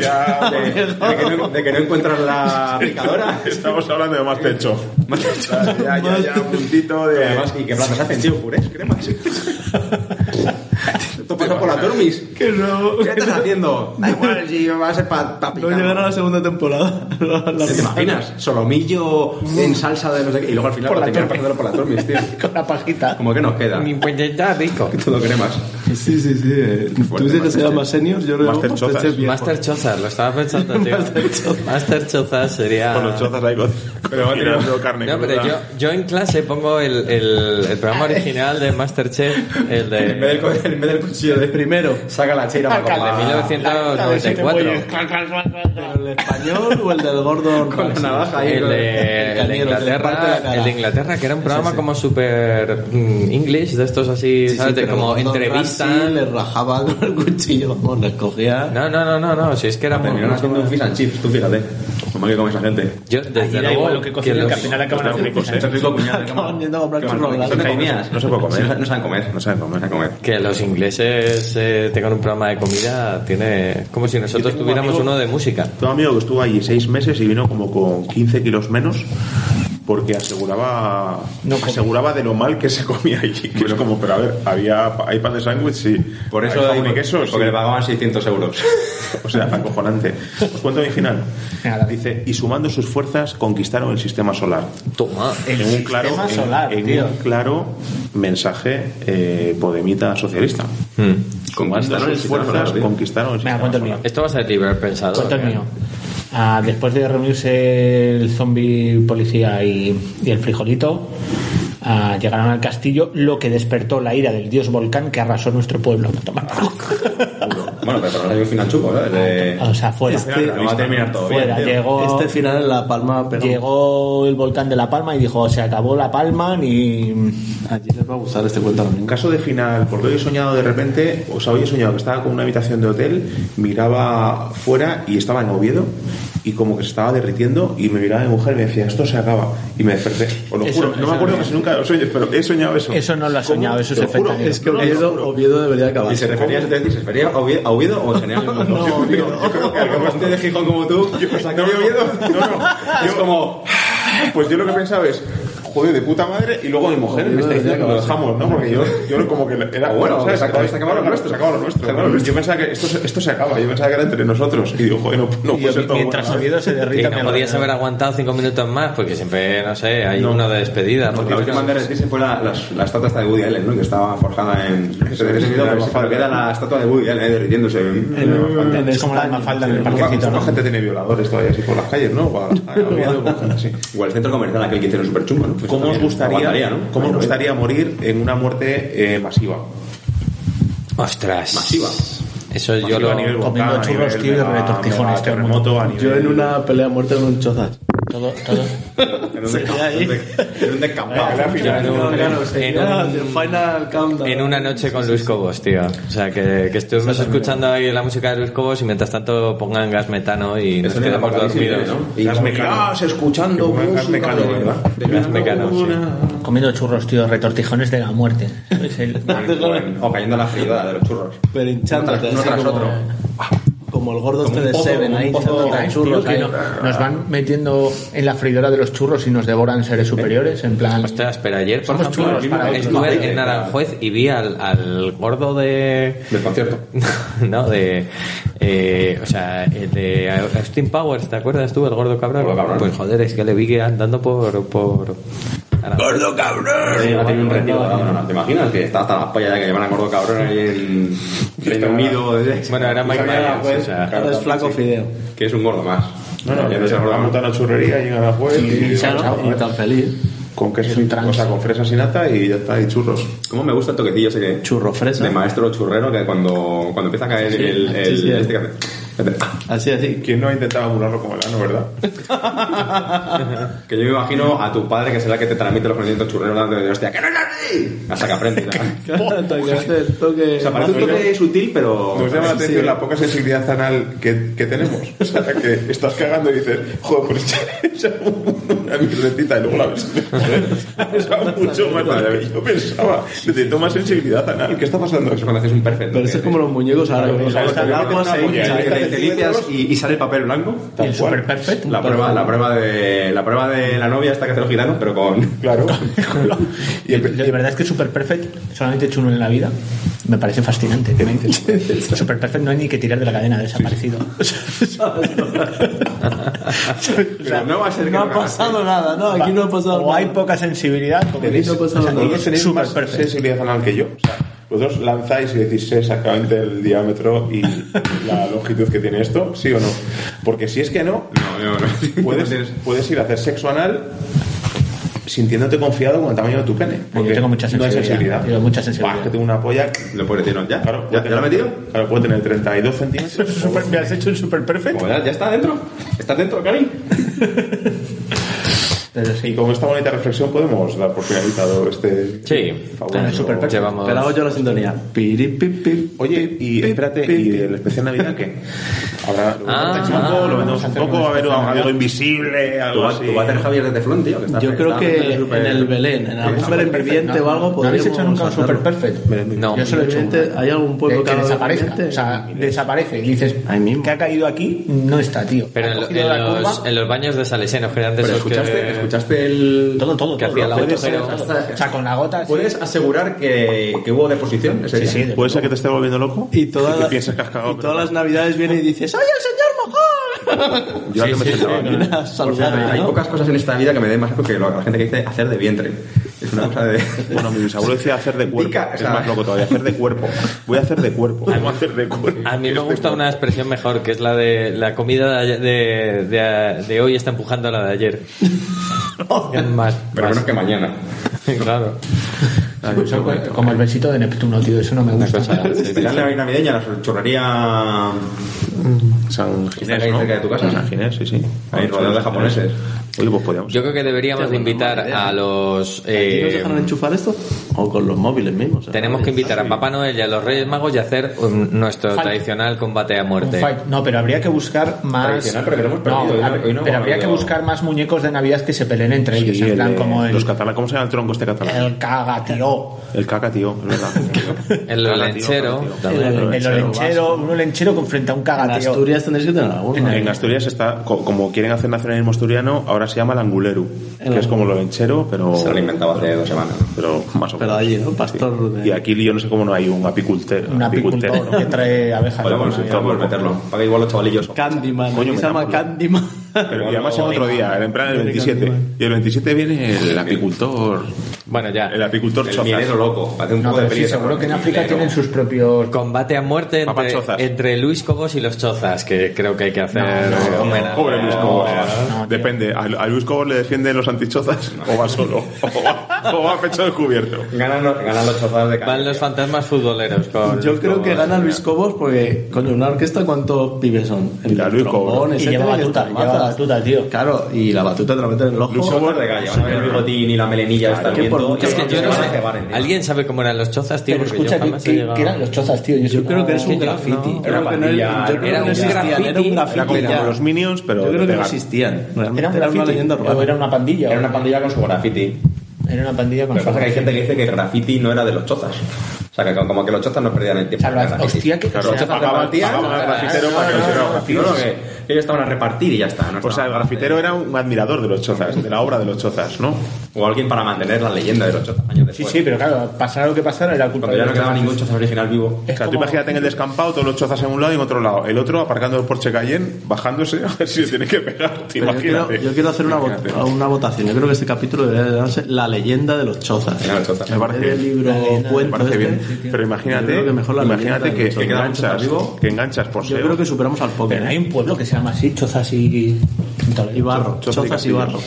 [SPEAKER 4] *laughs*
[SPEAKER 5] ya... De, de que no, de que no encuentras *laughs* la picadora.
[SPEAKER 1] Estamos hablando de Masterchef.
[SPEAKER 5] Masterchef, ya, ya, ya, puntito de... Además, ¿y qué platos hacen, tío? ¿Purés? *laughs* ¿Cremas? ¿Tú pasas por la turmis?
[SPEAKER 4] Que no.
[SPEAKER 5] ¿Qué estás haciendo? Da igual, si va a ser para
[SPEAKER 4] No llegaron a la segunda temporada. *laughs* La- la-
[SPEAKER 5] ¿Te imaginas? Solomillo en salsa de no sé qué. Y luego al final
[SPEAKER 7] Mm. Por la
[SPEAKER 5] lo terminas
[SPEAKER 7] turmis.
[SPEAKER 5] pasándolo por
[SPEAKER 7] *laughs*
[SPEAKER 5] la turmis, tío.
[SPEAKER 7] Con la pajita.
[SPEAKER 5] Como que nos queda.
[SPEAKER 6] Mi puñeta rico.
[SPEAKER 5] Todo cremas.
[SPEAKER 4] Sí, sí, sí. eh. Tú
[SPEAKER 5] fuerte,
[SPEAKER 4] dices que se
[SPEAKER 5] Masterchef.
[SPEAKER 4] llama Senior, yo lo llamo
[SPEAKER 1] Masterchef.
[SPEAKER 4] Masterchef viejo.
[SPEAKER 6] Master Chozas, lo estaba pensando, tío.
[SPEAKER 4] Master Chozas.
[SPEAKER 6] Master Chozas sería.
[SPEAKER 1] Con los chozas ahí con...
[SPEAKER 5] Pero va a tener-
[SPEAKER 1] tirando carne
[SPEAKER 6] No, pero
[SPEAKER 1] cruda.
[SPEAKER 6] yo, yo en clase pongo el, el, el programa original de Masterchef, el
[SPEAKER 5] En vez del,
[SPEAKER 6] de,
[SPEAKER 5] co- en vez del cuchillo de primero, saca la chira para
[SPEAKER 6] de
[SPEAKER 5] comer.
[SPEAKER 7] Oye,
[SPEAKER 6] 1994.
[SPEAKER 7] clan, clan, clan, clan, clan.
[SPEAKER 4] ¿El español o el del gordo?
[SPEAKER 5] *laughs* Con la navaja ahí.
[SPEAKER 6] El
[SPEAKER 5] con-
[SPEAKER 6] de, el de
[SPEAKER 4] cañero que le parte la
[SPEAKER 6] Inglaterra,
[SPEAKER 4] cara.
[SPEAKER 6] el de Inglaterra, que era un programa como super mm, English, de estos así,
[SPEAKER 4] Sí, sí,
[SPEAKER 6] ¿sabes? De
[SPEAKER 4] pero
[SPEAKER 6] como
[SPEAKER 4] Gordon
[SPEAKER 6] entrevistas.
[SPEAKER 4] Ramsay le rajaba con el cuchillo, *laughs* vamos, le cogía.
[SPEAKER 6] No, no, no, no, no, si es que era muy-
[SPEAKER 5] Terminaron haciendo un fish and chips, tú fíjate. Como que come esa gente.
[SPEAKER 6] Yo, desde
[SPEAKER 3] da
[SPEAKER 6] luego,
[SPEAKER 3] igual lo que cocinen, que
[SPEAKER 6] los-
[SPEAKER 3] al final
[SPEAKER 4] *laughs*
[SPEAKER 3] acaban
[SPEAKER 1] Están
[SPEAKER 3] haciendo
[SPEAKER 1] ricos,
[SPEAKER 3] fish
[SPEAKER 1] ¿eh?
[SPEAKER 5] Es rico, cuñado. qué
[SPEAKER 4] Acaban
[SPEAKER 5] mal-
[SPEAKER 4] yendo a comprar
[SPEAKER 5] qué mal-
[SPEAKER 4] churros
[SPEAKER 5] no se
[SPEAKER 4] blancos.
[SPEAKER 5] come mías.
[SPEAKER 1] No se puede comer.
[SPEAKER 5] No saben comer.
[SPEAKER 1] No saben comer.
[SPEAKER 5] No saben comer.
[SPEAKER 6] que los ingleses eh, tengan un programa de comida tiene como si nosotros tuviéramos uno de música.
[SPEAKER 1] Tengo un amigo que estuvo allí seis meses y vino como con 15 kilos menos porque aseguraba
[SPEAKER 3] No, como-
[SPEAKER 1] aseguraba de lo mal que se comía allí. Que es Pues como, pero a ver, había pa- hay pan de sándwich, sí.
[SPEAKER 5] Por
[SPEAKER 1] hay
[SPEAKER 5] eso,
[SPEAKER 1] jamón y queso, sí.
[SPEAKER 5] porque le pagaban 600 euros.
[SPEAKER 1] O sea,
[SPEAKER 5] *laughs*
[SPEAKER 1] acojonante. Os cuento mi final.
[SPEAKER 3] Venga, dale.
[SPEAKER 1] Dice, y sumando sus fuerzas conquistaron el sistema solar.
[SPEAKER 6] Toma.
[SPEAKER 3] El
[SPEAKER 1] en un claro,
[SPEAKER 3] sistema
[SPEAKER 1] en-
[SPEAKER 3] solar,
[SPEAKER 1] en,
[SPEAKER 3] tío.
[SPEAKER 1] un claro mensaje eh, podemita socialista.
[SPEAKER 5] Hmm. Conquistaron
[SPEAKER 1] Conquistaron
[SPEAKER 5] el
[SPEAKER 1] sus
[SPEAKER 5] sistema
[SPEAKER 1] fuerzas,
[SPEAKER 5] solar, tío.
[SPEAKER 1] conquistaron el
[SPEAKER 3] Venga,
[SPEAKER 1] sistema
[SPEAKER 3] cuento el
[SPEAKER 1] solar.
[SPEAKER 3] mío.
[SPEAKER 6] Esto va a ser libre pensado.
[SPEAKER 3] Cuento el
[SPEAKER 6] ¿eh?
[SPEAKER 3] mío. Ah, después de reunirse el zombie policía y, y el frijolito, ah, llegaron al castillo, lo que despertó la ira del dios volcán que arrasó nuestro pueblo. Toma. *laughs*
[SPEAKER 5] bueno, pero por lo menos hay un final chupo, ¿sabes? De-
[SPEAKER 7] Ah,
[SPEAKER 3] O sea, fuera.
[SPEAKER 4] Este-
[SPEAKER 5] no va a terminar todo
[SPEAKER 3] Fuera,
[SPEAKER 5] bien. tío.
[SPEAKER 3] llegó,
[SPEAKER 4] Este final en La Palma pegó.
[SPEAKER 3] llegó el volcán de La Palma y dijo, se
[SPEAKER 4] *laughs*
[SPEAKER 3] acabó La Palma ni...
[SPEAKER 4] Allí les va a gustar este cuento a los
[SPEAKER 1] En
[SPEAKER 4] niños.
[SPEAKER 1] caso de final, porque hoy he soñado de repente, o sea, hoy he soñado que estaba con una habitación de hotel, miraba fuera y estaba en Oviedo y como que se estaba derritiendo y me miraba mi mujer y me decía, esto se acaba. Y me desperté. Os lo
[SPEAKER 3] Eso-
[SPEAKER 1] juro, no
[SPEAKER 3] eso
[SPEAKER 1] me acuerdo
[SPEAKER 3] no.
[SPEAKER 1] casi nunca de los sueños, pero he soñado eso.
[SPEAKER 3] Eso no lo has
[SPEAKER 1] ¿Cómo?
[SPEAKER 3] soñado, eso es
[SPEAKER 1] Te lo juro,
[SPEAKER 3] efectario.
[SPEAKER 1] Es que
[SPEAKER 4] Oviedo, Oviedo debería acabar.
[SPEAKER 5] ¿Y se refería, a- se refería a Oviedo- a Oviedo o en general? No,
[SPEAKER 4] Ah, No,
[SPEAKER 5] digo, yo creo que al como este de Gijón como tú, yo no, Oviedo. No, no. Yo como,
[SPEAKER 1] Pues yo lo que pensaba es, joder, de puta madre, y luego mi mujer me está diciendo que lo dejamos, ¿no? Porque yo, yo como que era
[SPEAKER 5] Ah, bueno,
[SPEAKER 1] ¿sabes?
[SPEAKER 5] se acaba- se acaba lo
[SPEAKER 1] Claro,
[SPEAKER 5] nuestro.
[SPEAKER 1] se acaba lo nuestro.
[SPEAKER 5] Se acaba lo
[SPEAKER 1] claro.
[SPEAKER 5] nuestro.
[SPEAKER 1] Yo pensaba que esto, se- esto se acaba, yo pensaba que era entre nosotros. Y digo, joder, no, no puede ser todo
[SPEAKER 3] mientras
[SPEAKER 1] bueno.
[SPEAKER 3] Oviedo se
[SPEAKER 6] Y
[SPEAKER 3] derrita...
[SPEAKER 6] no
[SPEAKER 3] me
[SPEAKER 6] podías
[SPEAKER 3] lo-
[SPEAKER 6] haber aguantado cinco minutos más, porque siempre, no sé, hay una de despedida.
[SPEAKER 5] Porque
[SPEAKER 6] porque
[SPEAKER 5] la última de derretirse fue la, la, la estatua esta de Woody Allen, ¿no? Que estaba forjada en... Se derritió, pero se- que era la estatua de Woody Allen ahí derritiéndose.
[SPEAKER 4] en
[SPEAKER 3] Es como la mafalda en el parquecito,
[SPEAKER 1] La
[SPEAKER 3] ¿no?
[SPEAKER 1] gente tiene violadores todavía así por las calles, ¿no? Va-
[SPEAKER 5] *laughs*
[SPEAKER 1] a- a Oviedo, cosas así.
[SPEAKER 5] Igual el centro comercial aquel que hicieron súper chungo, ¿no? Pues
[SPEAKER 1] ¿Cómo os
[SPEAKER 5] también aguantaría,
[SPEAKER 1] gustaría,
[SPEAKER 5] ¿no?
[SPEAKER 1] ¿cómo os
[SPEAKER 5] Ahí,
[SPEAKER 1] gustaría morir en una muerte eh, masiva?
[SPEAKER 6] Ostras.
[SPEAKER 5] Masiva.
[SPEAKER 6] Eso yo
[SPEAKER 1] Masiva
[SPEAKER 6] lo...
[SPEAKER 1] a nivel
[SPEAKER 3] comiendo
[SPEAKER 1] volcán, a
[SPEAKER 3] churros,
[SPEAKER 1] nivel
[SPEAKER 3] tío, y
[SPEAKER 1] mega-
[SPEAKER 3] retortijones,
[SPEAKER 1] mega
[SPEAKER 3] todo el mundo.
[SPEAKER 1] terremoto, a nivel-
[SPEAKER 4] Yo en una pelea a muerte con un chozas.
[SPEAKER 3] Todo, todo.
[SPEAKER 5] En un descampado. En un descampado.
[SPEAKER 1] Era final,
[SPEAKER 6] En un- en un-
[SPEAKER 4] final countdown.
[SPEAKER 6] En una noche con Luis Cobos, tío. O sea, que, que estuvimos escuchando ahí la música de Luis Cobos y mientras tanto pongan gas metano y nos
[SPEAKER 5] Eso no era
[SPEAKER 6] quedamos
[SPEAKER 5] para
[SPEAKER 6] dormidos.
[SPEAKER 5] ¿no?
[SPEAKER 1] Y las mecanas escuchando
[SPEAKER 5] música
[SPEAKER 1] mecano,
[SPEAKER 5] de-
[SPEAKER 1] ¿verdad?
[SPEAKER 6] Gas mecano, sí.
[SPEAKER 3] Comiendo churros, tío, retortijones de la muerte. ¿Sabes? El- *laughs*
[SPEAKER 5] O cayendo a la friolada de los churros.
[SPEAKER 4] Pero hinchándote
[SPEAKER 5] Uno
[SPEAKER 4] así
[SPEAKER 5] tras
[SPEAKER 4] como, Ah,
[SPEAKER 5] otro.
[SPEAKER 4] como el gordo
[SPEAKER 5] Como
[SPEAKER 4] este
[SPEAKER 5] un
[SPEAKER 4] de
[SPEAKER 5] pozo,
[SPEAKER 4] Seven
[SPEAKER 5] un
[SPEAKER 4] ahí
[SPEAKER 5] pozo
[SPEAKER 4] hinchándote a
[SPEAKER 5] de
[SPEAKER 4] churros.
[SPEAKER 3] Tío, que
[SPEAKER 4] ahí.
[SPEAKER 3] no- nos van metiendo en la freidora de los churros y nos devoran seres superiores, en plan...
[SPEAKER 6] Ostras, pero ayer, por
[SPEAKER 3] Somos
[SPEAKER 6] ejemplo,
[SPEAKER 3] churros para
[SPEAKER 5] otros.
[SPEAKER 6] estuve en Naranjuez y vi al, al gordo de... *laughs*
[SPEAKER 5] Del concierto.
[SPEAKER 6] No, de... eh, o sea, el de Austin Powers, ¿te acuerdas tú, el gordo cabrón?
[SPEAKER 5] Gordo cabrón.
[SPEAKER 6] Pues joder, es que le vi que andando por... por... Naranjuez.
[SPEAKER 5] ¡Gordo cabrón! ha tenido un retiro. No, no, ¿Te imaginas? Que está hasta las pollas ya que llevan a gordo cabrón ahí en Reino Unido. desde-
[SPEAKER 6] Bueno, era Mike
[SPEAKER 5] Sabía,
[SPEAKER 6] Myers,
[SPEAKER 5] pues,
[SPEAKER 6] o sea,
[SPEAKER 5] claro,
[SPEAKER 4] Ahora es flaco
[SPEAKER 5] sí.
[SPEAKER 4] fideo.
[SPEAKER 5] Que es un gordo más.
[SPEAKER 1] *laughs* No, no,
[SPEAKER 5] Ya
[SPEAKER 1] que
[SPEAKER 5] es
[SPEAKER 1] se
[SPEAKER 5] el gordo más.
[SPEAKER 1] remonta a la churrería, llegan a la juez y,
[SPEAKER 4] Claro,
[SPEAKER 1] chao,
[SPEAKER 4] y tan feliz.
[SPEAKER 1] con queso,
[SPEAKER 3] un
[SPEAKER 1] y-
[SPEAKER 3] trance.
[SPEAKER 1] o sea, con fresas y nata y ya está, y churros.
[SPEAKER 5] ¿Cómo me gusta el toquecillo ese que...
[SPEAKER 4] Churro fresa.
[SPEAKER 5] De maestro churrero que cuando, cuando empieza a caer
[SPEAKER 4] Sí,
[SPEAKER 5] el... el
[SPEAKER 4] sí, sí.
[SPEAKER 5] este que hace-
[SPEAKER 4] Así, así.
[SPEAKER 1] ¿Quién no ha intentado burlarlo como el ano, *laughs* verdad?
[SPEAKER 5] Que yo me imagino a tu padre que será el que te transmite los conocimientos churreros dándole de hostia. ¡Que no es así! Hasta que aprende. ¿no?
[SPEAKER 4] Tocaste el toque.
[SPEAKER 5] O sea, parece un toque sutil, pero...
[SPEAKER 1] Nos llama la
[SPEAKER 4] Sí.
[SPEAKER 1] atención la poca sensibilidad anal que, que tenemos. O sea, que estás cagando y dices, joder, pues echa, echa *laughs* una birretita y luego la ves. Joder, Pesa mucho más de lo que yo pensaba. Necesito más sensibilidad anal. ¿Qué está pasando?
[SPEAKER 5] Eso cuando haces un perfecto. eh,
[SPEAKER 4] Pero eso es como los muñecos ahora. que- O sea, el agua se hincha.
[SPEAKER 5] Que te, te limpias y, y sale el papel blanco.
[SPEAKER 3] y el super perfecto.
[SPEAKER 5] La prueba, la prueba de la prueba de la novia hasta que hace los gitanos, pero con
[SPEAKER 1] Claro.
[SPEAKER 3] *laughs*
[SPEAKER 1] Y el-
[SPEAKER 3] La verdad es que Super Perfect solamente he hecho uno en la vida. Me parece fascinante. Super Perfect no hay ni que tirar de la cadena, ha desaparecido.
[SPEAKER 5] pero *laughs* no va a ser que
[SPEAKER 4] No
[SPEAKER 5] lo
[SPEAKER 4] ha
[SPEAKER 5] hagas.
[SPEAKER 4] pasado nada, no, aquí no ha pasado
[SPEAKER 3] O hay
[SPEAKER 4] nada.
[SPEAKER 3] poca sensibilidad. Como
[SPEAKER 1] Tenéis,
[SPEAKER 4] No pasa
[SPEAKER 1] o sea,
[SPEAKER 4] nada.
[SPEAKER 1] vosotros tenéis
[SPEAKER 3] Súper
[SPEAKER 1] más
[SPEAKER 3] perfecto.
[SPEAKER 1] sensibilidad anal que yo. O sea, vosotros lanzáis y decís sé exactamente el diámetro y la longitud que tiene esto, ¿sí o no? Porque si es que no, *laughs*
[SPEAKER 5] No, no, no.
[SPEAKER 1] puedes, puedes ir a hacer sexo anal sintiéndote confiado con el tamaño de tu pene. Porque
[SPEAKER 3] tengo mucha
[SPEAKER 1] No hay
[SPEAKER 3] sensibilidad.
[SPEAKER 1] sensibilidad.
[SPEAKER 3] Yo mucha sensibilidad.
[SPEAKER 1] Buah, que tengo una polla.
[SPEAKER 5] Lo puedes decir, ¿no? ¿Ya?
[SPEAKER 1] Claro,
[SPEAKER 5] ¿Ya,
[SPEAKER 1] puede
[SPEAKER 5] ¿Ya lo ha
[SPEAKER 1] tener-
[SPEAKER 5] metido?
[SPEAKER 1] Claro, puede tener 32 centímetros.
[SPEAKER 3] *laughs* Super- ¿Me has hecho un Super Perfect?
[SPEAKER 5] Como Pues ya, ya está dentro. ¿Estás dentro, Cari?
[SPEAKER 3] Pero
[SPEAKER 1] Y
[SPEAKER 3] sí.
[SPEAKER 1] con esta bonita reflexión podemos dar por finalizado este.
[SPEAKER 6] Sí.
[SPEAKER 1] fabuloso-
[SPEAKER 3] Ah, súper perfecto.
[SPEAKER 6] Llevamos...
[SPEAKER 4] Pero hago yo la sintonía. Piri, pi, pi,
[SPEAKER 1] Oye,
[SPEAKER 4] pi,
[SPEAKER 1] y
[SPEAKER 4] pi,
[SPEAKER 1] espérate,
[SPEAKER 4] pi,
[SPEAKER 1] ¿y
[SPEAKER 4] pi.
[SPEAKER 1] el especial Navidad qué? Ahora lo
[SPEAKER 6] Ah,
[SPEAKER 1] vendemos un poco, lo vendemos un poco, va a haber algo invisible,
[SPEAKER 5] Tu,
[SPEAKER 1] algo
[SPEAKER 5] va-
[SPEAKER 1] así.
[SPEAKER 5] tu váter Javier desde Flon, tío. que está-
[SPEAKER 4] Yo creo
[SPEAKER 5] está
[SPEAKER 4] que
[SPEAKER 5] súper-
[SPEAKER 4] en el Belén, en algún Belén viviente o algo,
[SPEAKER 3] ¿No habéis
[SPEAKER 4] podríamos
[SPEAKER 3] hecho nunca un
[SPEAKER 4] hacerlo.
[SPEAKER 3] Super Perfect?
[SPEAKER 6] No.
[SPEAKER 3] Yo solo he hecho uno.
[SPEAKER 4] Evidentemente, ¿hay algún pueblo
[SPEAKER 3] que,
[SPEAKER 4] que haga
[SPEAKER 3] desaparezca.
[SPEAKER 4] viviente?
[SPEAKER 3] O sea, desaparece. Y dices,
[SPEAKER 4] Ahí mismo.
[SPEAKER 3] que ha caído aquí, no está, tío.
[SPEAKER 6] Pero
[SPEAKER 3] Ha
[SPEAKER 6] en, lo-
[SPEAKER 3] cogido
[SPEAKER 6] en
[SPEAKER 3] la curva.
[SPEAKER 6] los, en los baños de Salesianos que eran de
[SPEAKER 5] Pero
[SPEAKER 6] esos que-
[SPEAKER 5] escuchaste, ¿Escuchaste el...?
[SPEAKER 3] Todo, todo,
[SPEAKER 6] Que
[SPEAKER 3] todo.
[SPEAKER 6] hacía la
[SPEAKER 3] Puede
[SPEAKER 6] auto,
[SPEAKER 3] ser,
[SPEAKER 6] pero-
[SPEAKER 3] O sea, con la gota. sí.
[SPEAKER 4] Pues,
[SPEAKER 5] ¿Puedes asegurar que, que hubo deposición pues, ese
[SPEAKER 3] Sí,
[SPEAKER 5] día?
[SPEAKER 3] sí, de-
[SPEAKER 1] ¿Puede ser que te esté volviendo loco?
[SPEAKER 4] Y todas,
[SPEAKER 1] que
[SPEAKER 4] las-
[SPEAKER 1] pienses que has cagado.
[SPEAKER 4] y
[SPEAKER 1] pero
[SPEAKER 4] todas las navidades viene y dices ¡Soy el señor mojón! *laughs*
[SPEAKER 1] Yo al que me sentaba.
[SPEAKER 4] Y una
[SPEAKER 5] O sea,
[SPEAKER 4] saludada,
[SPEAKER 5] hay
[SPEAKER 4] ¿no?
[SPEAKER 5] pocas cosas en esta vida que me den más asco que lo- la gente que dice hacer de vientre. Es una cosa de...
[SPEAKER 1] Bueno, mi bisabuelo decía hacer de cuerpo.
[SPEAKER 5] Pica, o
[SPEAKER 1] es
[SPEAKER 5] sea-
[SPEAKER 1] más loco todavía, hacer de cuerpo. Voy a hacer de cuerpo. Vamos a hacer de cuerpo.
[SPEAKER 6] A mí me
[SPEAKER 1] Este
[SPEAKER 6] gusta
[SPEAKER 1] cuerpo.
[SPEAKER 6] una expresión mejor, que es la de la comida de, de- de- de hoy está empujando a la de
[SPEAKER 1] *laughs*
[SPEAKER 6] ayer. Es más,
[SPEAKER 5] Pero
[SPEAKER 6] más-
[SPEAKER 5] menos que mañana.
[SPEAKER 6] *laughs* claro.
[SPEAKER 3] Eso, pues, como el besito de Neptuno, tío, eso no me gusta.
[SPEAKER 5] Esperar la navideña, la churrería...
[SPEAKER 1] San
[SPEAKER 5] Está
[SPEAKER 1] Ginés,
[SPEAKER 5] ahí
[SPEAKER 1] ¿no?
[SPEAKER 5] cerca de tu casa.
[SPEAKER 1] San Ginés, sí, sí.
[SPEAKER 5] Ahí, rodeado de japoneses.
[SPEAKER 1] Oye, pues podíamos.
[SPEAKER 6] Yo creo que deberíamos de invitar a los...
[SPEAKER 4] ¿Y nos
[SPEAKER 6] eh,
[SPEAKER 4] dejan enchufar esto? O con los móviles mismos. ¿eh?
[SPEAKER 6] tenemos que invitar a Papá Noel y a los Reyes Magos y hacer un- nuestro
[SPEAKER 3] Fight.
[SPEAKER 6] tradicional combate a
[SPEAKER 3] Un
[SPEAKER 6] muerte.
[SPEAKER 3] fight. No, pero habría que buscar más.
[SPEAKER 5] Tradicional, pero que lo hemos perdido,
[SPEAKER 3] No,
[SPEAKER 5] hoy no-
[SPEAKER 3] hab-
[SPEAKER 5] hoy no
[SPEAKER 3] pero
[SPEAKER 5] hemos
[SPEAKER 3] habría que
[SPEAKER 5] habido-
[SPEAKER 3] buscar más muñecos de Navidad que se peleen entre
[SPEAKER 1] Sí,
[SPEAKER 3] ellos. En
[SPEAKER 1] el
[SPEAKER 3] plan,
[SPEAKER 1] de-
[SPEAKER 3] como el.
[SPEAKER 1] Los catalanes, ¿cómo se llama el tronco este catalán?
[SPEAKER 3] El caga, tío.
[SPEAKER 1] El caca, tío, es
[SPEAKER 3] *laughs*
[SPEAKER 1] verdad.
[SPEAKER 6] El
[SPEAKER 1] Caca, tío,
[SPEAKER 6] olenchero.
[SPEAKER 1] caca, tío.
[SPEAKER 3] El, el
[SPEAKER 1] olenchero
[SPEAKER 3] olenchero, un olenchero que enfrenta a un
[SPEAKER 4] En
[SPEAKER 3] caga, tío.
[SPEAKER 4] Asturias tendréis que tener alguna.
[SPEAKER 1] En Asturias está, co- como quieren hacer nacionalismo asturiano, ahora se llama el anguleru, que es como lo lenchero, pero.
[SPEAKER 5] Se lo han inventado hace dos semanas.
[SPEAKER 1] Pero más o menos.
[SPEAKER 4] Pero allí, ¿no? Pastor de-
[SPEAKER 1] Y aquí yo no sé cómo no hay un apicultero.
[SPEAKER 3] Un apicultor que *laughs* trae abejas.
[SPEAKER 5] Podemos,
[SPEAKER 3] Bueno,
[SPEAKER 5] podemos
[SPEAKER 3] ya.
[SPEAKER 5] meterlo. Para que igual los chavalillos...
[SPEAKER 4] Candyman.
[SPEAKER 1] Coño,
[SPEAKER 4] aquí
[SPEAKER 1] me
[SPEAKER 4] se llama
[SPEAKER 1] llamo, ¿no?
[SPEAKER 4] Candyman.
[SPEAKER 1] Pero y además en otro día, en plan el 27. Y el 27 viene el apicultor.
[SPEAKER 6] Bueno, ya.
[SPEAKER 1] El apicultor
[SPEAKER 5] El
[SPEAKER 1] chozas.
[SPEAKER 5] minero loco. Hace un
[SPEAKER 3] No,
[SPEAKER 5] poco de
[SPEAKER 3] pero sí,
[SPEAKER 5] película.
[SPEAKER 3] seguro que en África
[SPEAKER 5] Minero.
[SPEAKER 3] tienen sus propios.
[SPEAKER 6] Combate a muerte
[SPEAKER 1] Papá Chozas.
[SPEAKER 6] entre, entre Luis Cobos y los Chozas, que creo que hay que hacer homenaje.
[SPEAKER 1] Pobre
[SPEAKER 4] Ah.
[SPEAKER 1] Luis Cobos.
[SPEAKER 3] no, tío.
[SPEAKER 1] Depende. A, a Luis Cobos le defienden los antichozas o va solo. O va, o va a pecho descubierto.
[SPEAKER 5] Ganan los, ganan los chozas de
[SPEAKER 6] Van los fantasmas futboleros con...
[SPEAKER 4] Yo creo que
[SPEAKER 6] con-
[SPEAKER 4] gana Luis Cobos porque, coño, una orquesta, ¿cuántos pibes son? El
[SPEAKER 1] Mira, Luis
[SPEAKER 4] trombón,
[SPEAKER 1] Cobos.
[SPEAKER 4] etcétera,
[SPEAKER 3] lleva
[SPEAKER 4] que
[SPEAKER 3] batuta,
[SPEAKER 4] están
[SPEAKER 3] lleva
[SPEAKER 4] mazas.
[SPEAKER 3] batuta, tío.
[SPEAKER 4] Claro, y la batuta te la meten en el ojo.
[SPEAKER 5] Luis Cobos de gallo. van a ver El bigotín y la melenilla está
[SPEAKER 4] Claro, que por
[SPEAKER 5] viendo.
[SPEAKER 4] mucho
[SPEAKER 5] y
[SPEAKER 6] Es que
[SPEAKER 5] los
[SPEAKER 6] yo no
[SPEAKER 5] chozas
[SPEAKER 6] sé.
[SPEAKER 5] se varen, tío.
[SPEAKER 6] ¿Alguien sabe cómo eran los chozas, tío?
[SPEAKER 3] Pero
[SPEAKER 6] Porque yo
[SPEAKER 3] escucha, ¿qué,
[SPEAKER 6] jamás he
[SPEAKER 3] qué-
[SPEAKER 6] llegado-
[SPEAKER 3] qué eran los chozas, tío?
[SPEAKER 4] Yo creo que eres un
[SPEAKER 6] yo no.
[SPEAKER 4] graffiti. Yo
[SPEAKER 5] Era
[SPEAKER 4] creo que no
[SPEAKER 5] pandilla,
[SPEAKER 4] yo creo que
[SPEAKER 6] era
[SPEAKER 4] no
[SPEAKER 6] un
[SPEAKER 4] existían,
[SPEAKER 6] graffiti.
[SPEAKER 4] Era un
[SPEAKER 1] Era como
[SPEAKER 4] graffiti. ya.
[SPEAKER 1] los minions, pero.
[SPEAKER 4] Yo creo que
[SPEAKER 1] de
[SPEAKER 4] no
[SPEAKER 1] gar-
[SPEAKER 4] existían. Realmente
[SPEAKER 3] Era un
[SPEAKER 4] era una
[SPEAKER 3] graffiti,
[SPEAKER 4] leyenda
[SPEAKER 3] o era
[SPEAKER 4] urbana.
[SPEAKER 3] una pandilla.
[SPEAKER 5] Era una pandilla con su graffiti.
[SPEAKER 3] Era una pandilla con
[SPEAKER 5] Lo que pasa es que hay
[SPEAKER 3] su-
[SPEAKER 5] gente que dice que el graffiti no era de los chozas. O sea, que como que los chozas no perdían el
[SPEAKER 3] O
[SPEAKER 5] tiempo.
[SPEAKER 3] sea, lo hace-
[SPEAKER 5] Graffiti.
[SPEAKER 3] hostia, que
[SPEAKER 1] Claro,
[SPEAKER 3] o sea,
[SPEAKER 1] pagaban-
[SPEAKER 5] repartían. eh,
[SPEAKER 1] pagaban al grafitero para que lo hiciera.
[SPEAKER 5] No, no, que ellos estaban a repartir y ya está. no
[SPEAKER 1] O sea,
[SPEAKER 5] estaban-
[SPEAKER 1] el grafitero era un admirador de los chozas, de la obra de los chozas, ¿no?
[SPEAKER 5] O alguien para mantener la leyenda de los chozas años
[SPEAKER 3] Sí,
[SPEAKER 5] después.
[SPEAKER 3] sí, pero claro, pasara lo que pasara era culpa
[SPEAKER 5] Cuando ya
[SPEAKER 3] de
[SPEAKER 5] no
[SPEAKER 3] los
[SPEAKER 5] quedaba
[SPEAKER 3] chozas.
[SPEAKER 5] ningún chozas original vivo.
[SPEAKER 3] Es
[SPEAKER 1] o sea, tú
[SPEAKER 3] como-
[SPEAKER 1] imagínate en el descampado todos los chozas en un lado y en otro lado. El otro aparcando el Porsche Cayenne, bajándose *laughs* a ver si le tiene que pegar. Te
[SPEAKER 4] Pero yo, quiero,
[SPEAKER 1] imagínate.
[SPEAKER 4] yo quiero hacer una, vot- una votación. Yo creo que este capítulo debería llamarse La leyenda de los chozas.
[SPEAKER 5] Era los chozas.
[SPEAKER 4] En vez del libro
[SPEAKER 3] La leyenda-
[SPEAKER 1] Me
[SPEAKER 4] cuento
[SPEAKER 1] parece
[SPEAKER 4] este,
[SPEAKER 1] bien. Pero
[SPEAKER 4] yo
[SPEAKER 1] imagínate,
[SPEAKER 4] creo que mejor la
[SPEAKER 1] imagínate
[SPEAKER 4] leyenda
[SPEAKER 1] que,
[SPEAKER 4] de los
[SPEAKER 1] que
[SPEAKER 4] chozas.
[SPEAKER 1] enganchas, que enganchas por
[SPEAKER 4] Yo creo que superamos al
[SPEAKER 3] Pero hay
[SPEAKER 4] póker.
[SPEAKER 3] un pueblo que se llama así, chozas y...
[SPEAKER 4] Y barro.
[SPEAKER 1] Chozas y
[SPEAKER 4] Chozas y barro.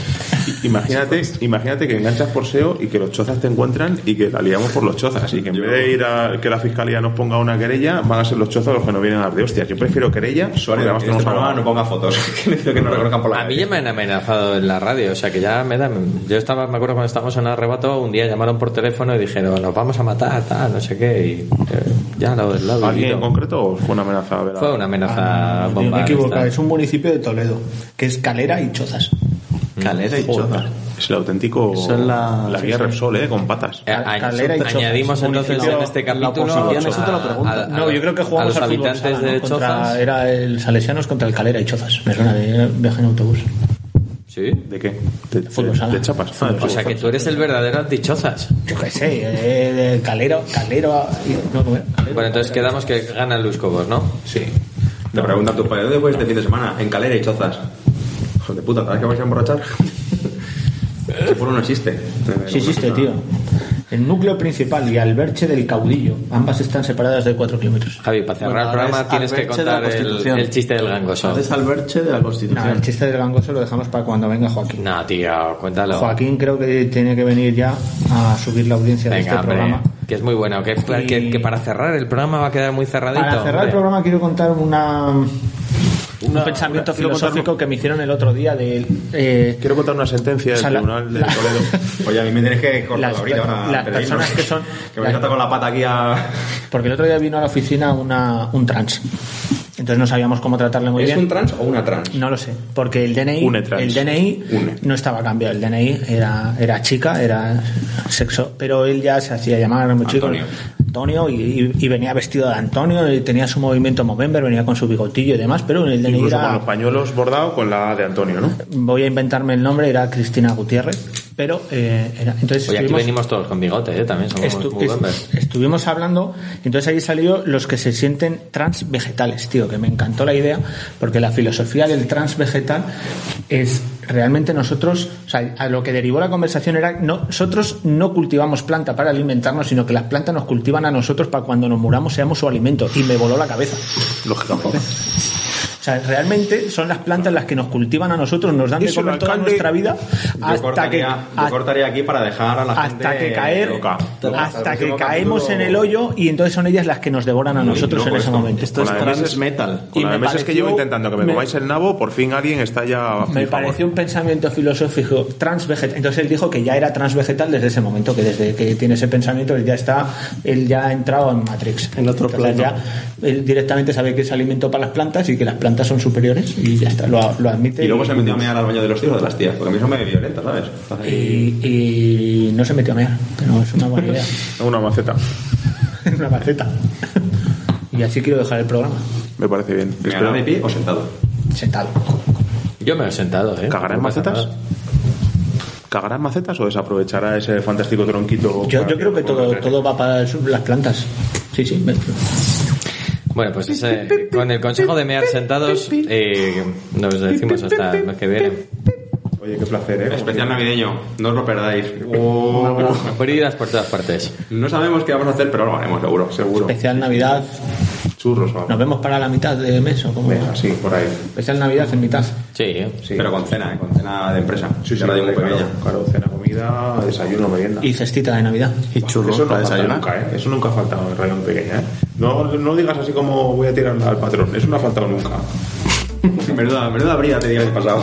[SPEAKER 1] Imagínate, imagínate que enganchas por SEO y que los chozas te encuentran y que la liamos por los chozas. Y que en vez de ir a que la fiscalía nos ponga una querella, van a ser los chozas los que nos vienen a dar de hostias. Yo prefiero querella, porque
[SPEAKER 5] Suárez,
[SPEAKER 1] además
[SPEAKER 5] en este
[SPEAKER 1] tenemos
[SPEAKER 5] programa
[SPEAKER 1] abogado.
[SPEAKER 5] no ponga fotos. *laughs* que necesito que nos reconozcan por la
[SPEAKER 6] A mí
[SPEAKER 5] calle.
[SPEAKER 6] ya me han amenazado en la radio, o sea que ya me dan... Yo estaba, me acuerdo cuando estábamos en arrebato, un día llamaron por teléfono y dijeron, nos vamos a matar, tal, no sé qué, y eh, ya lo, lo he
[SPEAKER 1] ¿Alguien en
[SPEAKER 6] vivido.
[SPEAKER 1] concreto o fue una amenaza? A ver,
[SPEAKER 6] Fue una amenaza
[SPEAKER 3] Yo
[SPEAKER 6] bomba.
[SPEAKER 3] Ah, me he equivocado,
[SPEAKER 6] esta.
[SPEAKER 3] es un municipio de Toledo, que es Calera y Chozas.
[SPEAKER 6] Ah,
[SPEAKER 1] Mm.
[SPEAKER 4] Calera y chozas.
[SPEAKER 1] Es el auténtico.
[SPEAKER 4] Son la-
[SPEAKER 1] la guía Repsol, ¿eh? Con patas.
[SPEAKER 6] Eh,
[SPEAKER 3] Cal-
[SPEAKER 6] añ-
[SPEAKER 3] Calera y Chozas.
[SPEAKER 6] añadimos entonces
[SPEAKER 3] Municipio-
[SPEAKER 6] en este
[SPEAKER 3] la
[SPEAKER 6] capítulo
[SPEAKER 3] oposición,
[SPEAKER 4] eso te lo pregunto.
[SPEAKER 6] a- a-
[SPEAKER 3] No, yo creo que jugamos
[SPEAKER 6] a los
[SPEAKER 3] al fútbol
[SPEAKER 6] habitantes
[SPEAKER 3] sala,
[SPEAKER 6] de
[SPEAKER 3] ¿no? Contra-
[SPEAKER 6] Chozas.
[SPEAKER 3] Era el Salesianos contra el Calera y Chozas. Me suena de viaje en autobús.
[SPEAKER 6] Sí.
[SPEAKER 1] ¿De qué? ¿De,
[SPEAKER 3] Fútbol
[SPEAKER 1] de-
[SPEAKER 3] sala.
[SPEAKER 1] de chapas? Ah, de
[SPEAKER 6] O
[SPEAKER 1] fútbol
[SPEAKER 6] sea que
[SPEAKER 1] sala.
[SPEAKER 6] tú eres el verdadero antichozas.
[SPEAKER 3] Yo qué sé, eh, Calero, Calero... y- No, ¿cómo era? Calero.
[SPEAKER 6] Bueno, entonces quedamos que gana Luis Cobos, ¿no?
[SPEAKER 5] Sí. Te preguntan tus padres, ¿dónde fuiste este fin de semana? En Calera y Chozas. Hijos de puta, ¿sabes que vais a emborrachar? *laughs* Ese pueblo no existe.
[SPEAKER 3] Sí existe,
[SPEAKER 5] No.
[SPEAKER 3] tío. El núcleo principal y alberche del caudillo. Ambas están separadas de 4 kilómetros.
[SPEAKER 6] Javi, para cerrar
[SPEAKER 4] Bueno,
[SPEAKER 6] el
[SPEAKER 4] ahora
[SPEAKER 6] programa
[SPEAKER 4] es
[SPEAKER 6] tienes que
[SPEAKER 4] Alberche de la
[SPEAKER 6] contar el,
[SPEAKER 4] Constitución.
[SPEAKER 6] el chiste del gangoso.
[SPEAKER 4] Haces alberche de la
[SPEAKER 3] No,
[SPEAKER 4] Constitución.
[SPEAKER 3] el chiste del gangoso lo dejamos para cuando venga Joaquín.
[SPEAKER 6] No, tío, cuéntalo.
[SPEAKER 3] Joaquín creo que tiene que venir ya a subir la audiencia de
[SPEAKER 6] Venga,
[SPEAKER 3] este
[SPEAKER 6] hombre,
[SPEAKER 3] programa.
[SPEAKER 6] que es muy bueno. Que, que- que para cerrar el programa va a quedar muy cerradito.
[SPEAKER 3] Para cerrar el
[SPEAKER 6] hombre.
[SPEAKER 3] programa quiero contar una, un pensamiento
[SPEAKER 1] quiero contar-
[SPEAKER 3] filosófico que me hicieron el otro día de eh,
[SPEAKER 1] Quiero contar una sentencia del
[SPEAKER 3] O sea, la-
[SPEAKER 1] Tribunal de
[SPEAKER 3] la-
[SPEAKER 1] Toledo.
[SPEAKER 5] Oye, a mí me tenéis que cortar
[SPEAKER 3] Las-
[SPEAKER 5] ahorita ahora.
[SPEAKER 3] las
[SPEAKER 5] antes de
[SPEAKER 3] personas
[SPEAKER 5] irnos.
[SPEAKER 3] que son- *laughs*
[SPEAKER 5] Que me voy a tratar con la pata aquí a.
[SPEAKER 3] porque el otro día vino a la oficina una, un trans Entonces no sabíamos cómo tratarle muy
[SPEAKER 5] ¿Es
[SPEAKER 3] bien.
[SPEAKER 5] un trans o una trans?
[SPEAKER 3] No lo sé, porque el DNI,
[SPEAKER 1] Une trans.
[SPEAKER 3] el DNI
[SPEAKER 5] Une.
[SPEAKER 3] no estaba cambiado. El DNI era, era chica, era sexo, pero él ya se hacía llamar muy chico.
[SPEAKER 5] Antonio.
[SPEAKER 3] Antonio y, y- y venía vestido de Antonio, y tenía su movimiento Movember, venía con su bigotillo y demás, pero el DNI
[SPEAKER 1] Incluso
[SPEAKER 3] era-
[SPEAKER 1] con los pañuelos bordado con la A de Antonio, ¿no?
[SPEAKER 3] voy a inventarme el nombre, era Cristina Gutiérrez, pero eh, era- entonces
[SPEAKER 6] Oye, aquí
[SPEAKER 3] estuvimos-
[SPEAKER 6] venimos todos con bigotes, ¿eh? También somos
[SPEAKER 3] Estu-
[SPEAKER 6] muy
[SPEAKER 3] est-
[SPEAKER 6] bombers.
[SPEAKER 3] estuvimos hablando, entonces ahí salió los que se sienten trans vegetales, tío, que me encantó la idea, porque la filosofía del trans vegetal es realmente nosotros, o sea, a lo que derivó la conversación era, no- nosotros no cultivamos planta para alimentarnos, sino que las plantas nos cultivan a nosotros para cuando nos muramos seamos su alimento, y me voló la cabeza.
[SPEAKER 1] Lógicamente.
[SPEAKER 3] O sea, realmente son las plantas las que nos cultivan a nosotros, nos dan de
[SPEAKER 1] Eso, el
[SPEAKER 3] comer toda
[SPEAKER 1] alcalde-
[SPEAKER 3] nuestra vida
[SPEAKER 5] Yo,
[SPEAKER 3] hasta que,
[SPEAKER 5] cortaría, yo
[SPEAKER 3] hasta-
[SPEAKER 5] cortaría aquí para dejar a la gente
[SPEAKER 3] hasta que caer
[SPEAKER 5] loca. Hasta
[SPEAKER 3] hasta
[SPEAKER 5] el
[SPEAKER 3] que
[SPEAKER 5] próximo
[SPEAKER 3] caemos en
[SPEAKER 5] capítulo.
[SPEAKER 3] el hoyo y entonces son ellas las que nos devoran a
[SPEAKER 5] Muy
[SPEAKER 3] nosotros en
[SPEAKER 5] loco
[SPEAKER 3] ese
[SPEAKER 5] esto.
[SPEAKER 3] momento
[SPEAKER 4] Esto
[SPEAKER 1] Con la
[SPEAKER 4] es
[SPEAKER 1] de
[SPEAKER 4] trans
[SPEAKER 1] meses-
[SPEAKER 4] metal.
[SPEAKER 1] Con
[SPEAKER 3] Y
[SPEAKER 1] la de
[SPEAKER 3] me
[SPEAKER 1] meses que
[SPEAKER 3] pareció-
[SPEAKER 1] llevo intentando que me,
[SPEAKER 3] me-
[SPEAKER 1] comáis el nabo, por fin alguien está ya. a mi
[SPEAKER 3] me
[SPEAKER 1] favor.
[SPEAKER 3] pareció un pensamiento filosófico transvegetal entonces él dijo que ya era transvegetal desde ese momento que desde que tiene ese pensamiento él ya está él ya ha entrado en Matrix
[SPEAKER 4] En otro
[SPEAKER 3] Entonces
[SPEAKER 4] plano.
[SPEAKER 3] ya él directamente sabe que es alimento para las plantas y que las plantas son superiores y ya está lo, lo admite
[SPEAKER 5] Y luego se metió a mear al baño de los tíos o de las tías, porque a mí eso me violenta, ¿sabes? Estás
[SPEAKER 3] y,
[SPEAKER 5] ahí-
[SPEAKER 3] y no se metió a mear que no es una buena
[SPEAKER 5] *laughs*
[SPEAKER 3] idea
[SPEAKER 1] Una maceta.
[SPEAKER 3] en una maceta *laughs* y así quiero dejar el programa
[SPEAKER 1] Me parece bien.
[SPEAKER 5] ¿Mear de pie o sentado?
[SPEAKER 3] sentado
[SPEAKER 6] Yo me he sentado, ¿eh?
[SPEAKER 1] ¿Cagará en
[SPEAKER 6] No pasa
[SPEAKER 1] macetas?
[SPEAKER 6] nada.
[SPEAKER 1] ¿Cagará en macetas o desaprovechará ese fantástico tronquito?
[SPEAKER 3] Yo,
[SPEAKER 1] para
[SPEAKER 3] yo creo que todo,
[SPEAKER 1] pueda crecer?
[SPEAKER 3] todo va para el sur, las plantas. Sí, sí. me-
[SPEAKER 6] Bueno, pues ese- con el consejo de mear sentados eh, nos decimos hasta los que vienen.
[SPEAKER 1] Oye, qué placer, ¿eh?
[SPEAKER 5] Especial navideño, no os lo perdáis. Oh.
[SPEAKER 6] Bridas por todas partes.
[SPEAKER 5] No sabemos qué vamos a hacer, pero lo haremos seguro. Seguro.
[SPEAKER 3] Especial Navidad.
[SPEAKER 1] Churros o algo.
[SPEAKER 3] Nos vemos para la mitad de mes o como.
[SPEAKER 1] Venga, sí, por ahí.
[SPEAKER 3] Especial Navidad en mitad.
[SPEAKER 6] Sí,
[SPEAKER 1] Sí.
[SPEAKER 5] Pero con cena, ¿eh? con cena de empresa.
[SPEAKER 1] Sí, sí,
[SPEAKER 5] de radio muy
[SPEAKER 1] claro,
[SPEAKER 5] pequeña.
[SPEAKER 1] claro, cena, comida, desayuno, merienda.
[SPEAKER 3] Y cestita de Navidad.
[SPEAKER 4] Y churros
[SPEAKER 1] eso no
[SPEAKER 4] para
[SPEAKER 1] falta
[SPEAKER 4] desayunar.
[SPEAKER 1] nunca, ¿eh? Eso nunca ha faltado en Radio Pequeña, ¿eh? No, no digas así como voy a tirar al patrón. Eso no ha faltado nunca.
[SPEAKER 5] ¿eh? Menuda, menuda brida te digas pasado.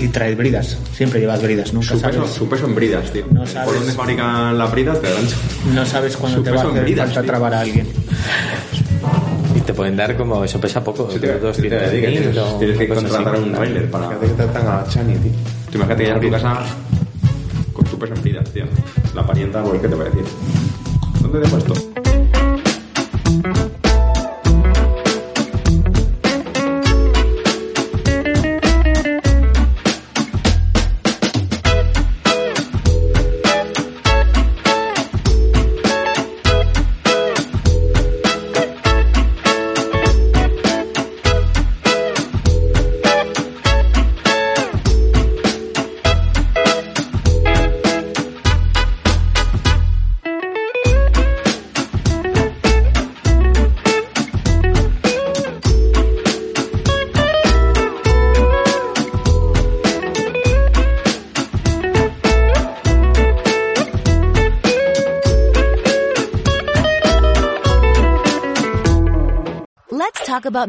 [SPEAKER 3] Y traed bridas. Siempre llevas bridas. Nunca
[SPEAKER 5] Su peso,
[SPEAKER 3] sabes.
[SPEAKER 5] su peso en bridas, tío.
[SPEAKER 3] No
[SPEAKER 5] Por
[SPEAKER 3] sabes.
[SPEAKER 5] dónde fabrican las bridas, te dan.
[SPEAKER 3] No sabes cuándo
[SPEAKER 5] su
[SPEAKER 3] te va a
[SPEAKER 5] peso en
[SPEAKER 3] hacer
[SPEAKER 5] bridas,
[SPEAKER 3] falta
[SPEAKER 5] sí.
[SPEAKER 3] trabar a alguien.
[SPEAKER 6] y te pueden dar como eso pesa poco,
[SPEAKER 5] Sí, te-
[SPEAKER 6] dos
[SPEAKER 5] sí, te digo que tienes- tienes que contratar un
[SPEAKER 6] trailer.
[SPEAKER 5] trailer para.
[SPEAKER 1] Fíjate que tratan a Chani, tío.
[SPEAKER 5] Tú imagínate que ya en tu casa con tu peso en bridas, tío. La parienta, pues, ¿qué te va a decir? ¿Dónde dejo esto?
[SPEAKER 8] Let's talk about